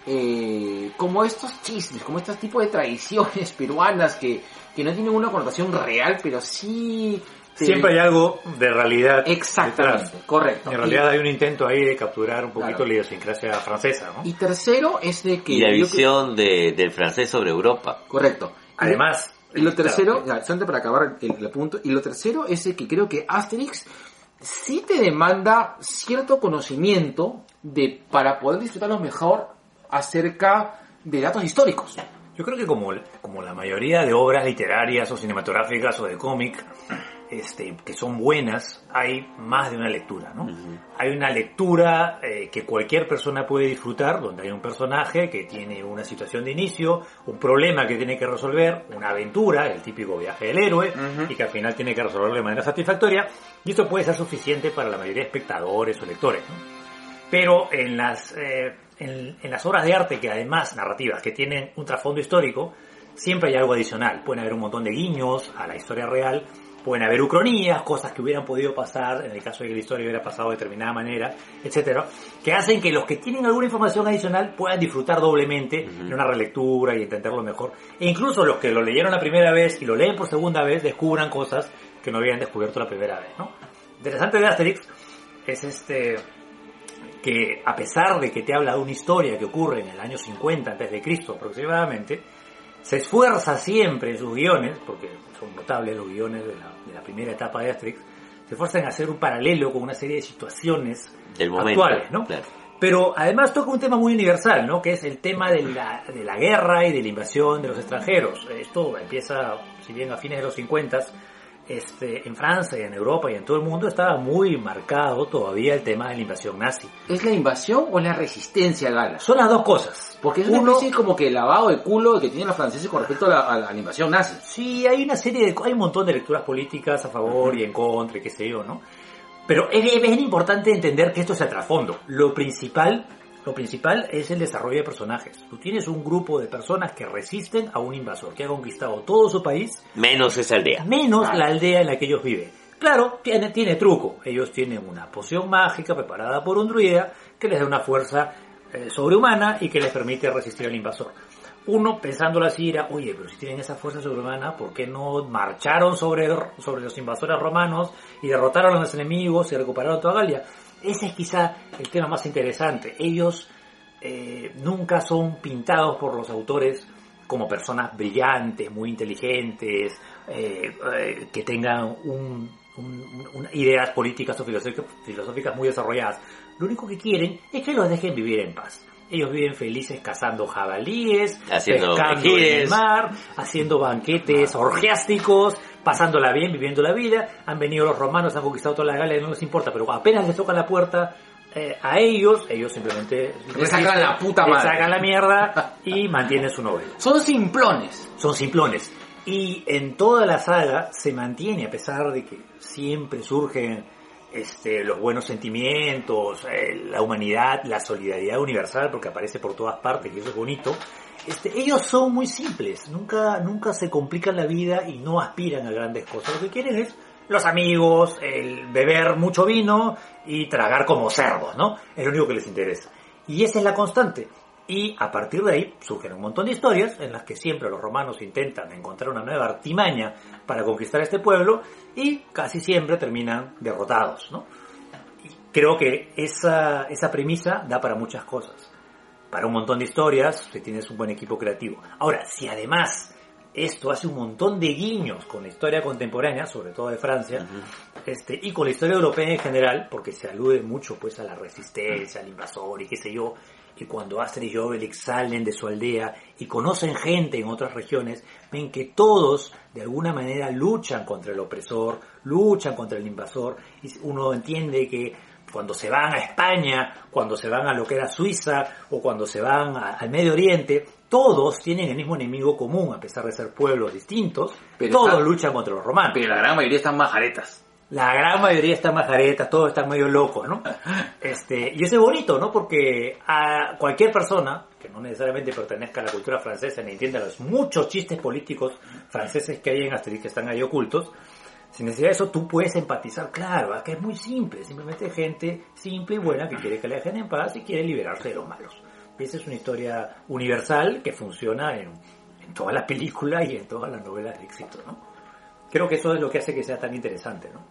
[SPEAKER 1] eh, como estos chismes, como estos tipos de tradiciones peruanas que, que no tienen una connotación real, pero sí... te-
[SPEAKER 3] Siempre hay algo de realidad.
[SPEAKER 1] Exactamente,
[SPEAKER 3] detrás.
[SPEAKER 1] correcto.
[SPEAKER 3] En realidad hay un intento ahí de capturar un poquito
[SPEAKER 1] Claro.
[SPEAKER 3] la idiosincrasia francesa, ¿no?
[SPEAKER 1] Y, y tercero es de que...
[SPEAKER 2] Y la
[SPEAKER 1] yo cre-
[SPEAKER 2] visión de- del francés sobre Europa.
[SPEAKER 1] Correcto.
[SPEAKER 3] Además,
[SPEAKER 1] Y lo
[SPEAKER 3] claro,
[SPEAKER 1] tercero, ya, solamente para acabar el, el punto, y lo tercero es de que creo que Asterix sí te demanda cierto conocimiento de para poder disfrutarlo mejor acerca de datos históricos.
[SPEAKER 3] Yo creo que como, como la mayoría de obras literarias o cinematográficas o de cómic, este, que son buenas, hay más de una lectura, ¿no? Hay una lectura eh, que cualquier persona puede disfrutar, donde hay un personaje que tiene una situación de inicio, un problema que tiene que resolver, una aventura, el típico viaje del héroe, y que al final tiene que resolverlo de manera satisfactoria, y eso puede ser suficiente para la mayoría de espectadores o lectores, ¿no? pero en las eh, en, en las obras de arte que además narrativas que tienen un trasfondo histórico siempre hay algo adicional pueden haber un montón de guiños a la historia real pueden haber ucronías cosas que hubieran podido pasar en el caso de que la historia hubiera pasado de determinada manera etcétera que hacen que los que tienen alguna información adicional puedan disfrutar doblemente en una relectura y entenderlo mejor e incluso los que lo leyeron la primera vez y lo leen por segunda vez descubran cosas que no habían descubierto la primera vez no interesante de Asterix es este que a pesar de que te habla de una historia que ocurre en el año 50 antes de Cristo aproximadamente, se esfuerza siempre en sus guiones, porque son notables los guiones de la, de la primera etapa de Asterix, se esfuerza en hacer un paralelo con una serie de situaciones
[SPEAKER 2] Del momento.
[SPEAKER 3] actuales, ¿no?
[SPEAKER 2] Claro.
[SPEAKER 3] Pero además toca un tema muy universal, ¿no? Que es el tema de la, de la guerra y de la invasión de los extranjeros. Esto empieza, si bien a fines de los 50, este, en Francia y en Europa y en todo el mundo estaba muy marcado todavía el tema de la invasión nazi.
[SPEAKER 1] ¿Es la invasión o es la resistencia gala?
[SPEAKER 3] Son las dos cosas.
[SPEAKER 1] Porque es una
[SPEAKER 3] Uno-
[SPEAKER 1] especie como que lavado de culo que tienen los franceses con respecto a la, a la- a la invasión nazi.
[SPEAKER 3] Sí, hay una serie de... Hay un montón de lecturas políticas a favor y en contra y qué sé yo, ¿no? Pero es, es bien importante entender que esto es el trasfondo. Lo principal, lo principal es el desarrollo de personajes. Tú tienes un grupo de personas que resisten a un invasor que ha conquistado todo su país,
[SPEAKER 2] Menos esa aldea.
[SPEAKER 3] menos la aldea en la que ellos viven. Claro, tiene, tiene truco. Ellos tienen una poción mágica preparada por un druida que les da una fuerza eh, sobrehumana y que les permite resistir al invasor. Uno pensándolo así era, oye, pero si tienen esa fuerza sobrehumana, ¿por qué no marcharon sobre, sobre los invasores romanos y derrotaron a los enemigos y recuperaron toda Galia? Ese es quizá el tema más interesante. Ellos eh, nunca son pintados por los autores como personas brillantes, muy inteligentes, eh, eh, que tengan un- un- un- ideas políticas o filosófica- filosóficas muy desarrolladas. Lo único que quieren es que los dejen vivir en paz. Ellos viven felices cazando jabalíes,
[SPEAKER 2] Haciendo
[SPEAKER 3] pescando en el
[SPEAKER 2] mejilles.
[SPEAKER 3] mar, haciendo banquetes orgiásticos, pasándola bien, viviendo la vida. Han venido los romanos, han conquistado toda la Galia, no les importa, pero apenas les toca la puerta eh, a ellos, ellos simplemente
[SPEAKER 1] Le sacan la puta
[SPEAKER 3] le
[SPEAKER 1] madre.
[SPEAKER 3] sacan la mierda y mantienen su novela.
[SPEAKER 1] Son simplones.
[SPEAKER 3] Son simplones. Y en toda la saga se mantiene, a pesar de que siempre surgen este, los buenos sentimientos, eh, la humanidad, la solidaridad universal, porque aparece por todas partes y eso es bonito. Este, ellos son muy simples, nunca, nunca se complican la vida y no aspiran a grandes cosas. Lo que quieren es los amigos, el beber mucho vino y tragar como cerdos, ¿no? Es lo único que les interesa. Y esa es la constante. Y a partir de ahí surgen un montón de historias en las que siempre los romanos intentan encontrar una nueva artimaña para conquistar este pueblo y casi siempre terminan derrotados, ¿no? Y creo que esa, esa premisa da para muchas cosas para un montón de historias si tienes un buen equipo creativo. Ahora, si además esto hace un montón de guiños con la historia contemporánea, sobre todo de Francia, este, y con la historia europea en general, porque se alude mucho pues a la resistencia, al invasor y qué sé yo, y cuando Asterix y Obelix salen de su aldea y conocen gente en otras regiones, ven que todos de alguna manera luchan contra el opresor, luchan contra el invasor, y uno entiende que cuando se van a España, cuando se van a lo que era Suiza o cuando se van a- al Medio Oriente, todos tienen el mismo enemigo común, a pesar de ser pueblos distintos,
[SPEAKER 1] Pero
[SPEAKER 3] todos
[SPEAKER 1] está-
[SPEAKER 3] luchan contra los romanos.
[SPEAKER 1] Pero la gran mayoría están majaretas.
[SPEAKER 3] La gran mayoría están majaretas, todos están medio locos, ¿no? Este, y eso es bonito, ¿no? Porque a cualquier persona que no necesariamente pertenezca a la cultura francesa ni entienda los muchos chistes políticos franceses que hay en Asterix que están ahí ocultos, sin necesidad de eso tú puedes empatizar, claro, acá es muy simple, simplemente gente simple y buena que quiere que la dejen en paz y quiere liberarse de los malos. Y esa es una historia universal que funciona en, en todas las películas y en todas las novelas de éxito, ¿no? Creo que eso es lo que hace que sea tan interesante, ¿no?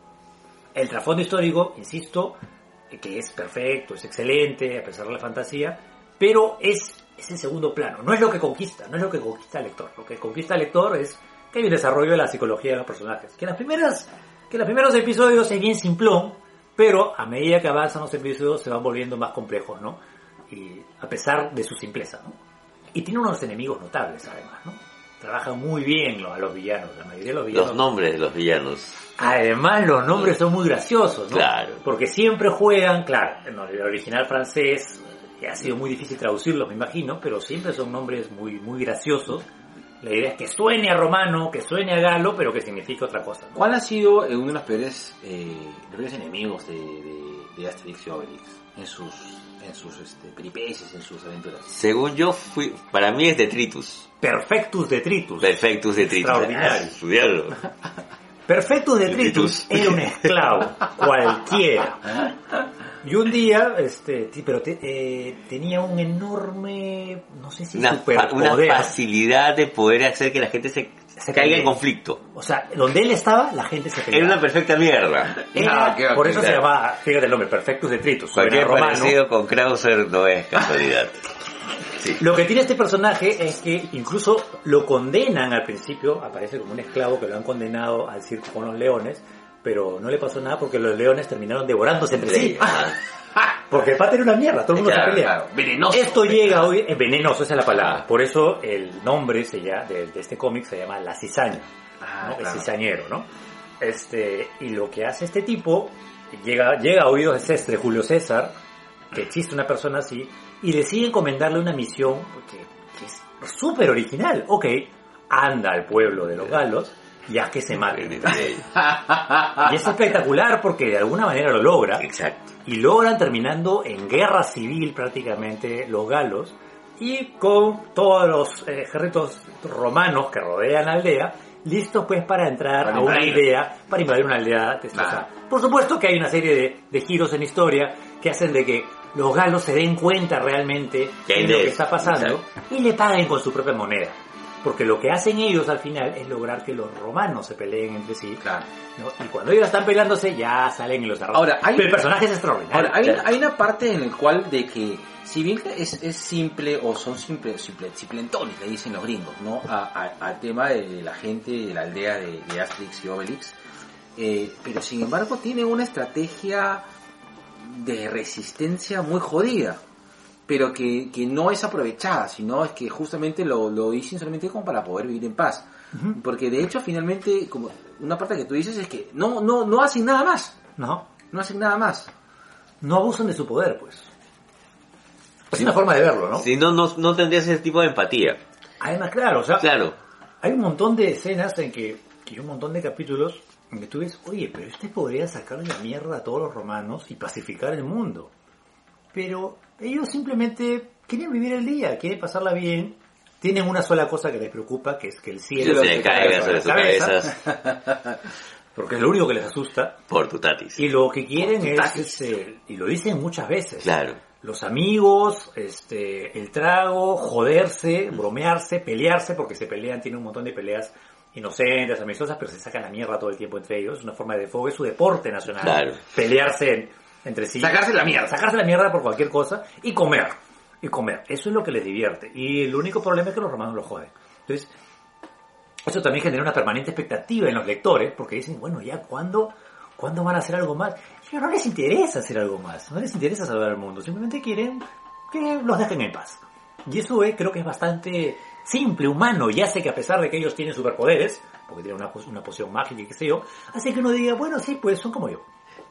[SPEAKER 3] El trasfondo histórico, insisto, que es perfecto, es excelente, a pesar de la fantasía, pero es ese segundo plano. No es lo que conquista, no es lo que conquista al lector. Lo que conquista al lector es que hay un desarrollo de la psicología de los personajes. Que en las primeras, que en los primeros episodios es bien simplón, pero a medida que avanzan los episodios se van volviendo más complejos, ¿no? Y a pesar de su simpleza, ¿no? Y tiene unos enemigos notables, además, ¿no? Trabajan muy bien los, a los villanos, la mayoría de los villanos.
[SPEAKER 2] Los nombres de los villanos.
[SPEAKER 3] Además, los nombres son muy graciosos, ¿no?
[SPEAKER 2] Claro.
[SPEAKER 3] Porque siempre juegan, claro, en el original francés que ha sido muy difícil traducirlos, me imagino, pero siempre son nombres muy, muy graciosos. La idea es que suene a romano, que suene a galo, pero que signifique otra cosa. ¿no?
[SPEAKER 1] ¿Cuál ha sido eh, uno de los peores, eh, los peores enemigos de, de- de Asterix y Obelix en sus, en sus este, peripecias, en sus aventuras?
[SPEAKER 2] Según yo, fui, para mí es Detritus.
[SPEAKER 3] Perfectus detritus.
[SPEAKER 2] Perfectus Detritus. Ah,
[SPEAKER 3] Extraordinario.
[SPEAKER 2] Estudiarlo.
[SPEAKER 3] Perfectus detritus
[SPEAKER 2] Detritus.
[SPEAKER 3] era un esclavo, cualquiera. Y un día, este, ti- pero te- eh, tenía un enorme, no sé si
[SPEAKER 2] Una, fa- una
[SPEAKER 3] superpoder.
[SPEAKER 2] facilidad de poder hacer que la gente se,
[SPEAKER 3] Se
[SPEAKER 2] caiga
[SPEAKER 3] pelee.
[SPEAKER 2] en conflicto.
[SPEAKER 3] O sea, donde él estaba, la gente se peleaba.
[SPEAKER 2] Era una perfecta mierda.
[SPEAKER 3] Era-
[SPEAKER 1] Ah, qué
[SPEAKER 3] por eso se
[SPEAKER 2] bacán.
[SPEAKER 3] llamaba, fíjate el nombre, Perfectus Detritus.
[SPEAKER 2] Cualquier
[SPEAKER 3] suena romano.
[SPEAKER 2] parecido con Krauser no es casualidad.
[SPEAKER 3] Lo que tiene este personaje es que incluso lo condenan al principio, aparece como un esclavo que lo han condenado al circo con los leones, pero no le pasó nada porque los leones terminaron devorándose entre sí.
[SPEAKER 2] Ah,
[SPEAKER 3] Porque el pata era una mierda, todo el mundo se
[SPEAKER 2] Claro,
[SPEAKER 3] pelea.
[SPEAKER 1] Claro, venenoso.
[SPEAKER 3] Esto llega hoy, es venenoso, esa es la palabra.
[SPEAKER 2] Ah.
[SPEAKER 3] Por eso el nombre se llama, de, de este cómic se llama La Cizaña.
[SPEAKER 1] Ah,
[SPEAKER 3] ¿no?
[SPEAKER 1] claro.
[SPEAKER 3] El cizañero, ¿no? Este, y lo que hace este tipo, llega, llega a oídos de Cestre, Julio César, que existe una persona así, y decide encomendarle una misión que, que es súper original. Ok, anda al pueblo de los galos y haz que se maten. Y es espectacular porque de alguna manera lo logra
[SPEAKER 2] Exacto.
[SPEAKER 3] y logran terminando en guerra civil prácticamente los galos y con todos los eh, ejércitos romanos que rodean la aldea listos pues para entrar
[SPEAKER 1] Para
[SPEAKER 3] a una
[SPEAKER 1] invadir.
[SPEAKER 3] idea, para invadir una aldea destrozada. Por supuesto que hay una serie de, de giros en la historia que hacen de que los galos se den cuenta realmente
[SPEAKER 2] Que
[SPEAKER 3] de
[SPEAKER 2] hay
[SPEAKER 3] lo
[SPEAKER 2] de-
[SPEAKER 3] que está pasando
[SPEAKER 2] Exacto.
[SPEAKER 3] y le paguen con su propia moneda. Porque lo que hacen ellos al final es lograr que los romanos se peleen entre sí.
[SPEAKER 1] Claro.
[SPEAKER 3] ¿no? Y cuando ellos están peleándose ya salen en los arroyos.
[SPEAKER 1] Ahora, hay-
[SPEAKER 3] Pero el personaje es extraordinario.
[SPEAKER 1] Ahora, hay,
[SPEAKER 3] Claro.
[SPEAKER 1] hay una parte en el cual de que, si bien es, es simple o son simple, simple, simplentones, le dicen los gringos, ¿no? A- a- Al tema de la gente de la aldea de, de Asterix y Obelix, eh, pero sin embargo tiene una estrategia de resistencia muy jodida, pero que, que no es aprovechada, sino es que justamente lo, lo dicen solamente como para poder vivir en paz. Porque de hecho finalmente, como una parte que tú dices es que no, no, no hacen nada más,
[SPEAKER 3] No,
[SPEAKER 1] no hacen nada más.
[SPEAKER 3] no abusan de su poder, pues. Es una forma de verlo, ¿no?
[SPEAKER 2] Si no, no, no tendrías ese tipo de empatía.
[SPEAKER 3] Además, claro, o sea,
[SPEAKER 2] Claro.
[SPEAKER 3] hay un montón de escenas en que, que hay un montón de capítulos en que tú ves, oye, pero este podría sacar de la mierda a todos los romanos y pacificar el mundo. Pero ellos simplemente quieren vivir el día, quieren pasarla bien. Tienen una sola cosa que les preocupa, que es que el cielo
[SPEAKER 2] se le caiga sobre sus cabezas
[SPEAKER 3] porque es lo único que les asusta.
[SPEAKER 2] por tu tatis.
[SPEAKER 3] Y lo que quieren es, este, y lo dicen muchas veces,
[SPEAKER 2] Claro.
[SPEAKER 3] los amigos, este, el trago, joderse, bromearse, pelearse, porque se pelean, tienen un montón de peleas inocentes, amistosas, pero se sacan la mierda todo el tiempo entre ellos, es una forma de fuego, es su deporte nacional,
[SPEAKER 2] Claro.
[SPEAKER 3] pelearse en- entre sí,
[SPEAKER 1] Sacarse la mierda.
[SPEAKER 3] sacarse la mierda por cualquier cosa y comer, y comer, eso es lo que les divierte, y el único problema es que los romanos los joden. Entonces, eso también genera una permanente expectativa en los lectores, porque dicen, bueno, ya, ¿cuándo, ¿cuándo van a hacer algo más? Y no les interesa hacer algo más, no les interesa salvar al mundo, simplemente quieren que los dejen en paz. Y eso eh, creo que es bastante simple, humano, y hace que a pesar de que ellos tienen superpoderes, porque tienen una, pos- una poción mágica y qué sé yo, hace que uno diga, bueno, sí, pues son como yo.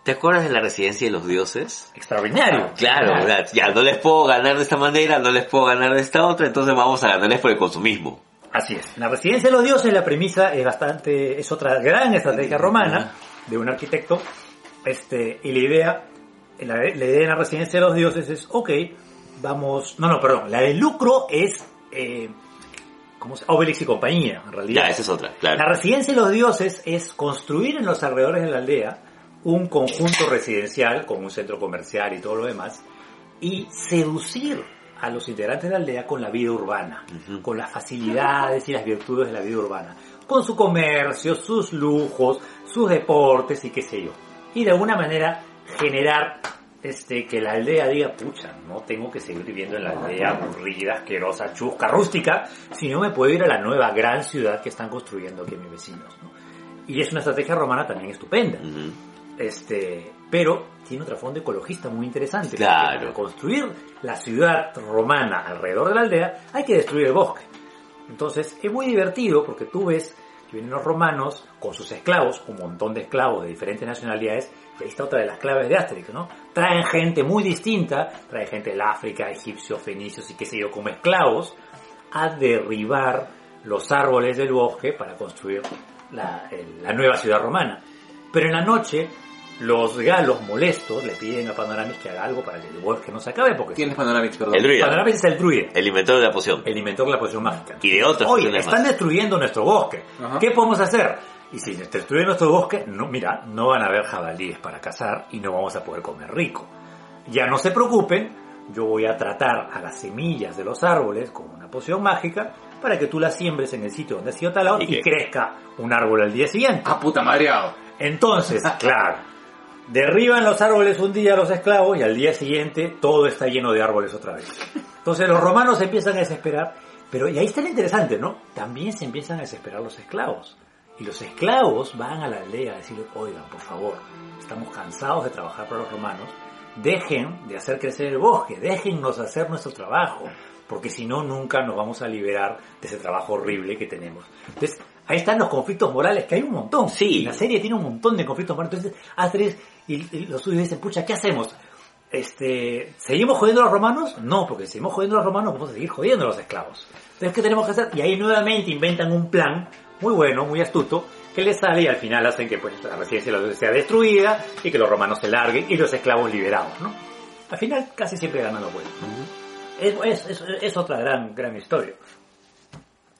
[SPEAKER 2] ¿Te acuerdas de la residencia de los dioses?
[SPEAKER 3] Extraordinario.
[SPEAKER 2] Claro, o sea, ya no les puedo ganar de esta manera, no les puedo ganar de esta otra, entonces vamos a ganarles por el consumismo.
[SPEAKER 3] Así es. En la residencia de los dioses la premisa es bastante, es otra gran estrategia romana de un arquitecto. Este, y la idea, la, la idea de la residencia de los dioses es, ok, vamos, no, no, perdón, la del lucro es, eh, ¿cómo se Obelix y compañía, en realidad.
[SPEAKER 2] Ya, esa es otra,
[SPEAKER 3] La
[SPEAKER 2] claro.
[SPEAKER 3] residencia de los dioses es construir en los alrededores de la aldea un conjunto residencial con un centro comercial y todo lo demás y seducir a los integrantes de la aldea con la vida urbana,
[SPEAKER 2] Ujú.
[SPEAKER 3] con las facilidades y las virtudes de la vida urbana, con su comercio, sus lujos, sus deportes y qué sé yo. Y de alguna manera generar este que la aldea diga, pucha, no tengo que seguir viviendo en la aldea aburrida, asquerosa, chusca, rústica, sino me puedo ir a la nueva gran ciudad que están construyendo aquí mis vecinos. ¿no? Y es una estrategia romana también estupenda.
[SPEAKER 2] Ujú.
[SPEAKER 3] Este, pero tiene un trasfondo ecologista muy interesante.
[SPEAKER 2] Claro.
[SPEAKER 3] porque Para construir la ciudad romana alrededor de la aldea, hay que destruir el bosque. Entonces, es muy divertido porque tú ves que vienen los romanos con sus esclavos, un montón de esclavos de diferentes nacionalidades, y ahí está otra de las claves de Asterix, ¿no? Traen gente muy distinta, traen gente del África, egipcios, fenicios y qué sé yo, como esclavos, a derribar los árboles del bosque para construir la, el- la nueva ciudad romana. Pero en la noche, los galos molestos le piden a Panoramis que haga algo para que el bosque no se acabe, porque
[SPEAKER 1] ¿Quién es Panoramix, perdón?
[SPEAKER 2] El druida,
[SPEAKER 3] Panoramis es el druida,
[SPEAKER 2] el inventor de la poción.
[SPEAKER 3] el inventor de la poción mágica.
[SPEAKER 2] Y de otras
[SPEAKER 3] Oye,
[SPEAKER 2] pociones
[SPEAKER 3] están
[SPEAKER 2] más.
[SPEAKER 3] destruyendo nuestro bosque.
[SPEAKER 1] Ajá.
[SPEAKER 3] ¿Qué podemos hacer? Y si destruyen nuestro bosque, no, mira, no van a haber jabalíes para cazar y no vamos a poder comer rico. Ya no se preocupen, yo voy a tratar a las semillas de los árboles con una poción mágica para que tú las siembres en el sitio donde ha sido talado
[SPEAKER 2] ¿Y
[SPEAKER 3] y,
[SPEAKER 2] qué?
[SPEAKER 3] crezca un árbol al día siguiente.
[SPEAKER 1] Ah, puta madreado.
[SPEAKER 3] Entonces, claro, derriban los árboles un día los esclavos y al día siguiente todo está lleno de árboles otra vez. Entonces los romanos se empiezan a desesperar, pero y ahí está lo interesante, ¿no? También se empiezan a desesperar los esclavos. Y los esclavos van a la aldea a decirle, oigan, por favor, estamos cansados de trabajar para los romanos, dejen de hacer crecer el bosque, déjennos hacer nuestro trabajo, porque si no, nunca nos vamos a liberar de ese trabajo horrible que tenemos. Entonces, ahí están los conflictos morales, que hay un montón.
[SPEAKER 2] Sí.
[SPEAKER 3] La serie tiene un montón de conflictos morales. Entonces, Asterix y, y los suyos dicen, pucha, ¿qué hacemos? Este, ¿Seguimos jodiendo a los romanos? No, porque si seguimos jodiendo a los romanos, vamos a seguir jodiendo a los esclavos. Entonces, ¿qué tenemos que hacer? Y ahí nuevamente inventan un plan muy bueno, muy astuto, que les sale y al final hacen que pues, la residencia de los dioses sea destruida y que los romanos se larguen y los esclavos liberados, ¿no? Al final casi siempre ganan los buenos. es, es- es- es otra gran, gran historia.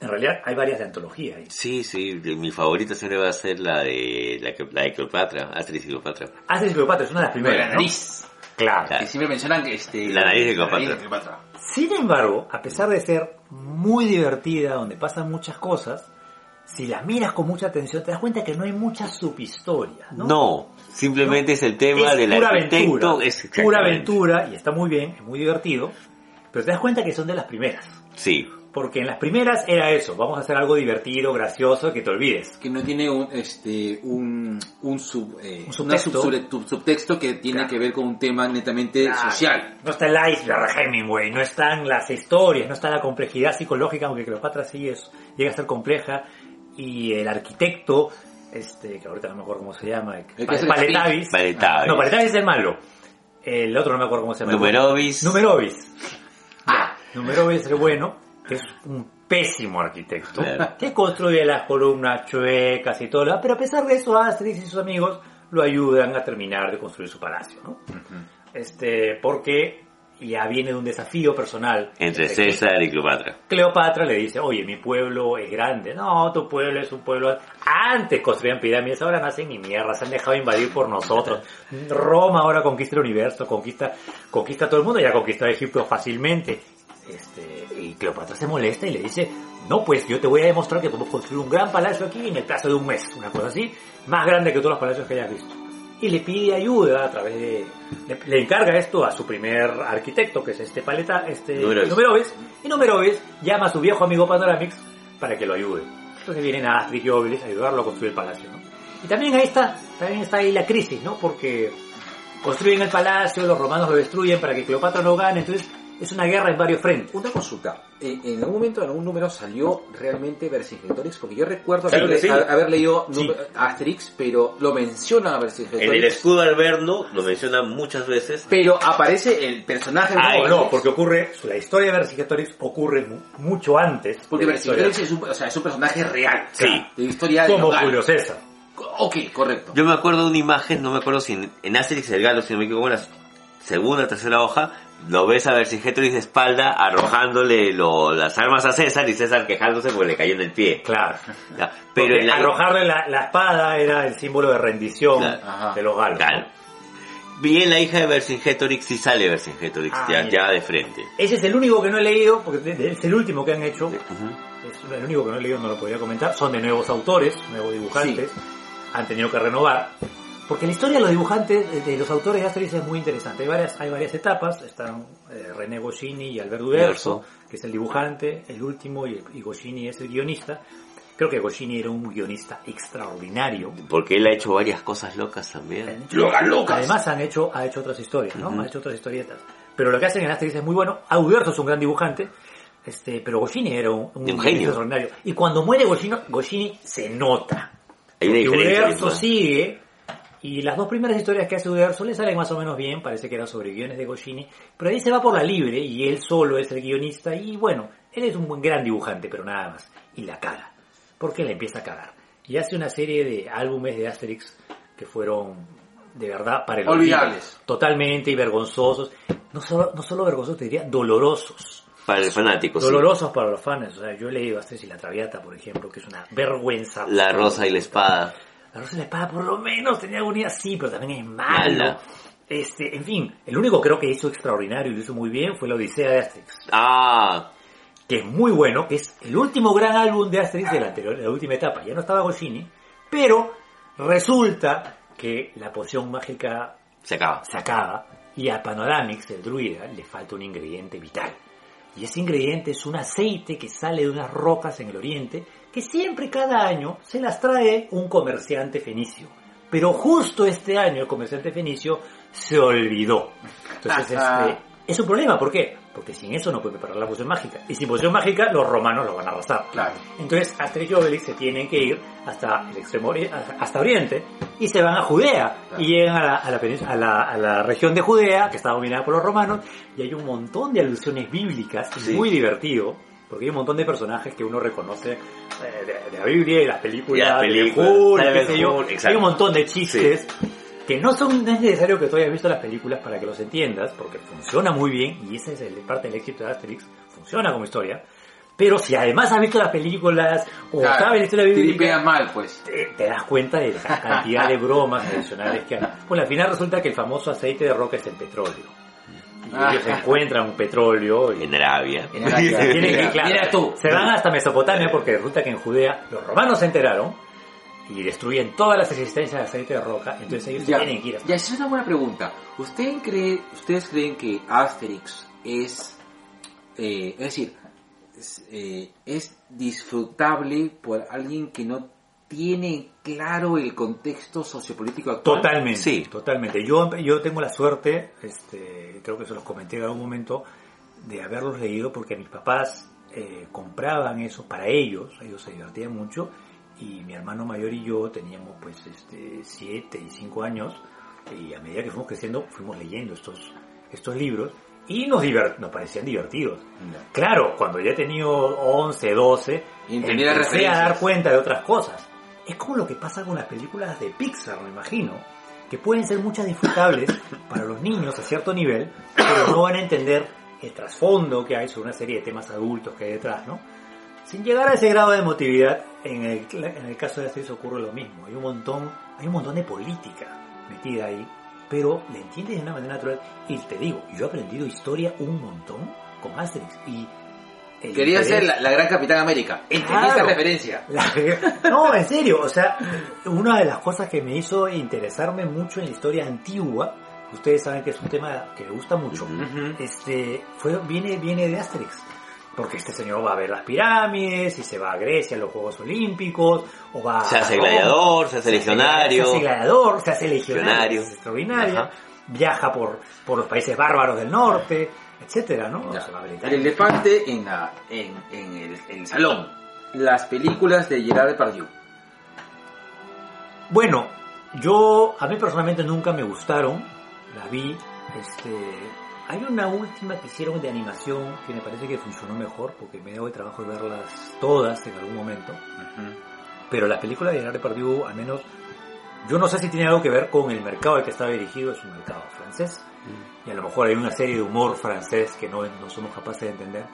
[SPEAKER 3] En realidad hay varias de antología ahí.
[SPEAKER 2] Sí, sí, mi favorita siempre va a ser la de la, que- la de Cleopatra, Asterix y Cleopatra.
[SPEAKER 3] Asterix y Cleopatra es una de las
[SPEAKER 1] Primero, la
[SPEAKER 3] primeras, ¿no?
[SPEAKER 1] nariz.
[SPEAKER 3] Claro.
[SPEAKER 1] Que siempre mencionan que este...
[SPEAKER 2] La nariz de Cleopatra.
[SPEAKER 1] de Cleopatra.
[SPEAKER 3] Sin embargo, a pesar de ser muy divertida, donde pasan muchas cosas, si la miras con mucha atención te das cuenta que no hay mucha subhistoria, ¿no?
[SPEAKER 2] No, simplemente es el tema
[SPEAKER 3] es
[SPEAKER 2] del
[SPEAKER 3] pura
[SPEAKER 2] arquitecto.
[SPEAKER 3] aventura,
[SPEAKER 2] es
[SPEAKER 3] pura
[SPEAKER 2] exactamente.
[SPEAKER 3] aventura y está muy bien, es muy divertido, pero te das cuenta que son de las primeras,
[SPEAKER 2] Sí,
[SPEAKER 3] porque en las primeras era eso, vamos a hacer algo divertido, gracioso, que te olvides.
[SPEAKER 1] Que no tiene un, este, un, un sub, eh,
[SPEAKER 3] Un
[SPEAKER 1] una
[SPEAKER 3] subtexto.
[SPEAKER 1] sub- sub- subtexto que tiene
[SPEAKER 3] Claro.
[SPEAKER 1] que ver con un tema netamente social.
[SPEAKER 3] No está el iceberg Hemingway, no están las historias, no está la complejidad psicológica, aunque Cleopatra sí es, llega a ser compleja, y el arquitecto, este, que ahorita no me acuerdo cómo se llama,
[SPEAKER 1] que
[SPEAKER 3] Pal-
[SPEAKER 1] hace la
[SPEAKER 3] Paletavis.
[SPEAKER 2] Paletavis.
[SPEAKER 3] Ah, No, Paletavis es el malo. El otro no me acuerdo cómo se llama.
[SPEAKER 2] Numerovis.
[SPEAKER 3] Numerovis. Ah, Numerovis es el bueno, que es un pésimo arquitecto,
[SPEAKER 2] Claro.
[SPEAKER 3] que construye las columnas chuecas y todo, lo- pero a pesar de eso, Asterix y sus amigos lo ayudan a terminar de construir su palacio, ¿no? Este, porque ya viene de un desafío personal.
[SPEAKER 2] entre
[SPEAKER 3] Desde que
[SPEAKER 2] César y Cleopatra.
[SPEAKER 3] Cleopatra le dice, oye, mi pueblo es grande. No, tu pueblo es un pueblo... Antes construían pirámides, ahora no hacen ni mierda, se han dejado invadir por nosotros. Roma ahora conquista el universo, conquista, conquista todo el mundo, ya conquistó a Egipto fácilmente. Este, y Cleopatra se molesta y le dice, no, pues yo te voy a demostrar que podemos construir un gran palacio aquí en el plazo de un mes, una cosa así, más grande que todos los palacios que hayas visto y le pide ayuda a través de le, le encarga esto a su primer arquitecto que es este paleta este
[SPEAKER 2] Numerovis.
[SPEAKER 3] Numerovis y Numerovis llama a su viejo amigo Panoramix para que lo ayude entonces vienen a Asterix y Obelix a ayudarlo a construir el palacio ¿no? y también ahí está también está ahí la crisis no porque construyen el palacio los romanos lo destruyen para que Cleopatra no gane entonces es una guerra en varios frentes.
[SPEAKER 1] Una consulta. ¿En, en algún momento, en algún número, salió realmente Vercingetorix? Porque yo recuerdo
[SPEAKER 2] Claro
[SPEAKER 1] haber,
[SPEAKER 2] que sí.
[SPEAKER 1] ha- haber leído
[SPEAKER 2] Sí.
[SPEAKER 1] número- Asterix, pero lo mencionan a
[SPEAKER 2] En el
[SPEAKER 1] Vercingetorix.
[SPEAKER 2] escudo alberno lo menciona muchas veces.
[SPEAKER 1] Pero aparece el personaje
[SPEAKER 2] Ah,
[SPEAKER 1] nuevo,
[SPEAKER 2] el
[SPEAKER 1] ¿no?
[SPEAKER 3] porque ocurre,
[SPEAKER 4] La historia de Vercingetorix ocurre mu- mucho antes.
[SPEAKER 1] Porque
[SPEAKER 4] de la historia.
[SPEAKER 1] Vercingetorix es un, o sea, es un personaje real.
[SPEAKER 2] Sí.
[SPEAKER 1] De historia de
[SPEAKER 4] Como
[SPEAKER 1] local.
[SPEAKER 4] Julio César.
[SPEAKER 1] Ok, correcto.
[SPEAKER 2] Yo me acuerdo de una imagen, no me acuerdo si en, en Asterix el Galo, si no me equivoco, en la segunda o tercera hoja, lo ves a Vercingetorix de espalda arrojándole lo- las armas a César y César quejándose porque le cayó en el pie.
[SPEAKER 4] Claro.
[SPEAKER 2] Ya,
[SPEAKER 4] Pero
[SPEAKER 2] Pero en la-
[SPEAKER 4] arrojarle la, la espada era el símbolo de rendición
[SPEAKER 2] Claro.
[SPEAKER 1] Ajá.
[SPEAKER 4] de los galos.
[SPEAKER 2] Claro. Bien, la hija de Vercingetorix sí sale Vercingetorix,
[SPEAKER 3] Ah,
[SPEAKER 2] ya,
[SPEAKER 3] mira.
[SPEAKER 2] ya de frente.
[SPEAKER 3] Ese es el único que no he leído, porque de- de- es el último que han hecho.
[SPEAKER 2] Ujú.
[SPEAKER 3] Es el único que no he leído, no lo podría comentar. Son de nuevos autores, nuevos dibujantes. Han tenido que renovar. Porque la historia de los dibujantes, de- de los autores de Asterix es muy interesante. Hay varias, hay varias etapas. Están eh, René Goscinny y Albert Uderzo,
[SPEAKER 2] Uderzo.
[SPEAKER 3] que es el dibujante, el último, y, y Goscinny es el guionista. Creo que Goscinny era un guionista extraordinario.
[SPEAKER 2] Porque él ha hecho varias cosas locas también.
[SPEAKER 1] ¡Locas, locas!
[SPEAKER 3] Además han hecho, ha hecho otras historias, ¿no?
[SPEAKER 2] Ujú.
[SPEAKER 3] Ha hecho otras historietas. Pero lo que hacen en Asterix es muy bueno. Auderzo es un gran dibujante. Este, pero Goscinny era un,
[SPEAKER 2] Un genio.
[SPEAKER 3] guionista extraordinario. Y cuando muere Goscinny, Goscinny se nota.
[SPEAKER 2] Hay una
[SPEAKER 3] Y
[SPEAKER 2] diferencia.
[SPEAKER 3] Uderzo
[SPEAKER 2] ¿no?
[SPEAKER 3] sigue. Y las dos primeras historias que hace Uderzo le salen más o menos bien, parece que eran sobre guiones de Goscinny, pero ahí se va por la libre y él solo es el guionista y bueno, él es un buen gran dibujante, pero nada más. Y la caga, porque le empieza a cagar. Y hace una serie de álbumes de Asterix que fueron de verdad para el olvido.
[SPEAKER 1] Olvidables.
[SPEAKER 3] Totalmente y vergonzosos. No solo, no solo vergonzosos, te diría dolorosos
[SPEAKER 2] Para el fanático. Pues sí.
[SPEAKER 3] dolorosos para los fans. O sea, yo he leído Asterix y la Traviata, por ejemplo, que es una vergüenza.
[SPEAKER 2] La rosa y la espada.
[SPEAKER 3] La Rosa y la Espada por lo menos tenía agonía, sí, pero también es malo.
[SPEAKER 2] Mala.
[SPEAKER 3] Este, en fin, el único creo que hizo extraordinario y lo hizo muy bien fue la Odisea de Asterix,
[SPEAKER 2] Ah,
[SPEAKER 3] que es muy bueno, que es el último gran álbum de Asterix de la anterior, de la última etapa. Ya no estaba Goscinny, pero resulta que la poción mágica
[SPEAKER 2] se acaba.
[SPEAKER 3] se acaba y a Panoramix, el druida, le falta un ingrediente vital. Y ese ingrediente es un aceite que sale de unas rocas en el oriente que siempre cada año se las trae un comerciante fenicio. Pero justo este año el comerciante fenicio se olvidó. Entonces este, es un problema, ¿por qué? Porque sin eso no puede preparar la poción mágica. Y sin poción mágica los romanos lo van a arrasar.
[SPEAKER 1] Claro.
[SPEAKER 3] Entonces Asterix y Obelix se tienen que ir hasta el extremo ori- hasta Oriente y se van a Judea
[SPEAKER 1] Claro.
[SPEAKER 3] y llegan a la, a, la península- a la- a la región de Judea que está dominada por los romanos y hay un montón de alusiones bíblicas y
[SPEAKER 2] Sí.
[SPEAKER 3] muy divertido porque hay un montón de personajes que uno reconoce eh, de, de la Biblia y las películas,
[SPEAKER 2] Y las
[SPEAKER 3] de Ben
[SPEAKER 2] películas,
[SPEAKER 3] Hur,
[SPEAKER 2] de
[SPEAKER 3] qué
[SPEAKER 2] Ben
[SPEAKER 3] sé yo.
[SPEAKER 2] Hur, exacto.
[SPEAKER 3] hay un montón de chistes que no son no es necesario que tú hayas visto las películas para que los entiendas porque funciona muy bien y esa es el- parte del éxito de Asterix funciona como historia pero si además has visto las películas o
[SPEAKER 1] Claro.
[SPEAKER 3] sabes la historia
[SPEAKER 1] Tripean
[SPEAKER 3] bíblica,
[SPEAKER 1] mal, pues.
[SPEAKER 3] te, te das cuenta de la cantidad de bromas adicionales que hay. Bueno, al final resulta que el famoso aceite de roca es el petróleo. Y
[SPEAKER 1] Ah.
[SPEAKER 3] ellos encuentran un petróleo y
[SPEAKER 2] En Arabia.
[SPEAKER 1] En Arabia.
[SPEAKER 3] se tienen que-
[SPEAKER 1] Mira,
[SPEAKER 3] claro,
[SPEAKER 1] mira tú.
[SPEAKER 3] se van hasta Mesopotamia porque resulta que en Judea los romanos se enteraron y destruyen todas las existencias de aceite de roca, entonces ellos
[SPEAKER 1] Ya,
[SPEAKER 3] tienen que ir hasta
[SPEAKER 1] ya, esa es una buena pregunta. ¿Usted cree, ¿Ustedes creen que Asterix es, eh, es decir, es, eh, es disfrutable por alguien que no tiene claro el contexto sociopolítico actual?
[SPEAKER 3] Totalmente.
[SPEAKER 2] Sí.
[SPEAKER 3] Totalmente. Yo, yo tengo la suerte, este, creo que se los comenté en algún momento, de haberlos leído porque mis papás eh, compraban eso para ellos, ellos se divertían mucho, y mi hermano mayor y yo teníamos pues este, siete y cinco años, y a medida que fuimos creciendo fuimos leyendo estos, estos libros, y nos, divert- nos parecían divertidos. Claro, cuando ya he tenido 11, 12,
[SPEAKER 1] Y entendí las
[SPEAKER 3] empecé a dar
[SPEAKER 1] referencias.
[SPEAKER 3] cuenta de otras cosas. Es como lo que pasa con las películas de Pixar, me imagino, que pueden ser muchas disfrutables para los niños a cierto nivel, pero no van a entender el trasfondo que hay sobre una serie de temas adultos que hay detrás, ¿no? Sin llegar a ese grado de emotividad, en el, en el caso de Asterix ocurre lo mismo. Hay un montón, hay un montón de política metida ahí, pero la entiendes de una manera natural. Y te digo, yo he aprendido historia un montón con Asterix. Y el
[SPEAKER 1] Quería
[SPEAKER 3] interés-
[SPEAKER 1] ser la, la gran Capitán América. Entendí esta
[SPEAKER 3] Claro.
[SPEAKER 1] referencia.
[SPEAKER 3] la- no, en serio, o sea, una de las cosas que me hizo interesarme mucho en la historia antigua, ustedes saben que es un tema que me gusta mucho, este, fue, viene, viene de Asterix. Porque este señor va a ver las pirámides, y se va a Grecia, a los Juegos Olímpicos, o va
[SPEAKER 2] Se
[SPEAKER 3] a
[SPEAKER 2] hace
[SPEAKER 3] Roma,
[SPEAKER 2] gladiador, se hace legionario.
[SPEAKER 3] Se hace gladiador, se hace legionario.
[SPEAKER 2] Legionario.
[SPEAKER 3] es extraordinario.
[SPEAKER 2] Ajá.
[SPEAKER 3] Viaja por, por los países bárbaros del norte. etcétera, ¿no? O
[SPEAKER 1] Ya.
[SPEAKER 3] sea,
[SPEAKER 1] el elefante en, la, en, en el, en el salón. Las películas de Gerard Depardieu.
[SPEAKER 3] Bueno, yo a mí personalmente nunca me gustaron, la vi, este, hay una última que hicieron de animación que me parece que funcionó mejor porque me dio el trabajo de verlas todas en algún momento, pero la película de Gerard Depardieu al menos yo no sé si tiene algo que ver con el mercado al que estaba dirigido, es un mercado francés y a lo mejor hay una serie de humor francés que no, no somos capaces de entender.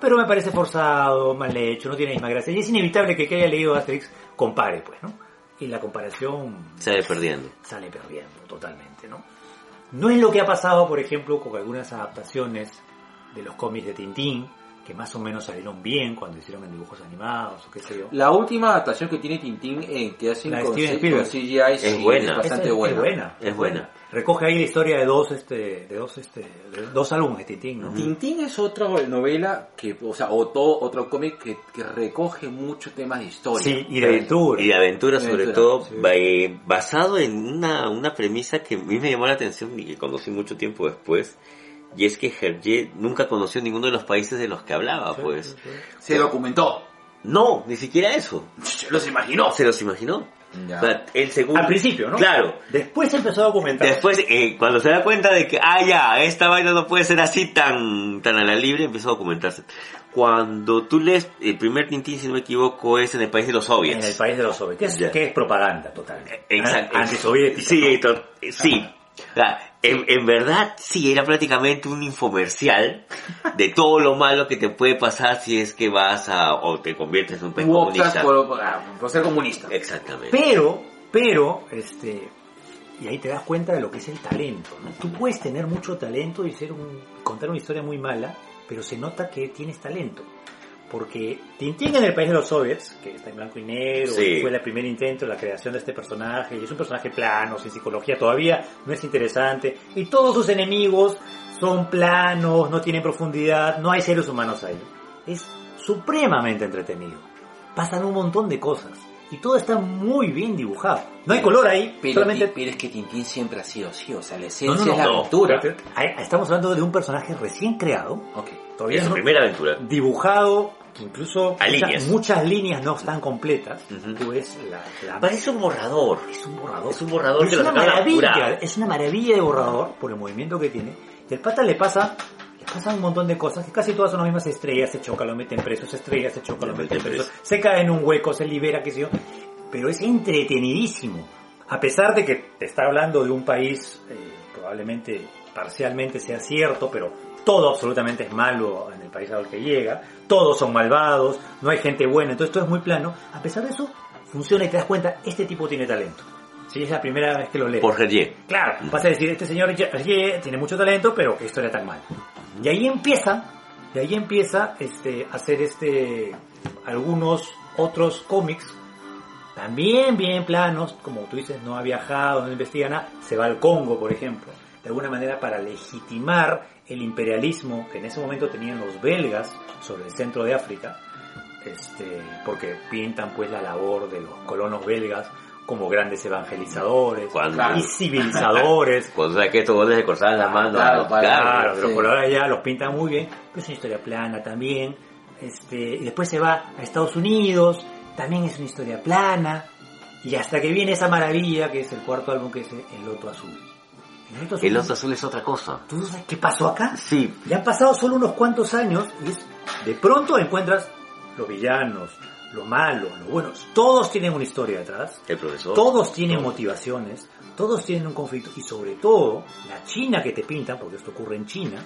[SPEAKER 3] Pero me parece forzado, mal hecho, no tiene la misma gracia. Y es inevitable que el que haya leído Asterix compare, pues, ¿no? Y la comparación
[SPEAKER 2] Se va perdiendo.
[SPEAKER 3] sale perdiendo totalmente, ¿no? No es lo que ha pasado, por ejemplo, con algunas adaptaciones de los cómics de Tintín, que más o menos salieron bien cuando hicieron en dibujos animados o qué sé yo.
[SPEAKER 1] La última adaptación que tiene Tintín eh, que hacen
[SPEAKER 3] La de
[SPEAKER 1] con,
[SPEAKER 3] Steven
[SPEAKER 1] C-
[SPEAKER 3] Spielberg.
[SPEAKER 1] con CGI
[SPEAKER 2] Es buena.
[SPEAKER 1] es
[SPEAKER 3] Esa
[SPEAKER 1] bastante
[SPEAKER 3] es
[SPEAKER 1] buena.
[SPEAKER 3] buena.
[SPEAKER 2] Es buena.
[SPEAKER 3] Recoge ahí la historia de dos, este, de dos, este, de dos álbumes de Tintín, ¿no?
[SPEAKER 1] Mm. Tintín es otra novela que, o sea, o to- otro cómic que, que recoge muchos temas de historia.
[SPEAKER 3] Sí, y de aventura.
[SPEAKER 2] Y de aventura,
[SPEAKER 1] De
[SPEAKER 2] sobre
[SPEAKER 1] aventura,
[SPEAKER 2] todo,
[SPEAKER 1] sí.
[SPEAKER 2] ba- eh, basado en una, una premisa que a mí me llamó la atención y que conocí mucho tiempo después. Y es que Hergé nunca conoció ninguno de los países de los que hablaba, pues.
[SPEAKER 1] Se documentó.
[SPEAKER 2] No, ni siquiera eso.
[SPEAKER 1] Se los imaginó.
[SPEAKER 2] Se los imaginó.
[SPEAKER 1] Ya.
[SPEAKER 2] O sea, el segundo...
[SPEAKER 3] Al principio, ¿no?
[SPEAKER 2] Claro.
[SPEAKER 3] Después empezó a documentar.
[SPEAKER 2] Después, eh, cuando se da cuenta de que, ah, ya, esta vaina no puede ser así tan, tan a la libre, empezó a documentarse. Cuando tú lees el primer Tintín, si no me equivoco, es en el país de los
[SPEAKER 3] en el
[SPEAKER 2] soviets.
[SPEAKER 3] país de los soviets, que es,
[SPEAKER 2] Ya.
[SPEAKER 3] que es propaganda total.
[SPEAKER 2] Exacto.
[SPEAKER 3] Antisoviética.
[SPEAKER 2] Sí, to- sí. O sea, en, en verdad, sí, era prácticamente un infomercial de todo lo malo que te puede pasar si es que vas a, o te conviertes en un pez
[SPEAKER 1] Tú optas
[SPEAKER 2] comunista.
[SPEAKER 1] por, ah, por ser comunista.
[SPEAKER 2] Eh, Exactamente.
[SPEAKER 3] Pero, pero, este, y ahí te das cuenta de lo que es el talento, ¿no? Tú puedes tener mucho talento y ser un, contar una historia muy mala, pero se nota que tienes talento. Porque Tintín en el país de los soviets, que está en blanco y negro,
[SPEAKER 2] Sí.
[SPEAKER 3] fue el primer intento de la creación de este personaje, y es un personaje plano, sin psicología todavía, no es interesante, y todos sus enemigos son planos, no tienen profundidad, no hay seres humanos ahí. Es supremamente entretenido. Pasan un montón de cosas, y todo está muy bien dibujado. No hay color ahí,
[SPEAKER 1] Pero,
[SPEAKER 3] solamente...
[SPEAKER 1] Tin- pero es que Tintín siempre ha sido así, o sea, la
[SPEAKER 3] No,
[SPEAKER 1] esencia
[SPEAKER 3] no, no,
[SPEAKER 1] es la
[SPEAKER 3] no.
[SPEAKER 1] aventura.
[SPEAKER 3] Ahí- Estamos hablando de un personaje recién creado,
[SPEAKER 1] Ok.
[SPEAKER 3] todavía
[SPEAKER 2] Es su
[SPEAKER 3] no-
[SPEAKER 2] primera aventura.
[SPEAKER 3] dibujado, que incluso
[SPEAKER 2] A
[SPEAKER 3] muchas-
[SPEAKER 2] líneas.
[SPEAKER 3] muchas líneas no están completas.
[SPEAKER 2] Ujú.
[SPEAKER 3] Tú ves la, la-
[SPEAKER 2] Parece un borrador.
[SPEAKER 3] es un borrador.
[SPEAKER 2] Es un borrador
[SPEAKER 3] Es
[SPEAKER 2] que lo
[SPEAKER 3] una
[SPEAKER 2] sacaron a
[SPEAKER 3] maravilla,
[SPEAKER 2] apurar.
[SPEAKER 3] es una maravilla de borrador por el movimiento que tiene. Y al pata le pasa, le pasa un montón de cosas, que casi todas son las mismas estrellas, se choca, lo meten preso, se estrella, se choca, lo
[SPEAKER 2] Lo
[SPEAKER 3] meten
[SPEAKER 2] meten
[SPEAKER 3] preso, se cae en un hueco, se libera, qué sé yo. Pero es entretenidísimo. A pesar de que te está hablando de un país, eh, probablemente parcialmente sea cierto, pero todo absolutamente es malo en el país al que llega, todos son malvados, no hay gente buena, entonces todo es muy plano. A pesar de eso, funciona y te das cuenta, este tipo tiene talento. Si es la primera vez que lo lees.
[SPEAKER 2] Por Hergé.
[SPEAKER 3] Claro, vas a decir, este señor ya- ye- tiene mucho talento, pero qué historia tan mal. Y ahí empieza, de ahí empieza este, a hacer este, algunos otros cómics, también bien planos, como tú dices, no ha viajado, no investiga nada, se va al Congo, por ejemplo, de alguna manera para legitimar el imperialismo que en ese momento tenían los belgas sobre el centro de África, este, porque pintan pues la labor de los colonos belgas como grandes evangelizadores,
[SPEAKER 2] Cuando,
[SPEAKER 1] Claro.
[SPEAKER 3] y civilizadores.
[SPEAKER 2] cuando sabes que estos goles le cortaban las manos.
[SPEAKER 1] Claro,
[SPEAKER 2] a los
[SPEAKER 1] para-
[SPEAKER 2] carros.
[SPEAKER 3] Claro, los
[SPEAKER 1] sí.
[SPEAKER 3] colores allá los pintan muy bien, pero es una historia plana también. Este, y después se va a Estados Unidos, también es una historia plana. Y hasta que viene esa maravilla que es el cuarto álbum que es El Loto Azul. El Loto Azul.
[SPEAKER 2] El otro azul es otra cosa.
[SPEAKER 3] ¿Tú sabes qué pasó acá?
[SPEAKER 2] Sí,
[SPEAKER 3] Ya han pasado solo unos cuantos años y es- de pronto encuentras los villanos, los malos, los buenos. Todos tienen una historia detrás.
[SPEAKER 2] el profesor.
[SPEAKER 3] Todos tienen motivaciones, todos tienen un conflicto y sobre todo la China que te pintan, porque esto ocurre en China,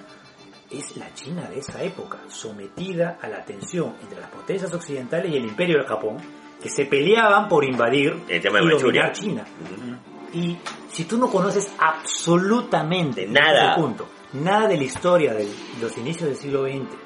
[SPEAKER 3] es la China de esa época, sometida a la tensión entre las potencias occidentales y el imperio del Japón, que se peleaban por invadir
[SPEAKER 2] El tema de
[SPEAKER 3] y
[SPEAKER 2] Manchuria.
[SPEAKER 3] dominar China.
[SPEAKER 2] Ujú.
[SPEAKER 3] Y si tú no conoces absolutamente
[SPEAKER 2] Nada.
[SPEAKER 3] ese punto, nada de la historia de los inicios del siglo XX,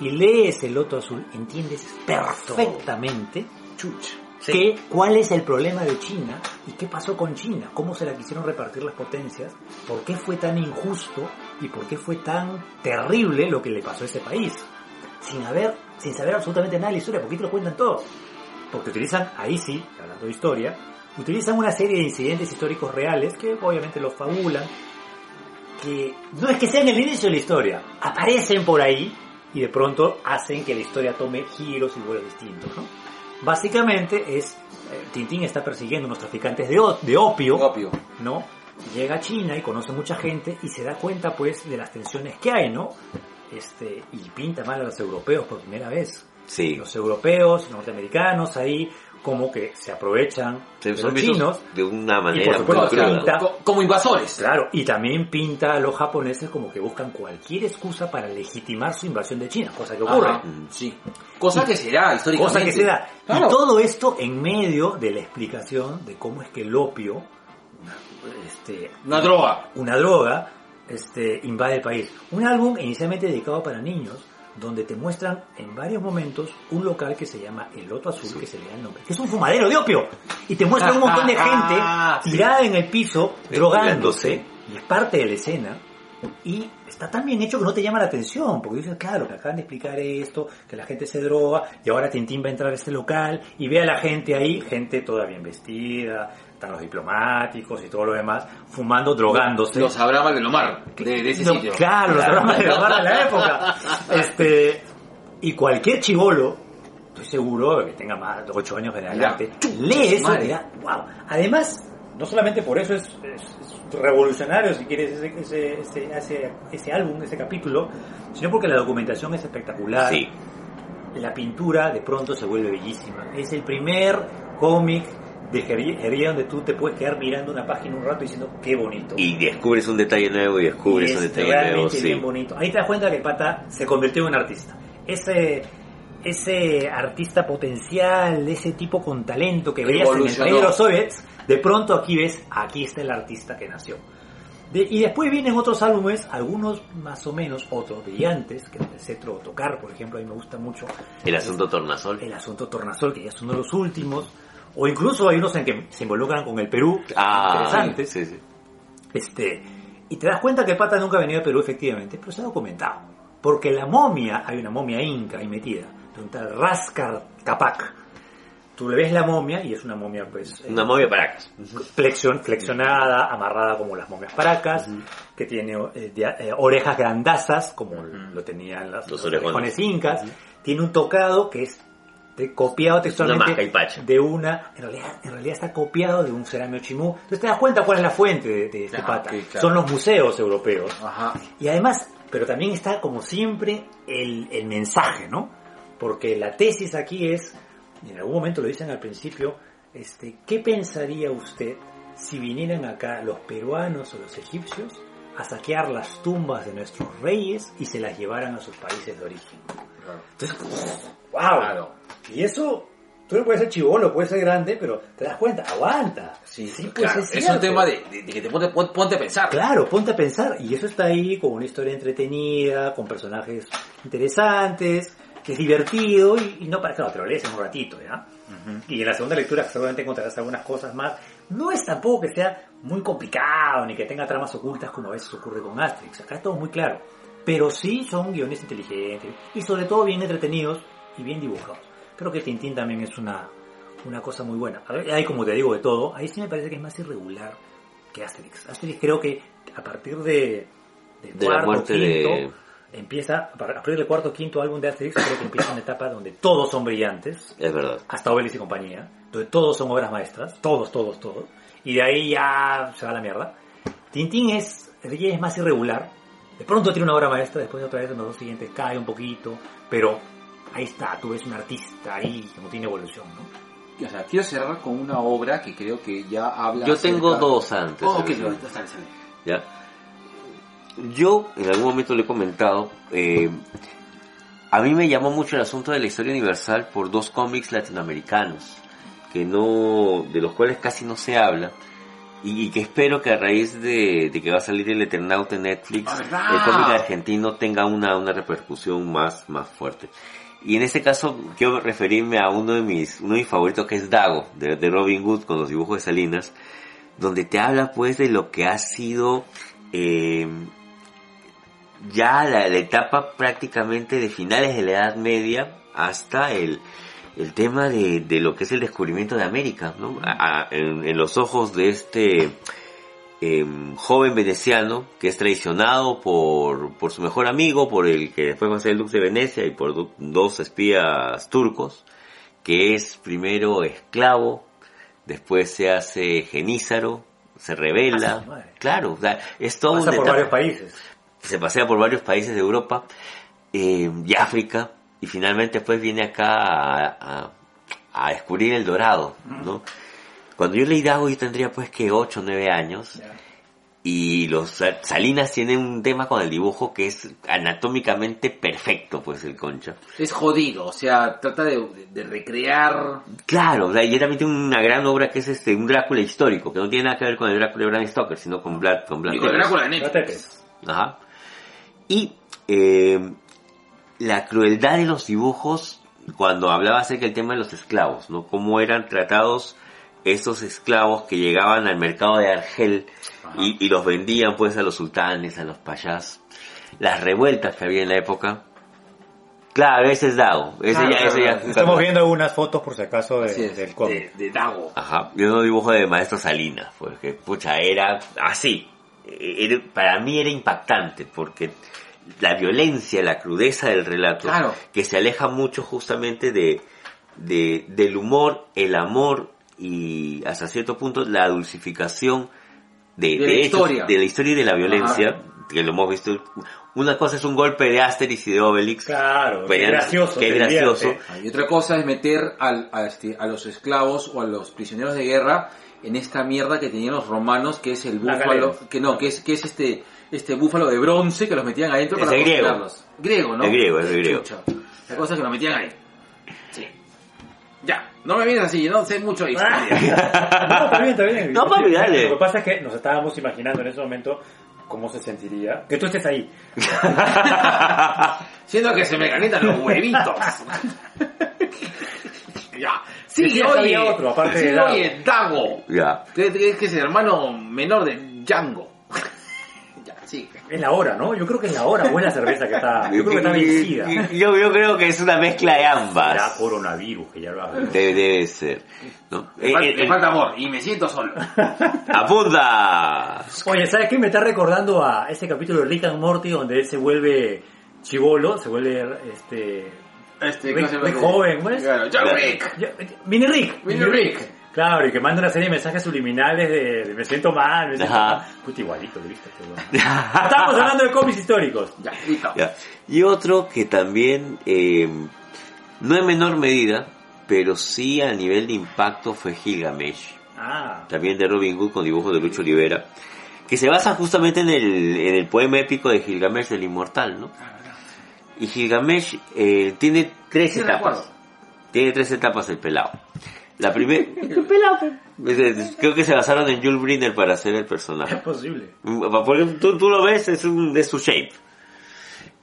[SPEAKER 3] y lees el Loto Azul, entiendes perfectamente
[SPEAKER 2] Sí.
[SPEAKER 3] que, cuál es el problema de China y qué pasó con China, cómo se la quisieron repartir las potencias, por qué fue tan injusto y por qué fue tan terrible lo que le pasó a ese país, sin haber, sin saber absolutamente nada de la historia, porque aquí te lo cuentan todo. Porque utilizan, ahí sí, hablando de historia, utilizan una serie de incidentes históricos reales que obviamente los fabulan, que no es que sean el inicio de la historia, aparecen por ahí y de pronto hacen que la historia tome giros y vuelos distintos, ¿no? Básicamente es, eh, Tintín está persiguiendo unos traficantes de, o- de opio,
[SPEAKER 1] Opio.
[SPEAKER 3] ¿no? Llega a China y conoce mucha gente y se da cuenta pues de las tensiones que hay, ¿no? Este, y pinta mal a los europeos por primera vez.
[SPEAKER 2] Sí.
[SPEAKER 3] Los europeos, los norteamericanos ahí como que se aprovechan
[SPEAKER 2] Se-
[SPEAKER 3] de
[SPEAKER 2] son
[SPEAKER 3] los
[SPEAKER 2] vistos
[SPEAKER 3] chinos
[SPEAKER 2] de una manera
[SPEAKER 3] por supuesto,
[SPEAKER 2] muy
[SPEAKER 3] o sea,
[SPEAKER 2] cruda.
[SPEAKER 3] pinta-
[SPEAKER 1] Co- como invasores.
[SPEAKER 3] Claro, y también pinta a los japoneses como que buscan cualquier excusa para legitimar su invasión de China, cosa que ocurre.
[SPEAKER 1] Ajá, Sí. Cosa que será históricamente.
[SPEAKER 3] mm, Cosa que se da.
[SPEAKER 1] Claro.
[SPEAKER 3] Y todo esto en medio de la explicación de cómo es que el opio, este,
[SPEAKER 1] Una droga.
[SPEAKER 3] una droga, este, invade el país. Un álbum inicialmente dedicado para niños, donde te muestran en varios momentos un local que se llama El Loto Azul, que se le da el nombre, que es un fumadero de opio. Y te muestran un montón de gente
[SPEAKER 1] Ah, sí.
[SPEAKER 3] tirada en el piso,
[SPEAKER 2] Sí,
[SPEAKER 3] drogándose,
[SPEAKER 2] cuidándose.
[SPEAKER 3] y es parte de la escena. Y está tan bien hecho que no te llama la atención, porque dices, claro, que acaban de explicar esto, que la gente se droga, y ahora Tintín va a entrar a este local, y ve a la gente ahí, gente toda bien vestida, están los diplomáticos y todo lo demás, fumando, drogándose.
[SPEAKER 1] Lo sabrá Valvelomar, de, de ese
[SPEAKER 3] No,
[SPEAKER 1] sitio.
[SPEAKER 3] Claro, los programas de grabar de la época. Este, y cualquier chivolo, estoy seguro que tenga más de 8 años en adelante,
[SPEAKER 1] Chu,
[SPEAKER 3] lee eso
[SPEAKER 1] madre.
[SPEAKER 3] y dirá, wow. Además, no solamente por eso es, es- es revolucionario, si quieres, ese, ese, ese, ese- ese álbum, ese capítulo, sino porque la documentación es espectacular.
[SPEAKER 2] Sí.
[SPEAKER 3] La pintura de pronto se vuelve bellísima. Es el primer cómic de Jerry donde tú te puedes quedar mirando una página un rato diciendo, qué bonito.
[SPEAKER 2] Y descubres un detalle nuevo y descubres
[SPEAKER 3] Y
[SPEAKER 2] un
[SPEAKER 3] es
[SPEAKER 2] detalle nuevo,
[SPEAKER 3] realmente
[SPEAKER 2] sí.
[SPEAKER 3] bien bonito. Ahí te das cuenta que el pata se convirtió en un artista. Ese, ese artista potencial, ese tipo con talento que veías en el
[SPEAKER 1] Evolucionó.
[SPEAKER 3] país de los soviets, de pronto aquí ves, aquí está el artista que nació. De- y después vienen otros álbumes, algunos más o menos, otros brillantes, que el cetro tocar, por ejemplo, a mí me gusta mucho
[SPEAKER 2] El asunto tornasol.
[SPEAKER 3] el asunto Tornasol, que ya es uno de los últimos, o incluso hay unos en que se involucran con el Perú,
[SPEAKER 2] Ah,
[SPEAKER 3] interesantes.
[SPEAKER 2] sí, sí.
[SPEAKER 3] Este, y te das cuenta que el pata nunca ha venido a Perú, efectivamente, pero se ha documentado. Porque la momia, hay una momia inca ahí metida, de un tal Raskar Capac. Tú le ves la momia y es una momia, pues, eh,
[SPEAKER 2] Una momia paracas.
[SPEAKER 3] flexion- flexionada, amarrada como las momias paracas, que tiene eh, dia- eh, orejas grandazas, como lo tenían las,
[SPEAKER 2] Los
[SPEAKER 3] los,
[SPEAKER 2] orejones.
[SPEAKER 3] orejones incas. Tiene un tocado que es te- copiado textualmente
[SPEAKER 2] maja y pacha.
[SPEAKER 3] de una, en realidad, en realidad está copiado de un ceramio chimú. Entonces te das cuenta cuál es la fuente de, de este
[SPEAKER 1] Ah,
[SPEAKER 3] pata.
[SPEAKER 1] ok, claro.
[SPEAKER 3] Son los museos europeos.
[SPEAKER 1] Ajá.
[SPEAKER 3] Y además, pero también está como siempre el, el mensaje, ¿no? Porque la tesis aquí es, y en algún momento lo dicen al principio, este, ¿qué pensaría usted si vinieran acá los peruanos o los egipcios a saquear las tumbas de nuestros reyes y se las llevaran a sus países de origen? ¡Wow!
[SPEAKER 1] Claro.
[SPEAKER 3] Y eso, tú no puedes ser chivolo, puedes ser grande, pero te das cuenta, aguanta.
[SPEAKER 1] Sí,
[SPEAKER 3] pues,
[SPEAKER 1] claro.
[SPEAKER 3] es
[SPEAKER 1] es un
[SPEAKER 3] cierto.
[SPEAKER 1] tema de, de- de que te ponte, pon- ponte a pensar.
[SPEAKER 3] Claro, ponte a pensar. Y eso está ahí con una historia entretenida, con personajes interesantes, que es divertido y, y no para... Claro, te lo lees en un ratito, ¿ya? Y en la segunda lectura seguramente encontrarás algunas cosas más. No es tampoco que sea muy complicado ni que tenga tramas ocultas como a veces ocurre con Asterix. Acá es todo muy claro. Pero sí son guiones inteligentes y sobre todo bien entretenidos y bien dibujados. Creo que Tintín también es una, una cosa muy buena. A ver, hay como te digo de todo. Ahí sí me parece que es más irregular que Asterix. Asterix creo que a partir de, del
[SPEAKER 2] De la
[SPEAKER 3] cuarto,
[SPEAKER 2] muerte
[SPEAKER 3] quinto,
[SPEAKER 2] de-
[SPEAKER 3] empieza, a partir del cuarto, quinto álbum de Asterix creo que empieza una etapa donde todos son brillantes
[SPEAKER 2] Es verdad.
[SPEAKER 3] hasta Obelix y compañía, donde todos son obras maestras, todos, todos, todos, y de ahí ya se va a la mierda. Tintín es, el DJ es más irregular, de pronto tiene una obra maestra, después otra vez en los dos siguientes cae un poquito, pero ahí está, tú ves un artista ahí que no tiene evolución, ¿no?
[SPEAKER 1] O sea, quiero cerrar con una obra que creo que ya habla.
[SPEAKER 2] Yo tengo
[SPEAKER 1] acerca-
[SPEAKER 2] dos antes.
[SPEAKER 1] Oh, ok,
[SPEAKER 2] Alessandro.
[SPEAKER 1] no, sale, sale.
[SPEAKER 2] ¿ya? Yo en algún momento lo he comentado, eh, a mí me llamó mucho el asunto de la historia universal por dos cómics latinoamericanos, que no, de los cuales casi no se habla, y, y que espero que a raíz de, de que va a salir el Eternauta en Netflix,
[SPEAKER 1] Ah, ¿verdad?
[SPEAKER 2] el cómic argentino tenga una, una repercusión más, más fuerte. Y en este caso quiero referirme a uno de mis, uno de mis favoritos que es Dago, de, de Robin Hood con los dibujos de Salinas, donde te habla pues de lo que ha sido eh, ya la, la etapa prácticamente de finales de la Edad Media hasta el, el tema de, de lo que es el descubrimiento de América, ¿no? A- a- en, en los ojos de este eh, joven veneciano que es traicionado por, por su mejor amigo, por el que después va a ser el Dux de Venecia y por du- dos espías turcos, que es primero esclavo, después se hace genízaro, se
[SPEAKER 3] Ah, su
[SPEAKER 2] revela.
[SPEAKER 3] madre.
[SPEAKER 2] Claro, o sea, es todo
[SPEAKER 3] Pasa
[SPEAKER 2] un
[SPEAKER 3] por
[SPEAKER 2] etapa-
[SPEAKER 3] varios países.
[SPEAKER 2] se pasea por varios países de Europa eh, y África y finalmente después viene acá a, a- a descubrir el dorado, ¿no? Cuando yo leí Dago yo tendría pues que 8 o 9 años y los Sa- Salinas tienen un tema con el dibujo que es anatómicamente perfecto pues el concha.
[SPEAKER 1] Es jodido, o sea, trata de, de- de recrear...
[SPEAKER 2] Claro, o sea, y él también tiene una gran obra que es este un Drácula histórico, que no tiene nada que ver con el Drácula de Bram Stoker, sino con Vlad con Vlad
[SPEAKER 1] Digo, el
[SPEAKER 2] Tepes.
[SPEAKER 1] Drácula de Netflix.
[SPEAKER 2] Ajá. Y eh, la crueldad de los dibujos, cuando hablaba acerca del tema de los esclavos, ¿no? Cómo eran tratados esos esclavos que llegaban al mercado de Argel y, y los vendían pues a los sultanes, a los payás. Las revueltas que había en la época. Claro, ese es Dago. Ese
[SPEAKER 1] Claro,
[SPEAKER 2] ya, ese
[SPEAKER 1] claro,
[SPEAKER 2] ya-
[SPEAKER 3] Estamos viendo algunas fotos, por si acaso, de-
[SPEAKER 1] Así es,
[SPEAKER 3] del cómic.
[SPEAKER 1] de, de Dago.
[SPEAKER 2] Ajá, yo no dibujo de maestro Salinas, porque pucha, era así. Era- para mí era impactante, porque la violencia, la crudeza del relato,
[SPEAKER 1] Claro.
[SPEAKER 2] que se aleja mucho justamente de, de- del humor, el amor y hasta cierto punto la dulcificación de,
[SPEAKER 1] De la
[SPEAKER 2] hechos,
[SPEAKER 1] historia.
[SPEAKER 2] de la historia y de la violencia, que lo hemos visto. Una cosa es un golpe de Asterix y de Obelix,
[SPEAKER 3] Claro, qué
[SPEAKER 2] Pero-
[SPEAKER 3] gracioso.
[SPEAKER 2] qué
[SPEAKER 3] te ¿eh?
[SPEAKER 2] gracioso.
[SPEAKER 3] divierte.
[SPEAKER 1] Ah, Y otra cosa es meter al, a, este- a los esclavos o a los prisioneros de guerra en esta mierda que tenían los romanos, que es el
[SPEAKER 3] La
[SPEAKER 1] búfalo,
[SPEAKER 3] galera.
[SPEAKER 1] que no, que es, que es este, este búfalo de bronce que los metían adentro
[SPEAKER 2] Es
[SPEAKER 1] para
[SPEAKER 2] el griego.
[SPEAKER 1] cocinarlos. Griego, ¿no?
[SPEAKER 2] Es griego, es griego.
[SPEAKER 1] Chucha. La cosa es que lo metían ahí. Sí. Ya, no me vienes así, yo no sé mucho de historia.
[SPEAKER 3] No, está bien, está bien.
[SPEAKER 2] No, papi, dale.
[SPEAKER 3] Lo que pasa es que nos estábamos imaginando en ese momento cómo se sentiría que tú estés ahí.
[SPEAKER 1] Siento que se me calientan los huevitos. ya. Sí,
[SPEAKER 3] Decías
[SPEAKER 1] oye.
[SPEAKER 3] había otro, aparte
[SPEAKER 1] sí,
[SPEAKER 3] de Dago.
[SPEAKER 1] oye, Dago.
[SPEAKER 2] ya,
[SPEAKER 1] Que, que- que es el hermano menor de Django. ya, sí.
[SPEAKER 3] Es la hora, ¿no? Yo creo que es la hora. Buena cerveza que está. Yo creo que está vencida.
[SPEAKER 2] Yo, yo creo que es una mezcla de ambas.
[SPEAKER 3] Era coronavirus, que ya lo hablamos.
[SPEAKER 2] Debe, debe ser. No.
[SPEAKER 1] Me,
[SPEAKER 2] Eh,
[SPEAKER 1] fal-
[SPEAKER 2] eh,
[SPEAKER 1] me
[SPEAKER 2] eh,
[SPEAKER 1] falta amor y me siento solo.
[SPEAKER 2] ¡Apunta!
[SPEAKER 3] Oye, ¿sabes qué? Me está recordando a ese capítulo de Rick and Morty donde él se vuelve chivolo, se vuelve este.
[SPEAKER 1] Este,
[SPEAKER 3] Rick-
[SPEAKER 1] ¿cómo se llama?
[SPEAKER 3] Rick joven, ¿cómo es?
[SPEAKER 1] Claro, John
[SPEAKER 2] Claro.
[SPEAKER 1] Rick.
[SPEAKER 3] Ya, Mini Rick.
[SPEAKER 1] Mini Rick.
[SPEAKER 3] Claro, y que manda una serie de mensajes subliminales de, de me siento mal, me siento
[SPEAKER 2] Ajá.
[SPEAKER 3] mal. Puta, igualito, lo viste, este weón. Estamos hablando de cómics históricos.
[SPEAKER 1] Ya, listo.
[SPEAKER 2] Ya. Y otro que también, eh, no en menor medida, pero sí a nivel de impacto fue Gilgamesh.
[SPEAKER 3] Ah,
[SPEAKER 2] También de Robin Hood con dibujos de Lucho Olivera. Que se basa justamente en el, en el poema épico de Gilgamesh, del inmortal, ¿no? Y Gilgamesh eh, tiene tres
[SPEAKER 1] Sí,
[SPEAKER 2] etapas.
[SPEAKER 1] recuerdo.
[SPEAKER 2] Tiene tres etapas el pelado. La primera... Creo que se basaron en Jules Briner para hacer el personaje.
[SPEAKER 3] es posible.
[SPEAKER 2] Porque tú, tú lo ves, es, un, es su shape.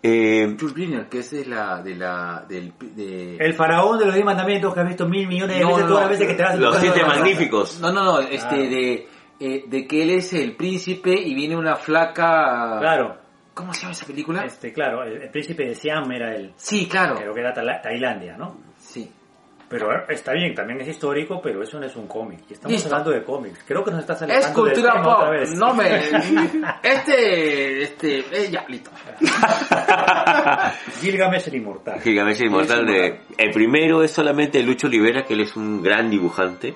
[SPEAKER 2] Eh,
[SPEAKER 1] Jules Briner, que es de la, de la, del, de...
[SPEAKER 3] El faraón de los 10 mandamientos que has visto mil millones de
[SPEAKER 1] No,
[SPEAKER 3] veces
[SPEAKER 1] no,
[SPEAKER 3] todas
[SPEAKER 1] no.
[SPEAKER 3] las veces que te vas a tu
[SPEAKER 2] los
[SPEAKER 3] casa Ah.
[SPEAKER 2] siete
[SPEAKER 3] de la rosa.
[SPEAKER 2] magníficos.
[SPEAKER 1] No, no, no, este,
[SPEAKER 3] Claro.
[SPEAKER 1] de, eh, de que él es el príncipe y viene una flaca...
[SPEAKER 3] Claro,
[SPEAKER 1] ¿Cómo se llama esa película?
[SPEAKER 3] este, claro, el, el príncipe de Siam era el,
[SPEAKER 1] Sí, claro.
[SPEAKER 3] creo que era Tala- Tailandia, ¿no?
[SPEAKER 1] Sí.
[SPEAKER 3] Pero eh, está bien, también es histórico, pero eso no es un cómic. Y estamos
[SPEAKER 1] Listo.
[SPEAKER 3] hablando de cómics. Creo que nos estás alejando
[SPEAKER 1] Es cultura
[SPEAKER 3] del tema
[SPEAKER 1] pop,
[SPEAKER 3] otra vez.
[SPEAKER 1] no me... Este, este, eh, ya, listo.
[SPEAKER 3] Gilgamesh el inmortal.
[SPEAKER 2] Gilgamesh Inmortal. De, el primero es solamente Lucho Olivera, que él es un gran dibujante.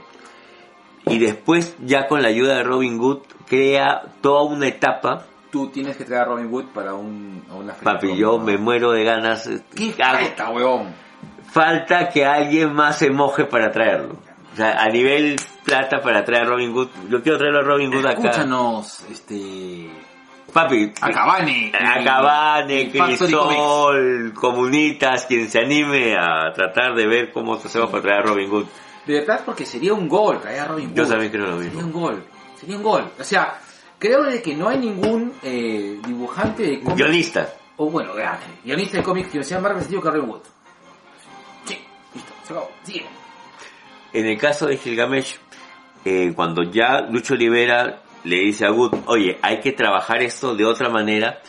[SPEAKER 2] Y después, ya con la ayuda de Robin Hood, crea toda una etapa.
[SPEAKER 1] Tú tienes que traer a Robin Hood para un, a una fiesta.
[SPEAKER 2] Papi, yo me muero de ganas.
[SPEAKER 1] ¿Qué
[SPEAKER 2] Hago-
[SPEAKER 1] esta, huevón?
[SPEAKER 2] falta que alguien más se moje para traerlo. O sea, a nivel plata para traer a Robin Hood. Yo quiero traerlo a Robin Hood acá.
[SPEAKER 1] Escúchanos, este...
[SPEAKER 2] Papi,
[SPEAKER 1] A Cavani.
[SPEAKER 2] A Cabane,
[SPEAKER 1] Factory Comics.
[SPEAKER 2] Crisol, Comunitas, quien se anime a tratar de ver cómo se va a traer a Robin Hood.
[SPEAKER 1] De verdad, porque sería un gol traer a Robin Hood.
[SPEAKER 2] Yo también creo lo mismo.
[SPEAKER 1] Sería un gol. Sería un gol. O sea, creo de que no hay ningún eh, dibujante de cómic...
[SPEAKER 2] Guionista.
[SPEAKER 1] O bueno, grande. Guionista de cómics que sea más representativo que Robin Wood. Sí, listo. Se acabó. Sigue.
[SPEAKER 2] En el caso de Gilgamesh, eh, cuando ya Lucho Olivera le dice a Good, oye, hay que trabajar esto de otra manera,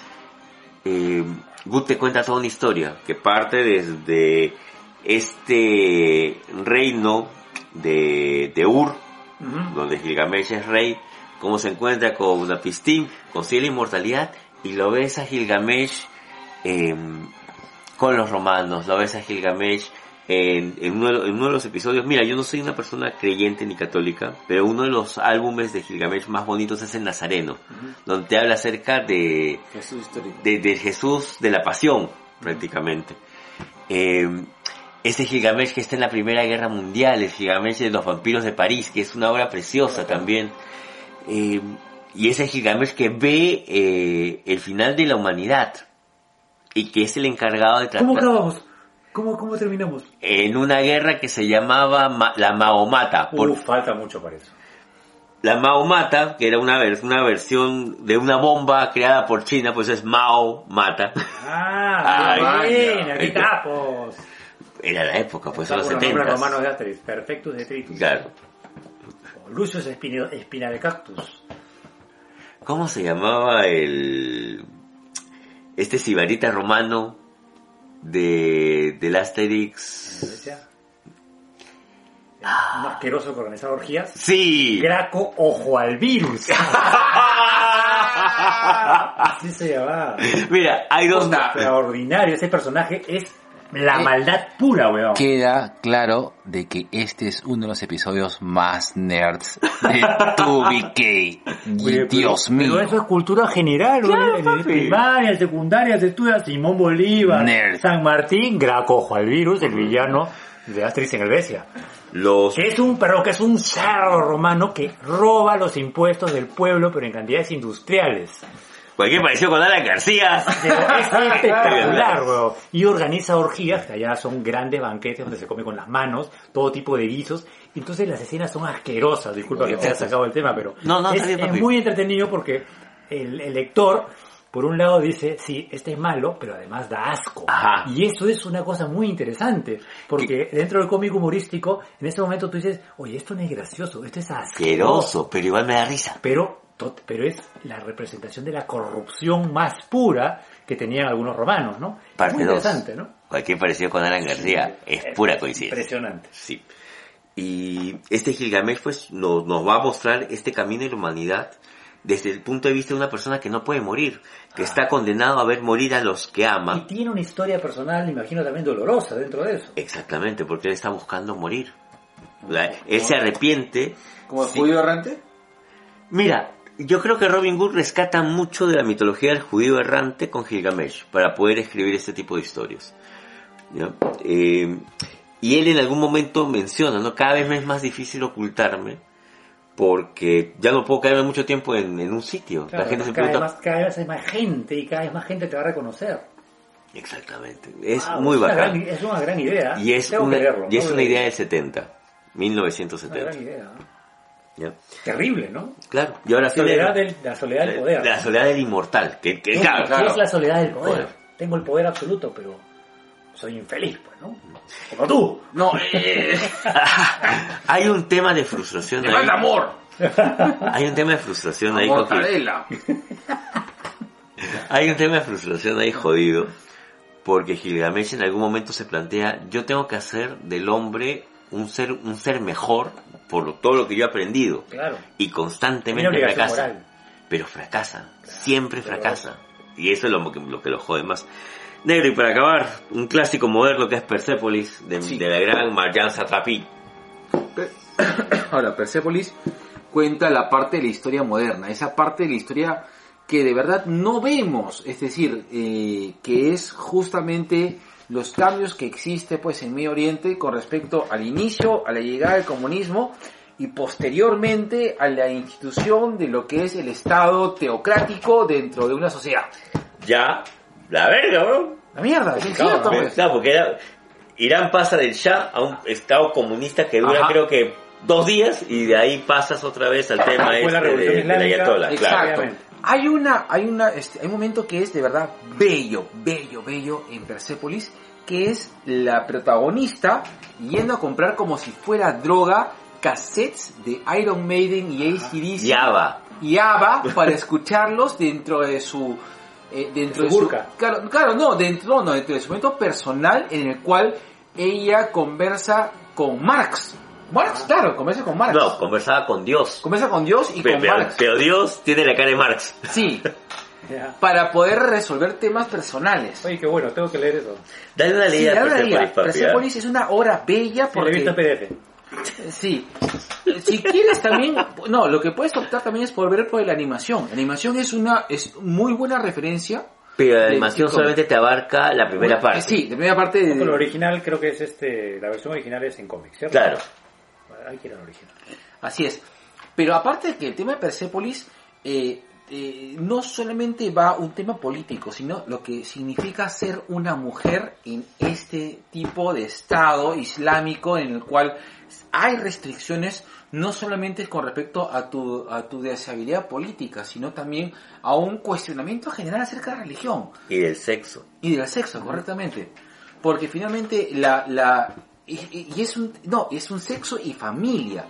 [SPEAKER 2] eh, Good te cuenta toda una historia que parte desde este reino de, de Ur,
[SPEAKER 3] Ujú.
[SPEAKER 2] donde Gilgamesh es rey, cómo se encuentra con una pistín, consigue la inmortalidad y lo ves a Gilgamesh eh, con los romanos, lo ves a Gilgamesh en, en uno, de lo- en uno de los episodios. Mira, yo no soy una persona creyente ni católica, pero uno de los álbumes de Gilgamesh más bonitos es el Nazareno, donde te habla acerca de,
[SPEAKER 1] Jesús histórico.
[SPEAKER 2] de, de Jesús de la pasión, prácticamente. Eh, ese Gilgamesh que está en la Primera Guerra Mundial, el Gilgamesh de los vampiros de París, que es una obra preciosa también. Eh, y ese Gilgamesh que ve eh, el final de la humanidad y que es el encargado de tratar
[SPEAKER 3] ¿Cómo acabamos? ¿Cómo, cómo terminamos?
[SPEAKER 2] en una guerra que se llamaba Ma- la Maomata. Por,
[SPEAKER 3] Uf, falta mucho para eso.
[SPEAKER 2] La Maomata, que era una, vers- una versión de una bomba creada por China, pues es Mao Mata.
[SPEAKER 3] Ah,
[SPEAKER 2] Ay,
[SPEAKER 3] bien,
[SPEAKER 2] ya.
[SPEAKER 3] aquí tapos.
[SPEAKER 2] Era la época, pues en
[SPEAKER 3] Con
[SPEAKER 2] los
[SPEAKER 3] los nombres
[SPEAKER 2] 70.
[SPEAKER 3] romanos de Asterix, perfectus detritus.
[SPEAKER 2] Claro.
[SPEAKER 3] Lucius Espino- Espina de Cactus.
[SPEAKER 2] ¿Cómo se llamaba el. Este sibarita romano de, del Asterix?
[SPEAKER 3] Venecia. Un asqueroso que organizaba orgías.
[SPEAKER 2] Ah. Sí,
[SPEAKER 3] Graco Ojo al Virus. Así se llamaba.
[SPEAKER 2] mira, hay dos.
[SPEAKER 3] Extraordinario, ese personaje es la
[SPEAKER 2] Eh,
[SPEAKER 3] maldad pura, weón.
[SPEAKER 6] Queda claro de que este es uno de los episodios más nerds de 2BK.
[SPEAKER 3] Oye, pero-
[SPEAKER 6] Dios mío.
[SPEAKER 3] Pero eso es cultura general, güey. En primaria, secundaria, se estudia Simón Bolívar,
[SPEAKER 6] Nerd. Mm.
[SPEAKER 3] San Martín, Graco ojo al virus, el villano de Asterix en Helvecia.
[SPEAKER 2] Los.
[SPEAKER 3] Que es un perro, que es un cerro romano que roba los impuestos del pueblo, pero en cantidades industriales.
[SPEAKER 2] Cualquier parecido con Alan García.
[SPEAKER 3] Pero es espectacular, weón. Y organiza orgías, que allá son grandes banquetes donde se come con las manos, todo tipo de guisos. Y Entonces las escenas son asquerosas, disculpa que te haya sacado el tema, pero
[SPEAKER 2] No, no,
[SPEAKER 3] es,
[SPEAKER 2] está bien,
[SPEAKER 3] es
[SPEAKER 2] papi.
[SPEAKER 3] muy entretenido porque el, el lector, por un lado, dice, sí, este es malo, pero además da asco.
[SPEAKER 2] Ajá.
[SPEAKER 3] Y eso es una cosa muy interesante, porque dentro del cómic humorístico, en ese momento tú dices, oye, esto no es gracioso, esto es asqueroso
[SPEAKER 2] Asqueroso, pero igual me da risa.
[SPEAKER 3] pero, tot- pero es la representación de la corrupción más pura que tenían algunos romanos, ¿no?
[SPEAKER 2] Parte
[SPEAKER 3] Muy
[SPEAKER 2] 2.
[SPEAKER 3] interesante, ¿no?
[SPEAKER 2] Cualquier parecido con Alan García es pura coincidencia.
[SPEAKER 3] Impresionante.
[SPEAKER 2] Sí. Y este Gilgamesh pues nos, nos va a mostrar este camino de la humanidad desde el punto de vista de una persona que no puede morir, que está condenado a ver morir a los que
[SPEAKER 3] Y
[SPEAKER 2] ama.
[SPEAKER 3] tiene una historia personal, me imagino, también dolorosa dentro de eso.
[SPEAKER 2] Exactamente, porque él está buscando morir. O sea, Él se arrepiente.
[SPEAKER 1] ¿Como
[SPEAKER 2] Sí.
[SPEAKER 1] judío errante?
[SPEAKER 2] Mira, yo creo que Robin Hood rescata mucho de la mitología del judío errante con Gilgamesh para poder escribir este tipo de historias. ¿ya? Eh, y él en algún momento menciona, ¿no? Cada vez me es más difícil ocultarme porque ya no puedo quedarme mucho tiempo en, en un sitio.
[SPEAKER 3] Claro,
[SPEAKER 2] la gente se
[SPEAKER 3] cada, vez
[SPEAKER 2] pregunta...
[SPEAKER 3] más, cada vez hay más gente y cada vez más gente te va a reconocer.
[SPEAKER 2] Exactamente. Es
[SPEAKER 3] Wow,
[SPEAKER 2] muy
[SPEAKER 3] es una
[SPEAKER 2] bacán.
[SPEAKER 3] gran- es una gran idea.
[SPEAKER 2] Y es,
[SPEAKER 3] Tengo que
[SPEAKER 2] una,
[SPEAKER 3] leerlo,
[SPEAKER 2] y es
[SPEAKER 3] ¿no?
[SPEAKER 2] una idea del 70,
[SPEAKER 3] Una gran
[SPEAKER 2] 1970.
[SPEAKER 3] idea. ¿no?
[SPEAKER 2] ¿ya?
[SPEAKER 3] Terrible, ¿no?
[SPEAKER 2] Claro. Y ahora
[SPEAKER 3] La
[SPEAKER 2] sí...
[SPEAKER 3] soledad, del, la soledad del poder.
[SPEAKER 2] La soledad del inmortal. Que, que-
[SPEAKER 3] ¿Qué
[SPEAKER 2] claro,
[SPEAKER 3] ¿Qué es la soledad del poder?
[SPEAKER 2] Poder.
[SPEAKER 3] Tengo el poder absoluto, pero soy infeliz, pues, ¿no? Como tú.
[SPEAKER 1] No, eh,
[SPEAKER 2] Hay un tema de frustración
[SPEAKER 1] te
[SPEAKER 2] ahí.
[SPEAKER 1] falta amor.
[SPEAKER 2] Hay un tema de frustración ahí. con Gil-
[SPEAKER 1] Mortadela.
[SPEAKER 2] Hay un tema de frustración ahí jodido. Porque Gilgamesh en algún momento se plantea, yo tengo que hacer del hombre un ser, un ser mejor por lo- todo lo que yo he aprendido.
[SPEAKER 3] Claro.
[SPEAKER 2] Y
[SPEAKER 3] Tiene
[SPEAKER 2] constantemente
[SPEAKER 3] obligación
[SPEAKER 2] fracasa.
[SPEAKER 3] moral.
[SPEAKER 2] Pero fracasa. Siempre
[SPEAKER 3] pero-
[SPEAKER 2] fracasa. Y eso es lo que lo, que lo jode más. Negro, y para acabar, un clásico moderno que es Persepolis, de,
[SPEAKER 1] Sí.
[SPEAKER 2] de la gran Marjan Satrapi.
[SPEAKER 1] Ahora, Persepolis cuenta la parte de la historia moderna, esa parte de la historia que de verdad no vemos, es decir, eh, que es justamente los cambios que existe pues en Medio Oriente con respecto al inicio, a la llegada del comunismo y posteriormente a la institución de lo que es el Estado teocrático dentro de una sociedad.
[SPEAKER 2] Ya, la verga, bro.
[SPEAKER 1] La mierda, es cierto,
[SPEAKER 2] Claro,
[SPEAKER 1] pues.
[SPEAKER 2] claro, porque era- Irán pasa del Shah a un estado comunista que dura
[SPEAKER 1] Ajá.
[SPEAKER 2] creo que dos días y de ahí pasas otra vez al tema
[SPEAKER 3] Fue
[SPEAKER 2] este
[SPEAKER 3] la
[SPEAKER 2] de,
[SPEAKER 3] Revolución
[SPEAKER 2] de la
[SPEAKER 3] Islámica.
[SPEAKER 2] Ayatollah, claro.
[SPEAKER 1] Exacto. Hay una, hay una, este, hay un momento que es de verdad bello, bello, bello en Persepolis, que es la protagonista yendo a comprar como si fuera droga cassettes de Iron Maiden y ACDC
[SPEAKER 2] Ya va.
[SPEAKER 1] y ABBA para escucharlos dentro de su eh, dentro
[SPEAKER 3] De
[SPEAKER 1] de
[SPEAKER 3] su
[SPEAKER 1] su,
[SPEAKER 3] burka.
[SPEAKER 1] claro, claro, no, dentro no, dentro de su momento personal en el cual ella conversa con Marx Marx, claro, conversa con Marx.
[SPEAKER 2] No, conversaba con Dios.
[SPEAKER 1] Conversa con Dios y
[SPEAKER 2] Pe-
[SPEAKER 1] con
[SPEAKER 2] Pero,
[SPEAKER 1] Marx.
[SPEAKER 2] pero Dios tiene la cara de Marx.
[SPEAKER 1] Sí, para poder resolver temas personales.
[SPEAKER 3] Oye, qué bueno, tengo que leer eso.
[SPEAKER 2] Dale una
[SPEAKER 1] Sí,
[SPEAKER 2] leída a
[SPEAKER 1] dale la idea.
[SPEAKER 2] Persepolis, papi. ¿ah?
[SPEAKER 1] Persepolis es una obra bella
[SPEAKER 3] Por
[SPEAKER 1] porque...
[SPEAKER 3] revista PDF.
[SPEAKER 1] Sí. Si quieres también, no, lo que puedes optar también es por ver por la animación. La animación es una es muy buena referencia.
[SPEAKER 2] ¿ah? Pero la
[SPEAKER 1] de-
[SPEAKER 2] animación
[SPEAKER 1] con-
[SPEAKER 2] solamente te abarca la primera parte.
[SPEAKER 1] Sí, la primera parte de-
[SPEAKER 3] Con lo original creo que es este, la versión original es en cómic, ¿cierto?
[SPEAKER 2] Claro.
[SPEAKER 3] Hay que ir al original.
[SPEAKER 1] Así es. Pero aparte de que el tema de Persepolis eh, eh, no solamente va un tema político, sino lo que significa ser una mujer en este tipo de Estado islámico en el cual hay restricciones no solamente con respecto a tu, a tu deseabilidad política, sino también a un cuestionamiento general acerca de la religión
[SPEAKER 2] Y del sexo.
[SPEAKER 1] y del sexo, correctamente. Porque finalmente la, la y, y- y es un no, es un sexo y familia.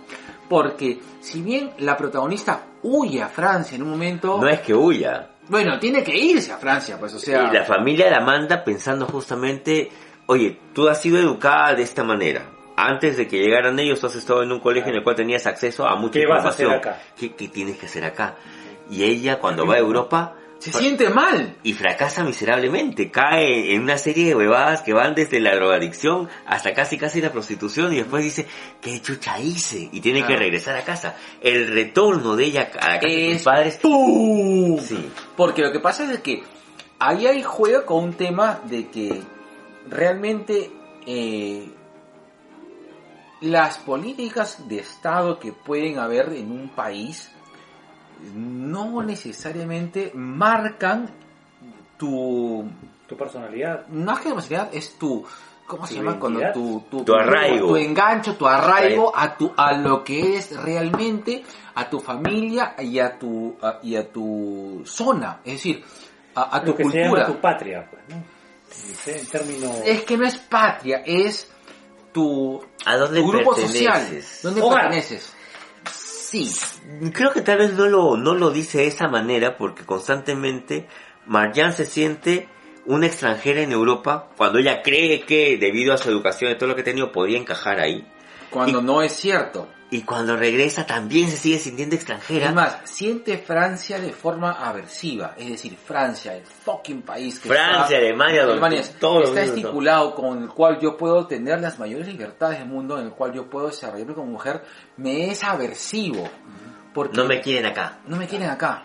[SPEAKER 1] Porque si bien la protagonista huye a Francia en un momento,
[SPEAKER 2] No es que huya.
[SPEAKER 1] bueno, tiene que irse a Francia, pues o sea,
[SPEAKER 2] Y la familia la manda pensando justamente, oye, tú has sido educada de esta manera. Antes de que llegaran ellos, tú has estado en un colegio en el cual tenías acceso a mucha
[SPEAKER 3] ¿Qué vas a hacer
[SPEAKER 2] información.
[SPEAKER 3] acá?
[SPEAKER 2] ¿Qué, qué tienes que hacer acá? Y ella, cuando va a Europa,
[SPEAKER 1] se
[SPEAKER 2] fra-
[SPEAKER 1] siente mal.
[SPEAKER 2] y fracasa miserablemente. Cae en una serie de huevadas que van desde la drogadicción hasta casi casi la prostitución y después dice, ¿qué chucha hice? Y tiene que
[SPEAKER 1] Claro.
[SPEAKER 2] regresar a casa. El retorno de ella a la casa de
[SPEAKER 1] Es
[SPEAKER 2] sus padres...
[SPEAKER 1] ¡pum!
[SPEAKER 2] Sí.
[SPEAKER 1] Porque lo que pasa es que ahí hay juega con un tema de que realmente eh, las políticas de Estado que pueden haber en un país no necesariamente marcan tu...
[SPEAKER 3] Tu personalidad.
[SPEAKER 1] No es que la personalidad, es tu... ¿Cómo se
[SPEAKER 3] Tu
[SPEAKER 1] llama? Cuando
[SPEAKER 3] identidad.
[SPEAKER 1] tu,
[SPEAKER 2] Tu arraigo.
[SPEAKER 1] Tu engancho, tu arraigo a, tu, a lo que es realmente, a tu familia y a tu, a- y a tu zona. Es decir, a, a tu
[SPEAKER 3] lo que se
[SPEAKER 1] cultura.
[SPEAKER 3] llama tu patria, pues, ¿no? Dice, En términos...
[SPEAKER 1] Es que no es patria, es tu,
[SPEAKER 2] ¿A dónde
[SPEAKER 1] tu grupo social.
[SPEAKER 2] perteneces?
[SPEAKER 1] ¿Dónde
[SPEAKER 3] Hogar.
[SPEAKER 1] perteneces? Sí.
[SPEAKER 2] Creo que tal vez no lo, no lo dice de esa manera porque constantemente Marjan se siente una extranjera en Europa cuando ella cree que debido a su educación y todo lo que ha tenido podía encajar ahí.
[SPEAKER 1] Cuando no es cierto.
[SPEAKER 2] Y cuando regresa también se sigue sintiendo extranjera.
[SPEAKER 1] Es más, siente Francia de forma aversiva. Es decir, Francia, el fucking país que
[SPEAKER 2] Francia,
[SPEAKER 1] está,
[SPEAKER 2] Alemania, donde
[SPEAKER 1] es-
[SPEAKER 2] todo el
[SPEAKER 1] está
[SPEAKER 2] mundo-
[SPEAKER 1] estipulado con el cual yo puedo tener las mayores libertades del mundo, en el cual yo puedo desarrollarme como mujer, me es aversivo. Porque
[SPEAKER 2] No me quieren acá.
[SPEAKER 1] no me quieren acá.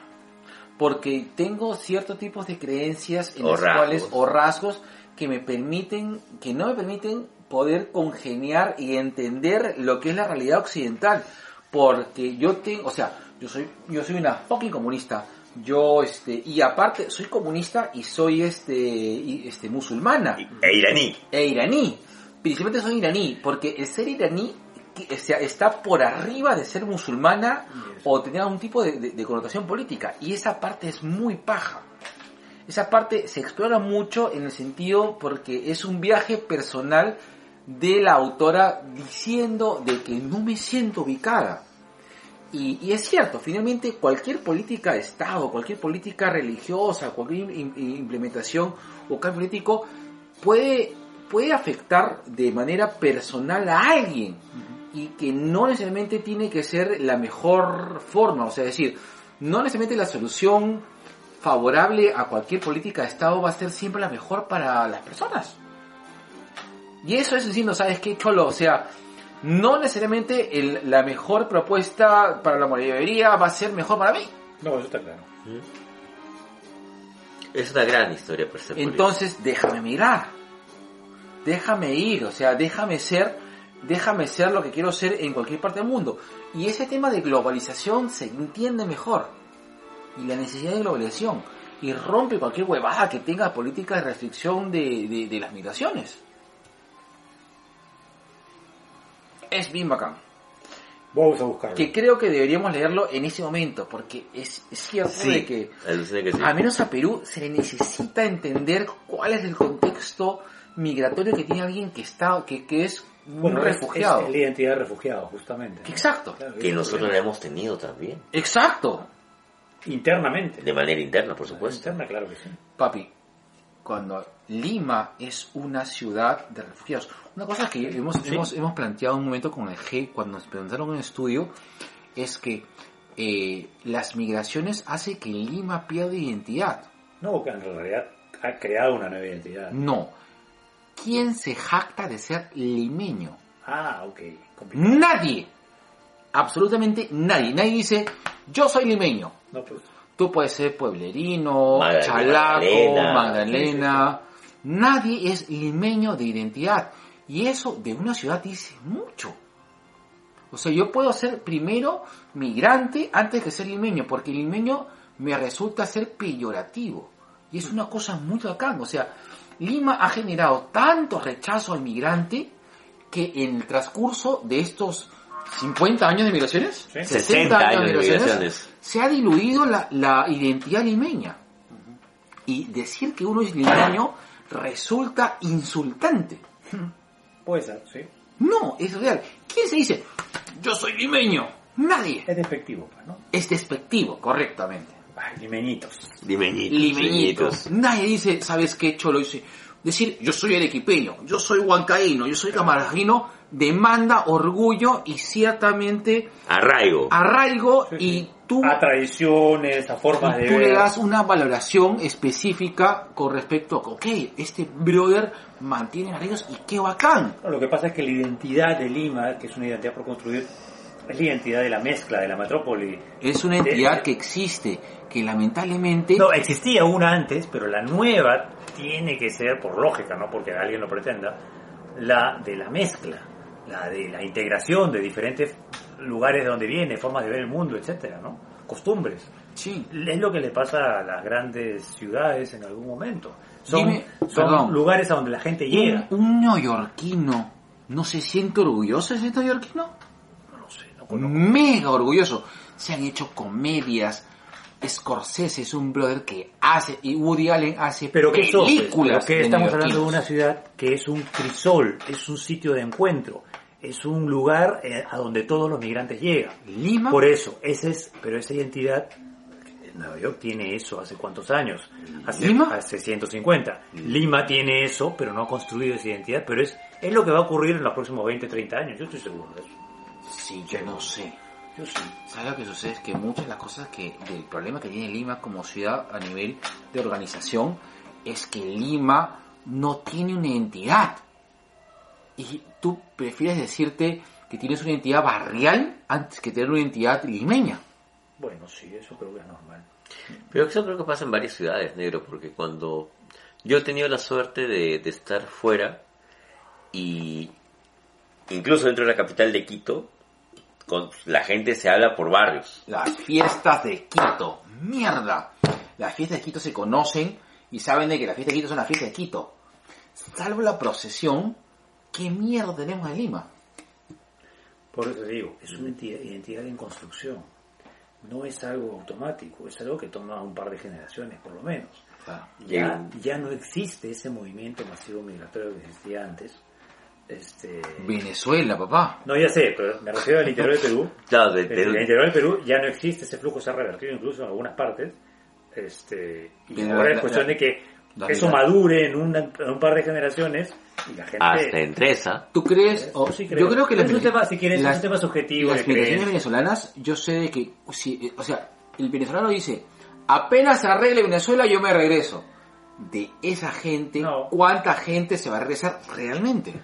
[SPEAKER 1] Porque tengo ciertos tipos de creencias en
[SPEAKER 2] O
[SPEAKER 1] las
[SPEAKER 2] rasgos.
[SPEAKER 1] cuales, o rasgos, que me permiten, que no me permiten poder congeniar y entender lo que es la realidad occidental. Porque yo tengo, o sea, yo soy, yo soy una fucking comunista. Yo, este, y aparte, soy comunista y soy, este, y, este, musulmana
[SPEAKER 2] E iraní.
[SPEAKER 1] e iraní. Principalmente son iraní, porque el ser iraní que- o sea, está por arriba de ser musulmana o tener algún tipo de, de- de connotación política. Y esa parte es muy paja. Esa parte se explora mucho en el sentido porque es un viaje personal de la autora diciendo de que no me siento ubicada. Y, y es cierto, finalmente cualquier política de Estado, cualquier política religiosa, cualquier im- im- implementación o cambio político puede, puede afectar de manera personal a alguien y que no necesariamente tiene que ser la mejor forma, o sea, es decir, no necesariamente la solución favorable a cualquier política de Estado va a ser siempre la mejor para las personas. Y eso es diciendo, ¿sabes qué, Cholo? O sea, no necesariamente el- la mejor propuesta para la mayoría va a ser mejor para mí.
[SPEAKER 3] No, eso está claro.
[SPEAKER 2] Es una gran historia, Persepolis.
[SPEAKER 1] Entonces, déjame mirar. Déjame ir, o sea, déjame ser, déjame ser lo que quiero ser en cualquier parte del mundo. Y ese tema de globalización se entiende mejor. Y la necesidad de globalización. Y rompe cualquier huevada que tenga política de restricción de, de- de las migraciones. Es bien bacán.
[SPEAKER 3] Vamos a buscarlo.
[SPEAKER 1] Que creo que deberíamos leerlo en ese momento, porque es es cierto de
[SPEAKER 2] sí,
[SPEAKER 1] que
[SPEAKER 2] alucina que sí.
[SPEAKER 1] al menos a Perú se le necesita entender cuál es el contexto migratorio que tiene alguien que está que, que es un
[SPEAKER 3] Bueno, es-
[SPEAKER 1] refugiado.
[SPEAKER 3] Es, la identidad de refugiado, justamente. ¿no?
[SPEAKER 1] Exacto.
[SPEAKER 3] Claro,
[SPEAKER 2] Que
[SPEAKER 3] ese
[SPEAKER 2] nosotros la
[SPEAKER 3] problema.
[SPEAKER 2] hemos tenido también.
[SPEAKER 1] Exacto.
[SPEAKER 3] Internamente.
[SPEAKER 2] De manera interna, por supuesto.
[SPEAKER 3] Interna, claro que sí.
[SPEAKER 1] Papi, cuando Lima es una ciudad de refugiados. Una cosa que hemos, hemos, hemos planteado un momento con el G, cuando nos presentaron un estudio, es que eh, las migraciones hace que Lima pierda identidad.
[SPEAKER 3] No, que en realidad ha creado una nueva identidad.
[SPEAKER 1] No. ¿Quién se jacta de ser limeño?
[SPEAKER 3] Ah, ok. complicado.
[SPEAKER 1] Nadie. Absolutamente nadie. Nadie dice, yo soy limeño.
[SPEAKER 3] No, pues,
[SPEAKER 1] Tú puedes ser pueblerino,
[SPEAKER 2] Magdalena,
[SPEAKER 1] chalaco,
[SPEAKER 2] Magdalena.
[SPEAKER 1] magdalena. Nadie es limeño de identidad. Y eso de una ciudad dice mucho. O sea, yo puedo ser primero migrante antes que ser limeño, porque limeño me resulta ser peyorativo. Y es una cosa muy bacán. O sea, Lima ha generado tanto rechazo al migrante que en el transcurso de estos 50 años de migraciones,
[SPEAKER 2] 60 años de migraciones.
[SPEAKER 1] se ha diluido la, la identidad limeña. Y decir que uno es limeño resulta insultante.
[SPEAKER 3] puede ser, sí.
[SPEAKER 1] No, es real. ¿Quién se dice, yo soy limeño? Nadie.
[SPEAKER 3] Es despectivo, pues, ¿no?
[SPEAKER 1] Es despectivo, correctamente.
[SPEAKER 3] Ay, limeñitos.
[SPEAKER 2] Limeñitos.
[SPEAKER 1] Limeñitos. Nadie dice, ¿sabes qué, Cholo? Dice, decir, yo soy arequipeño, yo soy huancaíno, yo soy camarajino, demanda orgullo y ciertamente
[SPEAKER 2] Arraigo.
[SPEAKER 1] arraigo
[SPEAKER 3] Sí,
[SPEAKER 1] y
[SPEAKER 3] sí.
[SPEAKER 1] tú...
[SPEAKER 3] A tradiciones, a formas de
[SPEAKER 1] tú le
[SPEAKER 3] ver.
[SPEAKER 1] das una valoración específica con respecto a, ok, este brother mantiene arreglos y qué bacán.
[SPEAKER 3] No, lo que pasa es que la identidad de Lima, que es una identidad por construir, es la identidad de la mezcla, de la metrópoli.
[SPEAKER 1] Es una entidad que existe, que lamentablemente...
[SPEAKER 3] No, existía una antes, pero la nueva tiene que ser, por lógica, no porque alguien lo pretenda, la de la mezcla, la de la integración de diferentes lugares de donde viene, formas de ver el mundo, etcétera, ¿no? Costumbres.
[SPEAKER 1] Sí.
[SPEAKER 3] Es lo que le pasa a las grandes ciudades en algún momento. Son,
[SPEAKER 1] Dime-
[SPEAKER 3] son
[SPEAKER 1] perdón.
[SPEAKER 3] lugares a donde la gente llega.
[SPEAKER 1] Un, un neoyorquino no se siente orgulloso de ser neoyorquino. Mega orgulloso. Se han hecho comedias. Scorsese es un brother que hace y Woody Allen hace
[SPEAKER 3] Pero que eso,
[SPEAKER 1] películas.
[SPEAKER 3] que
[SPEAKER 1] de
[SPEAKER 3] estamos hablando de
[SPEAKER 1] neoyorquinos.
[SPEAKER 3] una ciudad que es un crisol, es un sitio de encuentro, es un lugar eh, a donde todos los migrantes llegan.
[SPEAKER 1] Lima.
[SPEAKER 3] Por eso, ese es, pero esa identidad, eh, Nueva York tiene eso hace cuántos años, hace,
[SPEAKER 1] ¿Lima?
[SPEAKER 3] hace 150. Lima tiene eso, pero no ha construido esa identidad, pero es, es lo que va a ocurrir en los próximos 20, 30 años, yo estoy seguro de eso.
[SPEAKER 1] Sí, yo no sé.
[SPEAKER 3] Yo sí.
[SPEAKER 1] ¿Sabes lo que sucede? Es que muchas de las cosas que, del problema que tiene Lima como ciudad a nivel de organización, es que Lima no tiene una identidad. Y tú prefieres decirte que tienes una identidad barrial antes que tener una identidad limeña.
[SPEAKER 3] Bueno, sí, eso creo que es normal.
[SPEAKER 2] Pero eso creo que pasa en varias ciudades, negro, porque cuando yo he tenido la suerte de, de estar fuera y incluso dentro de la capital de Quito, con la gente se habla por barrios.
[SPEAKER 1] Las fiestas de Quito. ¡Mierda! Las fiestas de Quito se conocen y saben de que las fiestas de Quito son las fiestas de Quito. Salvo la procesión, ¿qué mierda tenemos en Lima?
[SPEAKER 3] Por eso digo, es una enti- identidad en construcción. No es algo automático, es algo que toma un par de generaciones por lo menos. Ya, ya no existe ese movimiento masivo migratorio que existía antes. Este...
[SPEAKER 1] Venezuela, papá.
[SPEAKER 3] No, ya sé, pero me refiero al interior del Perú.
[SPEAKER 2] Claro, de-
[SPEAKER 3] En
[SPEAKER 2] de-
[SPEAKER 3] el interior del Perú ya no existe, ese flujo se ha revertido incluso en algunas partes. Este, y
[SPEAKER 1] Pero
[SPEAKER 3] ahora
[SPEAKER 1] la-
[SPEAKER 3] es cuestión
[SPEAKER 1] la-
[SPEAKER 3] de que
[SPEAKER 1] la-
[SPEAKER 3] eso
[SPEAKER 1] la-
[SPEAKER 3] madure en, una- en un par de generaciones y la
[SPEAKER 1] Ah,
[SPEAKER 3] gente...
[SPEAKER 2] hasta en Treza.
[SPEAKER 1] ¿Tú crees?
[SPEAKER 3] Yo
[SPEAKER 1] o-
[SPEAKER 3] sí creo.
[SPEAKER 1] yo creo que
[SPEAKER 3] Es
[SPEAKER 1] las,
[SPEAKER 3] un tema, si quieres, es
[SPEAKER 1] las-
[SPEAKER 3] un tema subjetivo
[SPEAKER 1] las
[SPEAKER 3] de creencias.
[SPEAKER 1] migraciones venezolanas, yo sé de que, si, eh, o sea, el venezolano dice, apenas se arregle Venezuela, yo me regreso. De esa gente,
[SPEAKER 3] No.
[SPEAKER 1] ¿cuánta gente se va a regresar realmente?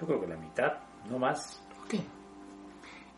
[SPEAKER 3] Yo creo que la mitad, no más.
[SPEAKER 1] ¿Por qué?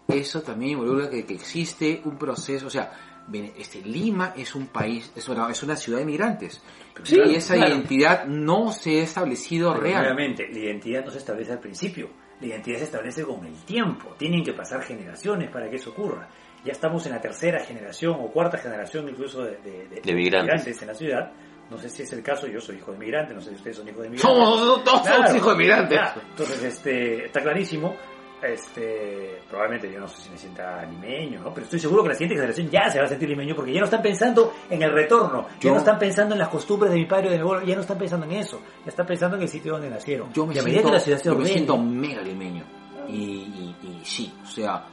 [SPEAKER 1] Eso también involucra que, que existe un proceso, o sea, Vene- este, Lima es un país, es una, es una ciudad de migrantes.
[SPEAKER 3] Sí,
[SPEAKER 1] y esa
[SPEAKER 3] claro.
[SPEAKER 1] identidad no se ha establecido
[SPEAKER 3] Pero
[SPEAKER 1] realmente.
[SPEAKER 3] nuevamente, la identidad no se establece al principio. La identidad se establece con el tiempo. Tienen que pasar generaciones para que eso ocurra. Ya estamos en la tercera generación o cuarta generación incluso de, de- de-
[SPEAKER 2] De migrantes.
[SPEAKER 3] en la ciudad. No sé si es el caso, yo soy hijo de migrante, no sé si ustedes son hijos de migrante.
[SPEAKER 1] Somos todos somos hijos de migrantes.
[SPEAKER 3] Entonces, este, está clarísimo. Este, probablemente yo no sé si me sienta limeño, ¿no? Pero estoy seguro que la siguiente generación ya se va a sentir limeño porque ya no están pensando en el retorno, ya
[SPEAKER 1] Yo-
[SPEAKER 3] no están pensando en las costumbres de mi padre o de mi abuelo, ya no están pensando en eso, ya están pensando en el sitio donde nacieron.
[SPEAKER 1] Yo me,
[SPEAKER 3] y a medida
[SPEAKER 1] siento,
[SPEAKER 3] que la ciudad se
[SPEAKER 1] yo me
[SPEAKER 3] ordene-
[SPEAKER 1] siento mega limeño. Y, y- y sí, o sea,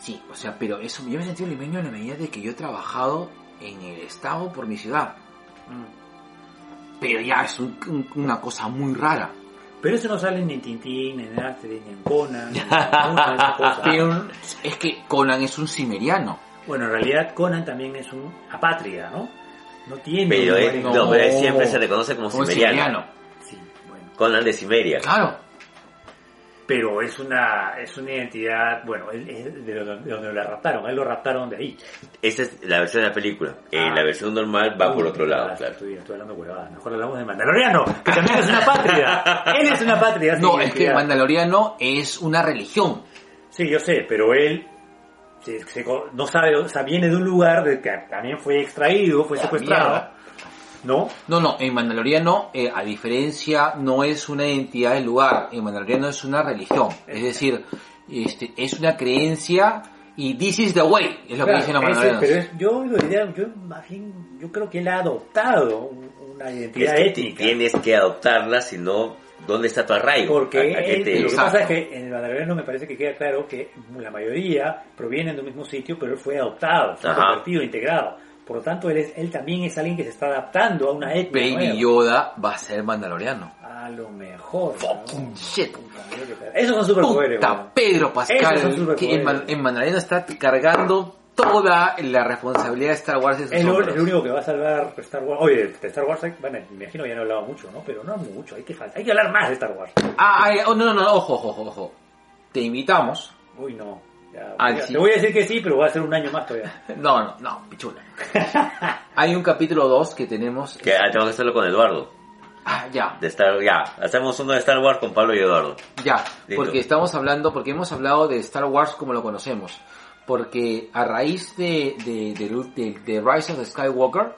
[SPEAKER 1] sí, o sea, pero eso, yo me he sentido limeño en
[SPEAKER 3] Mm.
[SPEAKER 1] la medida de que yo he trabajado en el Estado por mi ciudad. Pero ya es un- un- una cosa muy rara.
[SPEAKER 3] Pero eso no sale ni en Tintín, ni en Astrid, ni en Conan, ni en ninguna
[SPEAKER 1] Ah,
[SPEAKER 3] de esas cosas.
[SPEAKER 1] Pero es que Conan es un cimeriano.
[SPEAKER 3] Bueno, en realidad Conan también es un apátrida, ¿no? No tiene...
[SPEAKER 2] Pero,
[SPEAKER 3] un
[SPEAKER 2] es-
[SPEAKER 3] lugar
[SPEAKER 2] no,
[SPEAKER 3] en-
[SPEAKER 1] no.
[SPEAKER 2] pero él siempre se reconoce como
[SPEAKER 1] Un
[SPEAKER 2] cimeriano.
[SPEAKER 1] cimeriano.
[SPEAKER 3] Sí, bueno.
[SPEAKER 2] Conan de Cimeria.
[SPEAKER 1] Claro.
[SPEAKER 3] Pero es una, es una identidad... Bueno, él es de donde, de donde lo raptaron. Él lo raptaron de ahí.
[SPEAKER 2] Esa es la versión de la película. En
[SPEAKER 3] Ah.
[SPEAKER 2] la versión normal va por otro lado,
[SPEAKER 3] Ah,
[SPEAKER 2] claro.
[SPEAKER 3] Estoy, estoy hablando huevadas. Mejor hablamos de Mandaloriano, que también es una patria. Él es una patria.
[SPEAKER 1] No, es que el mandaloriano es una religión.
[SPEAKER 3] Sí, yo sé, pero él se- se co- no sabe, o sea, viene de un lugar de que también fue extraído, fue
[SPEAKER 1] La
[SPEAKER 3] secuestrado,
[SPEAKER 1] mierda.
[SPEAKER 3] ¿no?
[SPEAKER 1] No, no, en Mandaloriano, eh, a diferencia, no es una identidad del lugar. En Mandaloriano es una religión. Es decir, este, es una creencia y this is the way, es lo que
[SPEAKER 3] Claro,
[SPEAKER 1] dicen los
[SPEAKER 3] ese-
[SPEAKER 1] mandalorianos.
[SPEAKER 3] pero es- yo lo diría, yo más bien, yo creo que él ha adoptado un- una
[SPEAKER 2] Es
[SPEAKER 3] identidad
[SPEAKER 2] que ti-
[SPEAKER 3] étnica.
[SPEAKER 2] tienes que adoptarla, si no, ¿dónde está tu arraigo?
[SPEAKER 3] Porque
[SPEAKER 2] ¿A- a qué
[SPEAKER 3] él-
[SPEAKER 2] te-
[SPEAKER 3] lo que
[SPEAKER 1] Exacto.
[SPEAKER 3] pasa es que en el Mandaloriano me parece que queda claro que la mayoría provienen de un mismo sitio, pero él fue adoptado, fue
[SPEAKER 2] Ajá.
[SPEAKER 3] convertido, integrado. Por lo tanto, él, es- él también es alguien que se está adaptando a una etnia. nueva.
[SPEAKER 1] Baby Yoda va a ser mandaloriano.
[SPEAKER 3] A lo mejor. ¿no?
[SPEAKER 1] Fucking shit.
[SPEAKER 3] Puta, mira qué pedo. Esos son superpoderes.
[SPEAKER 1] Puta
[SPEAKER 3] weón.
[SPEAKER 1] Pedro
[SPEAKER 3] Esos son
[SPEAKER 1] Pascal,
[SPEAKER 3] superpoderes.
[SPEAKER 1] que en, Man- en Mandaloriano está cargando toda la responsabilidad de Star Wars en sus
[SPEAKER 3] Es lo,
[SPEAKER 1] hombros.
[SPEAKER 3] es lo único que va a salvar Star Wars. Oye, de Star Wars, bueno, me imagino que ya no he hablado mucho, ¿no? Pero no mucho, hay que, fal- hay que hablar más de Star Wars.
[SPEAKER 1] Ah, ay, oh, no, no, no, ojo, ojo, ojo, ojo. Te invitamos.
[SPEAKER 3] Uy, no. Ya,
[SPEAKER 1] Ah,
[SPEAKER 3] ya,
[SPEAKER 1] sí.
[SPEAKER 3] Te voy a decir que sí, pero va a ser un año más todavía.
[SPEAKER 1] No, no, no, pichula. Hay un capítulo 2 que tenemos.
[SPEAKER 2] que ah, tengo que hacerlo con Eduardo.
[SPEAKER 1] Ah, ya,
[SPEAKER 2] De Star, ya, hacemos uno de Star Wars con Pablo y Eduardo.
[SPEAKER 1] ya.
[SPEAKER 2] Listo.
[SPEAKER 1] Porque estamos hablando, porque hemos hablado de Star Wars como lo conocemos. Porque a raíz de, de, de- de- de Rise of the Skywalker,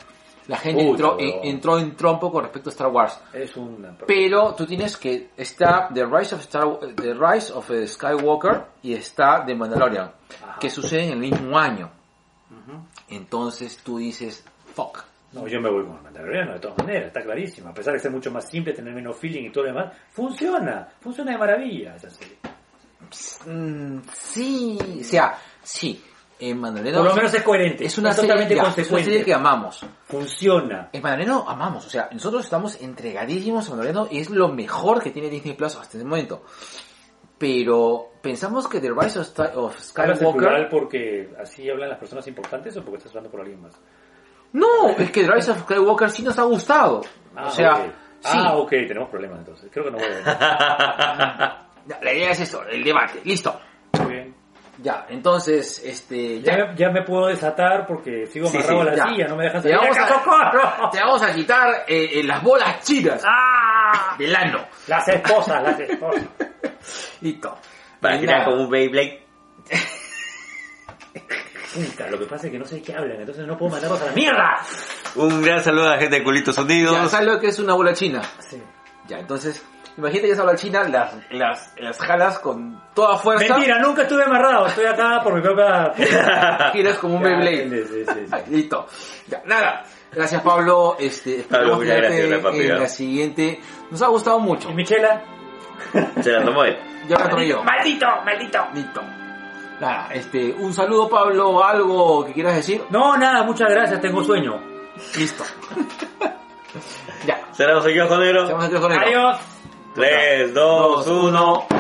[SPEAKER 1] la gente
[SPEAKER 3] Puta,
[SPEAKER 1] entró, en,
[SPEAKER 3] weón.
[SPEAKER 1] entró en trompo con respecto a Star Wars.
[SPEAKER 3] Es un...
[SPEAKER 1] Pero tú tienes que está The Rise of Star The Rise of eh, Skywalker y está The Mandalorian,
[SPEAKER 3] Ajá.
[SPEAKER 1] que suceden en el mismo año. Entonces tú dices, fuck.
[SPEAKER 3] No, yo me voy con el Mandaloriano, de todas maneras, está clarísimo. A pesar de ser mucho más simple, tener menos feeling y todo lo demás, funciona, funciona de maravilla esa serie.
[SPEAKER 1] Mm, sí, o sea, sí. En Mandalorian
[SPEAKER 3] Por lo menos es coherente,
[SPEAKER 1] es una
[SPEAKER 3] es
[SPEAKER 1] serie,
[SPEAKER 3] totalmente
[SPEAKER 1] ya, es una
[SPEAKER 3] consecuente.
[SPEAKER 1] serie que amamos.
[SPEAKER 3] Funciona.
[SPEAKER 1] En Mandaloriano amamos, o sea, nosotros estamos entregadísimos a Mandaloriano y es lo mejor que tiene Disney Plus hasta el momento. Pero pensamos que The Rise of, Sky- of
[SPEAKER 3] ¿Hablas en plural
[SPEAKER 1] Skywalker...
[SPEAKER 3] porque así hablan las personas importantes o porque estás hablando por alguien más?
[SPEAKER 1] No, es que The Rise of Skywalker sí nos ha gustado.
[SPEAKER 3] Ah,
[SPEAKER 1] o sea,
[SPEAKER 3] ok.
[SPEAKER 1] sí.
[SPEAKER 3] Ah, ok, tenemos problemas entonces. Creo que no voy a
[SPEAKER 1] La idea es esto, el debate, listo.
[SPEAKER 3] ver. Muy bien.
[SPEAKER 1] Ya, entonces, este...
[SPEAKER 3] Ya, me- ya me puedo desatar porque sigo
[SPEAKER 2] Sí, sí,
[SPEAKER 3] amarrado a la
[SPEAKER 1] ya.
[SPEAKER 3] silla, no me dejan
[SPEAKER 1] Te
[SPEAKER 3] salir.
[SPEAKER 1] vamos,
[SPEAKER 3] ¡Ah,
[SPEAKER 1] a,
[SPEAKER 3] socorro!
[SPEAKER 1] te vamos a quitar eh, eh, las bolas chinas
[SPEAKER 3] ¡Ah!
[SPEAKER 1] del ano.
[SPEAKER 3] Las esposas, las esposas.
[SPEAKER 1] Listo.
[SPEAKER 2] Para
[SPEAKER 1] Y
[SPEAKER 2] tirar
[SPEAKER 1] nada.
[SPEAKER 2] con un Beyblade.
[SPEAKER 3] Puta, lo que pasa es que no sé de qué hablan, entonces no puedo mandarlos a la mierda.
[SPEAKER 2] Un gran saludo a la gente de Culitos
[SPEAKER 1] Ya,
[SPEAKER 2] Unidos.
[SPEAKER 1] ¿sabes lo que es una bola china?
[SPEAKER 3] Sí.
[SPEAKER 1] Ya, entonces, imagínate que esa bola china las, las, las jalas con toda fuerza.
[SPEAKER 3] Mentira, nunca estuve amarrado, estoy acá por mi propia...
[SPEAKER 1] Giras como un
[SPEAKER 3] Ya,
[SPEAKER 1] Beyblade.
[SPEAKER 3] sí, sí, sí.
[SPEAKER 1] Ay, Listo. Ya, nada. Gracias, Pablo. Este, esperamos
[SPEAKER 2] Pablo, muchas
[SPEAKER 1] verte
[SPEAKER 2] gracias, papi,
[SPEAKER 1] en
[SPEAKER 2] ya.
[SPEAKER 1] la siguiente. Nos ha gustado mucho.
[SPEAKER 3] ¿Y Michela?
[SPEAKER 2] Se la tomó él.
[SPEAKER 1] Ya la tomé yo.
[SPEAKER 3] ¡Maldito, maldito!
[SPEAKER 1] Listo. Nada, este, un saludo, Pablo. ¿Algo que quieras decir?
[SPEAKER 3] No, nada, muchas gracias, tengo sueño.
[SPEAKER 1] Listo. ya.
[SPEAKER 2] Cerramos aquí, ojo negro.
[SPEAKER 1] Estamos en el teléfono.
[SPEAKER 3] Adiós.
[SPEAKER 2] 3, 2, 1.